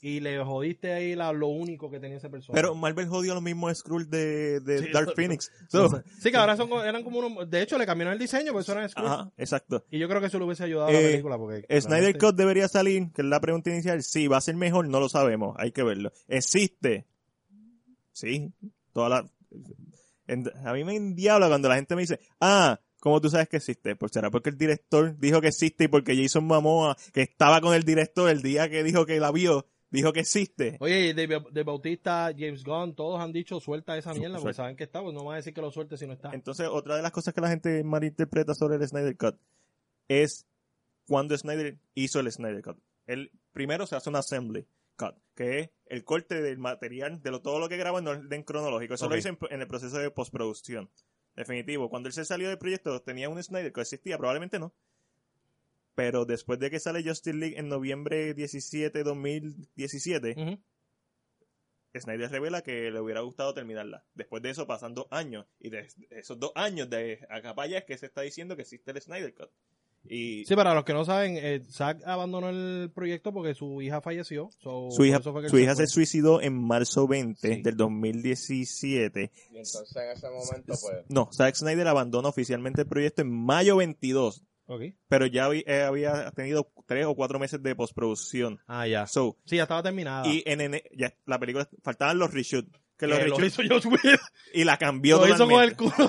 Speaker 1: y le jodiste ahí la- lo único que tenía esa persona.
Speaker 3: Pero Marvel jodió los mismos Skrulls de, de
Speaker 1: Sí,
Speaker 3: Dark
Speaker 1: eso-
Speaker 3: Phoenix. So,
Speaker 1: sí, que ahora son, co- eran como unos. De hecho, le cambiaron el diseño, porque eso eran Skrulls.
Speaker 3: ajá, exacto.
Speaker 1: Y yo creo que eso le hubiese ayudado a la
Speaker 3: Eh,
Speaker 1: película. Porque,
Speaker 3: Snyder
Speaker 1: claramente-
Speaker 3: Cut debería salir, que es la pregunta inicial. Si va a ser mejor, no lo sabemos, hay que verlo. ¿Existe? Sí, toda la... en- a mí me endiabla cuando la gente me dice, ah, ¿cómo tú sabes que existe? Pues será porque el director dijo que existe y porque Jason Momoa, que estaba con el director el día que dijo que la vio, dijo que existe.
Speaker 1: Oye, y de, de Bautista, James Gunn, todos han dicho suelta esa mierda porque
Speaker 3: Suelta.
Speaker 1: saben que está, pues no van a decir que lo suelte si no está.
Speaker 3: Entonces, otra de las cosas que la gente malinterpreta sobre el Snyder Cut es cuando Snyder hizo el Snyder Cut. Él primero se hace un assembly cut, que es el corte del material, de lo, todo lo que graba en orden cronológico. Eso
Speaker 1: Ok.
Speaker 3: lo hizo en, en el proceso de postproducción. Definitivo. Cuando él se salió del proyecto, tenía un Snyder Cut. ¿Existía? Probablemente no. Pero después de que sale Justice League en noviembre 17, 2017,
Speaker 1: Ujú.
Speaker 3: Snyder revela que le hubiera gustado terminarla. Después de eso pasan dos años. Y de esos dos años de acá para allá es que se está diciendo que existe el Snyder Cut. Y
Speaker 1: Sí, para los que no saben, eh, Zack abandonó el proyecto porque su hija falleció. so,
Speaker 3: su
Speaker 1: por
Speaker 3: hija,
Speaker 1: Oh, eso fue que él
Speaker 3: su hija
Speaker 1: fue.
Speaker 3: se suicidó en marzo 20
Speaker 1: Sí.
Speaker 3: del 2017.
Speaker 2: Y entonces en ese momento, pues,
Speaker 3: No, Zack Snyder abandona oficialmente el proyecto en mayo 22.
Speaker 1: Ok.
Speaker 3: Pero ya habí- eh, había tenido tres o cuatro meses de postproducción.
Speaker 1: Ah, ya.
Speaker 3: So,
Speaker 1: Sí, ya estaba terminada.
Speaker 3: y en, ene- ya la película, faltaban los reshoots.
Speaker 1: Que
Speaker 3: Que los
Speaker 1: lo
Speaker 3: reshoots-
Speaker 1: hizo yo subir.
Speaker 3: y la cambió
Speaker 1: Lo hizo con
Speaker 3: totalmente.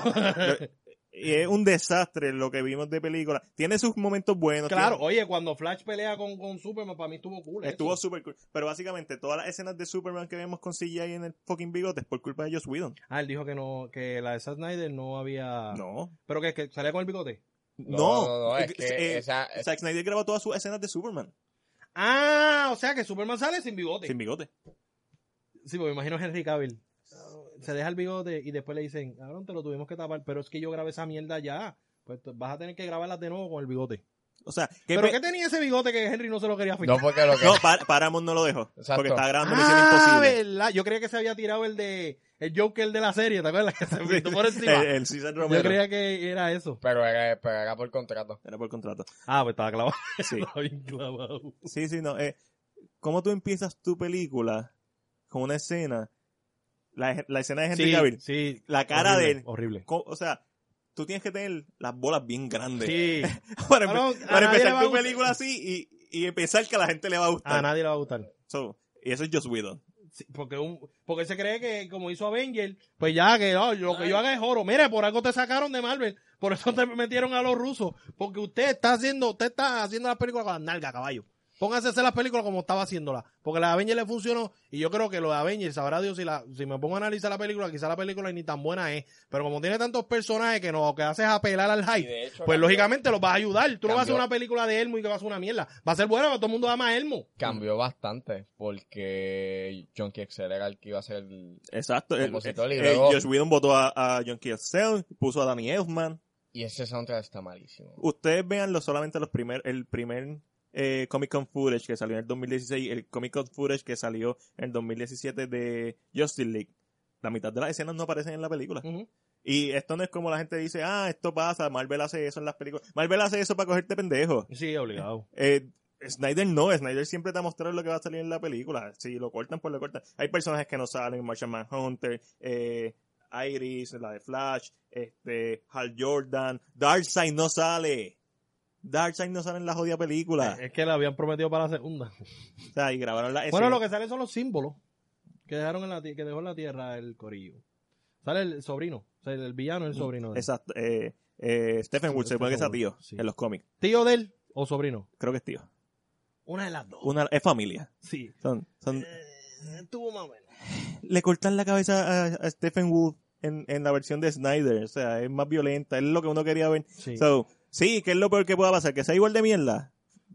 Speaker 1: el culo.
Speaker 3: Y es un desastre lo que vimos de película. Tiene sus momentos buenos.
Speaker 1: claro,
Speaker 3: tiene-
Speaker 1: oye, cuando Flash pelea con, con Superman, para mí estuvo cool. eso.
Speaker 3: Estuvo super cool. Pero básicamente todas las escenas de Superman que vemos con CGI en el fucking bigote es por culpa de Joss Whedon.
Speaker 1: Ah, él dijo que no, que la de Zack Snyder no había.
Speaker 3: No.
Speaker 1: Pero que, que salía con el bigote.
Speaker 2: Ah. no,
Speaker 3: No.
Speaker 2: no, no, es que
Speaker 3: Eh,
Speaker 2: esa,
Speaker 3: eh, Zack Snyder grabó todas sus escenas de Superman
Speaker 1: Ah, o sea que Superman sale sin bigote.
Speaker 3: sin bigote.
Speaker 1: Sí, porque me imagino a Henry Cavill. Se deja el bigote y después le dicen, cabrón, te lo tuvimos que tapar, pero es que yo grabé esa mierda ya. Pues t- vas a tener que grabarlas de nuevo con el bigote.
Speaker 3: O sea, que
Speaker 1: ¿Pero qué tenía ese bigote que Henry no se lo quería
Speaker 2: no
Speaker 1: fijar?
Speaker 2: porque lo que...
Speaker 3: Eh, pues- No, Pa- Paramount no lo dejó.
Speaker 2: Exacto.
Speaker 3: Porque estaba grabando Misión
Speaker 1: ah,
Speaker 3: Imposible.
Speaker 1: verdad. Yo creía que se había tirado el de el Joker de la serie, ¿te acuerdas? Que se pintó por encima.
Speaker 3: El, el César
Speaker 1: Yo
Speaker 3: Romero.
Speaker 1: creía que era eso.
Speaker 2: Pero era, pero era por contrato.
Speaker 3: Era por contrato.
Speaker 1: Ah, pues estaba clavado.
Speaker 3: Sí.
Speaker 1: Estaba bien clavado.
Speaker 3: Sí, sí, no. Eh, ¿Cómo tú empiezas tu película con una escena? La, la escena de Henry Cavill.
Speaker 1: sí.
Speaker 3: La cara
Speaker 1: horrible,
Speaker 3: de él.
Speaker 1: Horrible.
Speaker 3: Co- O sea, tú tienes que tener las bolas bien grandes.
Speaker 1: Sí.
Speaker 3: Para, empe-
Speaker 1: Cabrón, a nadie le va
Speaker 3: para empezar
Speaker 1: a
Speaker 3: tu
Speaker 1: gustar.
Speaker 3: película así y, y pensar que a la gente le va a
Speaker 1: A
Speaker 3: gustar.
Speaker 1: nadie le va a gustar.
Speaker 3: So, y eso es Joss Whedon.
Speaker 1: Sí, porque, un, porque él se cree que como hizo Avenger, pues ya que no, lo que yo haga es oro. Mire, por algo te sacaron de Marvel, por eso te metieron a los rusos, porque usted está haciendo, usted está haciendo las películas con las nalgas, caballo. Póngase a hacer las películas como estaba haciéndolas, porque la de Avenger le funcionó y yo creo que lo de Avenger, sabrá Dios si la, si me pongo a analizar la película, quizá la película ni tan buena es, pero como tiene tantos personajes que no, que haces apelar al
Speaker 2: Y
Speaker 1: hype,
Speaker 2: de hecho,
Speaker 1: pues
Speaker 2: cambió-
Speaker 1: lógicamente los vas a ayudar. Tú no vas a hacer
Speaker 2: Cambió.
Speaker 1: una película de Elmo y que va a ser una mierda. Va a ser buena, pero todo el mundo ama a Elmo.
Speaker 2: Cambió bastante porque John Excel era el que iba a ser...
Speaker 3: Exacto. eh,
Speaker 2: Compositor y
Speaker 3: eh,
Speaker 2: luego-
Speaker 3: Joss Whedon votó a, a John Kielsen, puso a Danny Elfman.
Speaker 2: Y ese soundtrack está malísimo.
Speaker 3: Ustedes vean lo- solamente los primer, el primer eh, Comic Con footage que salió en el 2016, el Comic Con footage que salió en el 2017 de Justice League. La mitad de las escenas no aparecen en la película.
Speaker 1: Ujú.
Speaker 3: Y esto no es como la gente dice, ah, esto pasa, Marvel hace eso en las películas. Marvel hace eso para cogerte pendejo.
Speaker 1: Sí, obligado.
Speaker 3: Eh, Snyder no, Snyder siempre te ha mostrado lo que va a salir en la película. Si lo cortan, pues lo cortan. Hay personajes que no salen, Martian Manhunter, eh, Iris, la de Flash, este, Hal Jordan, Darkseid no sale. Darkseid no sale en la jodida película.
Speaker 1: Eh, Es que la habían prometido para la segunda.
Speaker 3: O sea, y grabaron la
Speaker 1: Bueno,
Speaker 3: escena.
Speaker 1: lo que sale son los símbolos que dejaron en la ti- que dejó en la tierra el corillo. Sale el sobrino, o sea, el villano es el sobrino. de él.
Speaker 3: Exacto. eh, eh, Stephen Wood, se supone que es
Speaker 1: Stephen
Speaker 3: tío
Speaker 1: Wood, sí.
Speaker 3: en los cómics.
Speaker 1: ¿Tío de él o sobrino?
Speaker 3: Creo que es tío.
Speaker 1: Una de las dos.
Speaker 3: Una, es familia.
Speaker 1: Sí.
Speaker 3: Son, son,
Speaker 1: Eh. Estuvo más o menos.
Speaker 3: le cortan la cabeza a, a Stephen Wood en, en la versión de Snyder. O sea, es más violenta, es lo que uno quería ver.
Speaker 1: Sí.
Speaker 3: So, sí, que es lo peor que pueda pasar, que sea igual de mierda.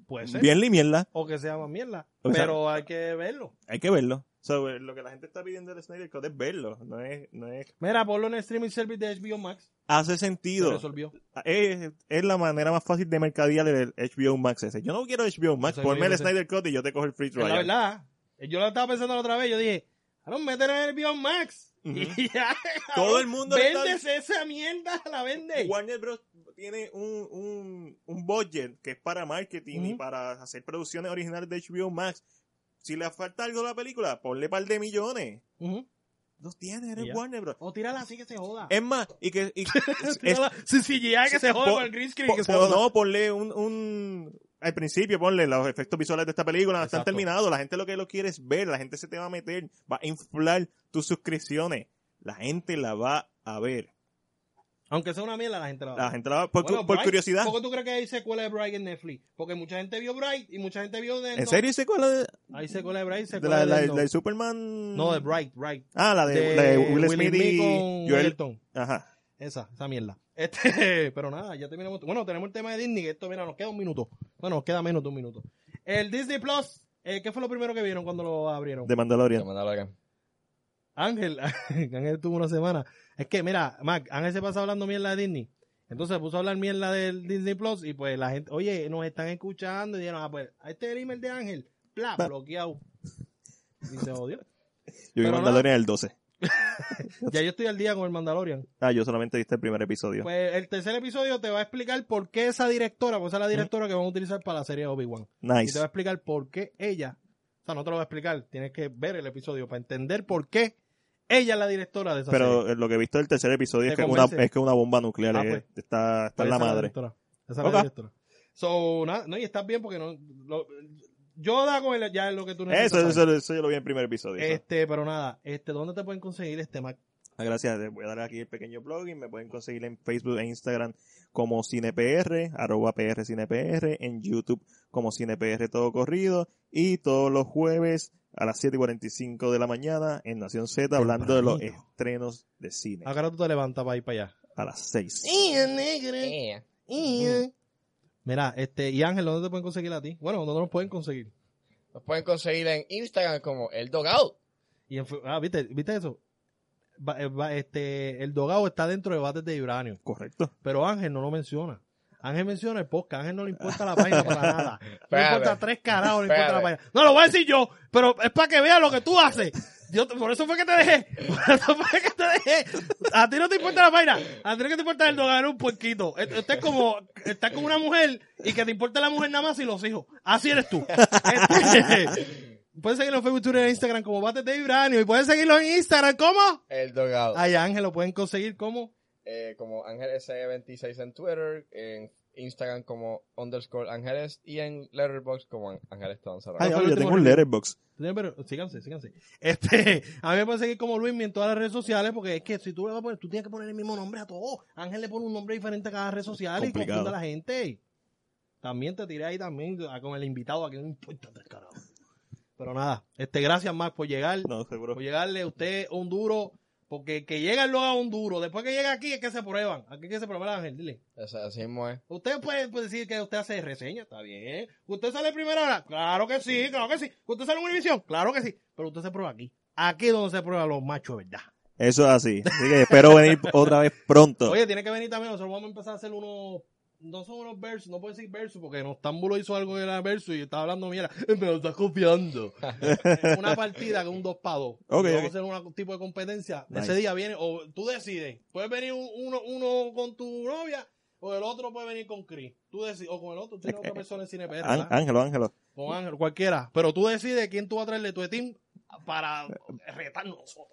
Speaker 1: Puede ser.
Speaker 3: Bien y mierda.
Speaker 1: O que se llama mierda.
Speaker 3: O sea-
Speaker 1: pero hay que verlo.
Speaker 3: Hay que verlo. So, eh, lo que la gente está pidiendo del Snyder Cut es verlo. No es, no es...
Speaker 1: Mira, ponlo en el streaming service de HBO Max.
Speaker 3: Hace
Speaker 1: Se
Speaker 3: sentido.
Speaker 1: resolvió.
Speaker 3: Ah, Es, es la manera más fácil de mercadear el HBO Max ese. Yo no quiero HBO Max.
Speaker 1: Eso
Speaker 3: Ponme el
Speaker 1: mismo, sí.
Speaker 3: Snyder Cut y yo te cojo el free
Speaker 1: Es la
Speaker 3: trial.
Speaker 1: verdad. Eh, Yo lo estaba pensando la otra vez. Yo dije, cabrón, mételo en HBO Max.
Speaker 3: Ujú.
Speaker 1: Y ya,
Speaker 3: Todo el
Speaker 1: cabrón,
Speaker 3: mundo le está-
Speaker 1: Vendes esa mierda, la vendes.
Speaker 3: Warner Bros. tiene un, un, un budget que es para marketing y
Speaker 1: Ujú.
Speaker 3: para hacer producciones originales de HBO Max. Si le falta algo a la película, ponle par de millones.
Speaker 1: Ujú.
Speaker 3: Los tiene, eres
Speaker 1: Ya.
Speaker 3: Warner Bros.
Speaker 1: O tírala así que se joda.
Speaker 3: Es más, y que... y- es-
Speaker 1: Tírala sin CGI que se joda
Speaker 3: Po-
Speaker 1: con el green screen.
Speaker 3: Po-
Speaker 1: que se
Speaker 3: po-
Speaker 1: joda.
Speaker 3: no, ponle un, un... Al principio, ponle los efectos visuales de esta película. Están
Speaker 1: Exacto.
Speaker 3: terminados. La gente lo que lo quiere es ver. La gente se te va a meter. Va a inflar tus suscripciones. La gente la va a ver.
Speaker 1: Aunque sea una mierda, la gente la va a
Speaker 3: La
Speaker 1: ver.
Speaker 3: gente la va por,
Speaker 1: Bueno,
Speaker 3: por
Speaker 1: Bright,
Speaker 3: curiosidad.
Speaker 1: ¿Por qué tú crees que hay secuela de Bright en Netflix? Porque mucha gente vio Bright y mucha gente vio de.
Speaker 3: ¿En serio se cuál de,
Speaker 1: Hay secuela de Bright,
Speaker 3: de
Speaker 1: secuela
Speaker 3: la,
Speaker 1: de.
Speaker 3: la-
Speaker 1: Death
Speaker 3: la de
Speaker 1: Note.
Speaker 3: Superman?
Speaker 1: no, de Bright, Bright.
Speaker 3: Ah, la de, la de Will
Speaker 1: Will
Speaker 3: Smith
Speaker 1: Smith
Speaker 3: y
Speaker 1: con
Speaker 3: Joel.
Speaker 1: Edgerton.
Speaker 3: Ajá.
Speaker 1: Esa, esa mierda. Este, pero nada, ya terminamos. Bueno, tenemos el tema de Disney, que esto, mira, nos queda un minuto. Bueno, nos queda menos de un minuto. El Disney Plus, eh, ¿qué fue lo primero que vieron cuando lo abrieron?
Speaker 3: De Mandalorian.
Speaker 1: Ángel, Ángel tuvo una semana. Es que, mira, Mac, Ángel se pasa hablando mierda de Disney. Entonces puso a hablar mierda del Disney Plus y pues la gente, oye, nos están escuchando y dijeron, ah, pues, a este es el email de Ángel, bla,
Speaker 3: Va.
Speaker 1: bloqueado. Y se odió.
Speaker 3: Yo vi
Speaker 1: Pero
Speaker 3: Mandalorian el 12.
Speaker 1: Ya yo estoy al día con el Mandalorian.
Speaker 3: Ah, yo solamente viste el primer episodio.
Speaker 1: Pues el tercer episodio te va a explicar por qué esa directora, pues esa es la directora que van a utilizar para la serie de Obi-Wan. Y te
Speaker 3: nice.
Speaker 1: va a explicar por qué ella, o sea, no te lo va a explicar, tienes que ver el episodio para entender por qué ella es la directora de esa serie.
Speaker 3: Pero eh, lo que he visto del tercer episodio
Speaker 1: Te
Speaker 3: es que, una,
Speaker 1: convence.
Speaker 3: es que una bomba nuclear
Speaker 1: Ah,
Speaker 3: eh,
Speaker 1: pues.
Speaker 3: está, está
Speaker 1: Pues
Speaker 3: en
Speaker 1: esa
Speaker 3: la
Speaker 1: es
Speaker 3: madre.
Speaker 1: directora. Esa es la
Speaker 3: Ok.
Speaker 1: directora. So, nada, no, y estás bien porque no. Lo, yo da con el, ya es lo que tú necesitas.
Speaker 3: Eso,
Speaker 1: saber.
Speaker 3: eso, eso yo lo vi en el primer episodio. eso.
Speaker 1: Este, pero nada, este, ¿dónde te pueden conseguir este Mac?
Speaker 3: Ah, Gracias, les voy a dar aquí el pequeño blogging. Me pueden conseguir en Facebook e Instagram como CinePR, arroba PR CinePR, en YouTube como CinePR todo corrido y todos los jueves a las 7.45 de la mañana en Nación Z hablando de los
Speaker 1: Tempranito.
Speaker 3: estrenos de cine
Speaker 1: Ahora tú te levantas para ir para allá.
Speaker 3: a las 6.
Speaker 2: Eh,
Speaker 1: Mira, este, y Ángel, ¿dónde te pueden conseguir a ti? Bueno, ¿dónde nos pueden conseguir?
Speaker 2: Nos pueden conseguir en Instagram como el Dogout.
Speaker 1: Y en fe- ah, ¿viste, ¿viste eso? Va- eh, va- este, el dogado está dentro de bates de Ibranio.
Speaker 3: Correcto.
Speaker 1: pero Ángel no lo menciona. Ángel menciona el podcast, Ángel no le importa la página para nada. No le
Speaker 2: Espérate.
Speaker 1: importa tres carajos, no le importa la
Speaker 2: Espérate.
Speaker 1: página. No, lo voy a decir yo, pero es para que veas lo que tú haces. Yo, te- por eso fue que te dejé. Por eso fue que te dejé. A ti no te importa la página. A ti lo que te importa es el dogar un puerquito. Estás es como, estás con una mujer y que te importa la mujer nada más y los hijos. Así eres tú. Este, puedes seguirlo en Facebook, Twitter e Instagram como Bates de Vibranio. Y puedes seguirlo en Instagram como...
Speaker 2: El Dogout.
Speaker 1: Ay, Ángel, lo pueden conseguir como...
Speaker 2: eh, como Ángel S26 en Twitter, en Instagram como underscore Ángeles y en Letterboxd como Ángeles Tonzarra.
Speaker 3: Ay,
Speaker 1: fue el
Speaker 3: ay, yo
Speaker 1: último
Speaker 3: tengo un
Speaker 1: review?
Speaker 3: letterbox.
Speaker 1: Sí, pero síganse, síganse. Este, a mí me pueden seguir como Luis en todas las redes sociales, porque es que si tú le vas a poner, tú tienes que poner el mismo nombre a todos. Ángel le pone un nombre diferente a cada red social y
Speaker 3: Complicado.
Speaker 1: confunde a la gente. También te tiré ahí también ah, con el invitado a que no importa tres carajos. Pero nada, este, gracias Max por llegar,
Speaker 3: No, seguro.
Speaker 1: por llegarle a usted un duro, porque el que llega luego a un duro, después que llega aquí es que se prueban. Aquí es que se prueba Ángel, dile.
Speaker 2: Eso, así mismo es.
Speaker 1: Usted puede, puede decir que usted hace reseña, está bien. ¿Usted sale en primera hora? Claro que sí, claro que sí. ¿Usted sale en Univision? Claro que sí. Pero usted se prueba aquí. Aquí es donde se prueba los machos, de ¿verdad?
Speaker 3: Eso es así. Así que espero venir otra vez pronto.
Speaker 1: Oye, tiene que venir también. Nosotros vamos a empezar a hacer unos. No son unos versos, no puedo decir versos porque Nostambulo hizo algo que era verso y estaba hablando mierda. Me lo estás copiando. una partida con un 2 para 2.
Speaker 3: Ok,
Speaker 1: vamos
Speaker 3: ok.
Speaker 1: a hacer un tipo de competencia.
Speaker 3: Nice.
Speaker 1: Ese día viene, o tú decides. Puedes venir un- uno, uno con tu novia o el otro puede venir con Chris. Tú decides, o con el otro, tiene otra persona en cine PR,
Speaker 3: Án-
Speaker 1: ¿verdad?
Speaker 3: Ángelo, Ángelo.
Speaker 1: Con Ángel, cualquiera. Pero tú decides quién tú vas a traerle tu team para retarnos nosotros.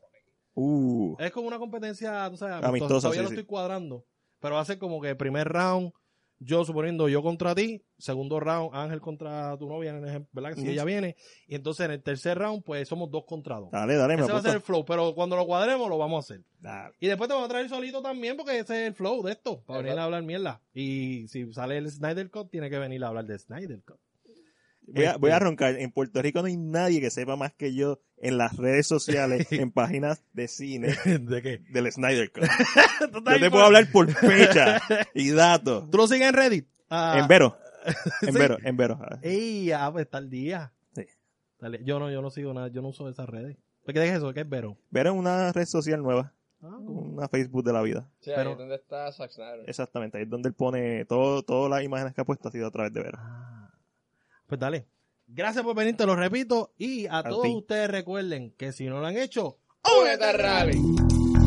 Speaker 3: Uh,
Speaker 1: Es como una competencia, tú sabes,
Speaker 3: Amistosa,
Speaker 1: Todavía
Speaker 3: sí,
Speaker 1: lo
Speaker 3: sí.
Speaker 1: estoy cuadrando. Pero va a ser como que primer round, yo suponiendo yo contra ti, segundo round, Ángel contra tu novia, en el ejem- ¿verdad? Si
Speaker 3: Ujú.
Speaker 1: ella viene. Y entonces en el tercer round, pues somos dos contra dos.
Speaker 3: dale, dale, Ah, me
Speaker 1: Ese va a ser
Speaker 3: apunto.
Speaker 1: el flow, pero cuando lo cuadremos lo vamos a hacer.
Speaker 3: Dale.
Speaker 1: Y después te vamos a traer solito también, porque ese es el flow de esto, para
Speaker 2: Ajá.
Speaker 1: venir a hablar mierda. Y si sale el Snyder Cut, tiene que venir a hablar de Snyder Cut.
Speaker 3: Voy a,
Speaker 1: Este,
Speaker 3: voy a roncar. En Puerto Rico no hay nadie que sepa más que yo en las redes sociales, en páginas de cine
Speaker 1: ¿De qué?
Speaker 3: del Snyder Cut.
Speaker 1: Tú estás
Speaker 3: Yo
Speaker 1: ahí por-
Speaker 3: te puedo hablar por fecha y datos.
Speaker 1: ¿Tú lo sigues en Reddit? Ah,
Speaker 3: En Vero. En veros, en veros. ah.
Speaker 1: Ey, ah, pues está el día.
Speaker 3: Sí.
Speaker 1: Está el día. Yo no, yo no sigo nada, yo no uso esas redes. ¿Por qué dejes eso? ¿Qué es Vero?
Speaker 3: Vero es una red social nueva,
Speaker 1: Ah,
Speaker 3: una Facebook de la vida.
Speaker 2: Sí, ahí
Speaker 1: Pero-
Speaker 2: es donde está Zack Snyder.
Speaker 3: Exactamente, ahí es donde él pone todo, todas las imágenes que ha puesto ha sido a través de Vero.
Speaker 1: Ah. Pues dale. Gracias por venir, te lo repito. Y a,
Speaker 3: A
Speaker 1: todos
Speaker 3: ti.
Speaker 1: ustedes recuerden que si no lo han hecho,
Speaker 2: ¡Únete al rally!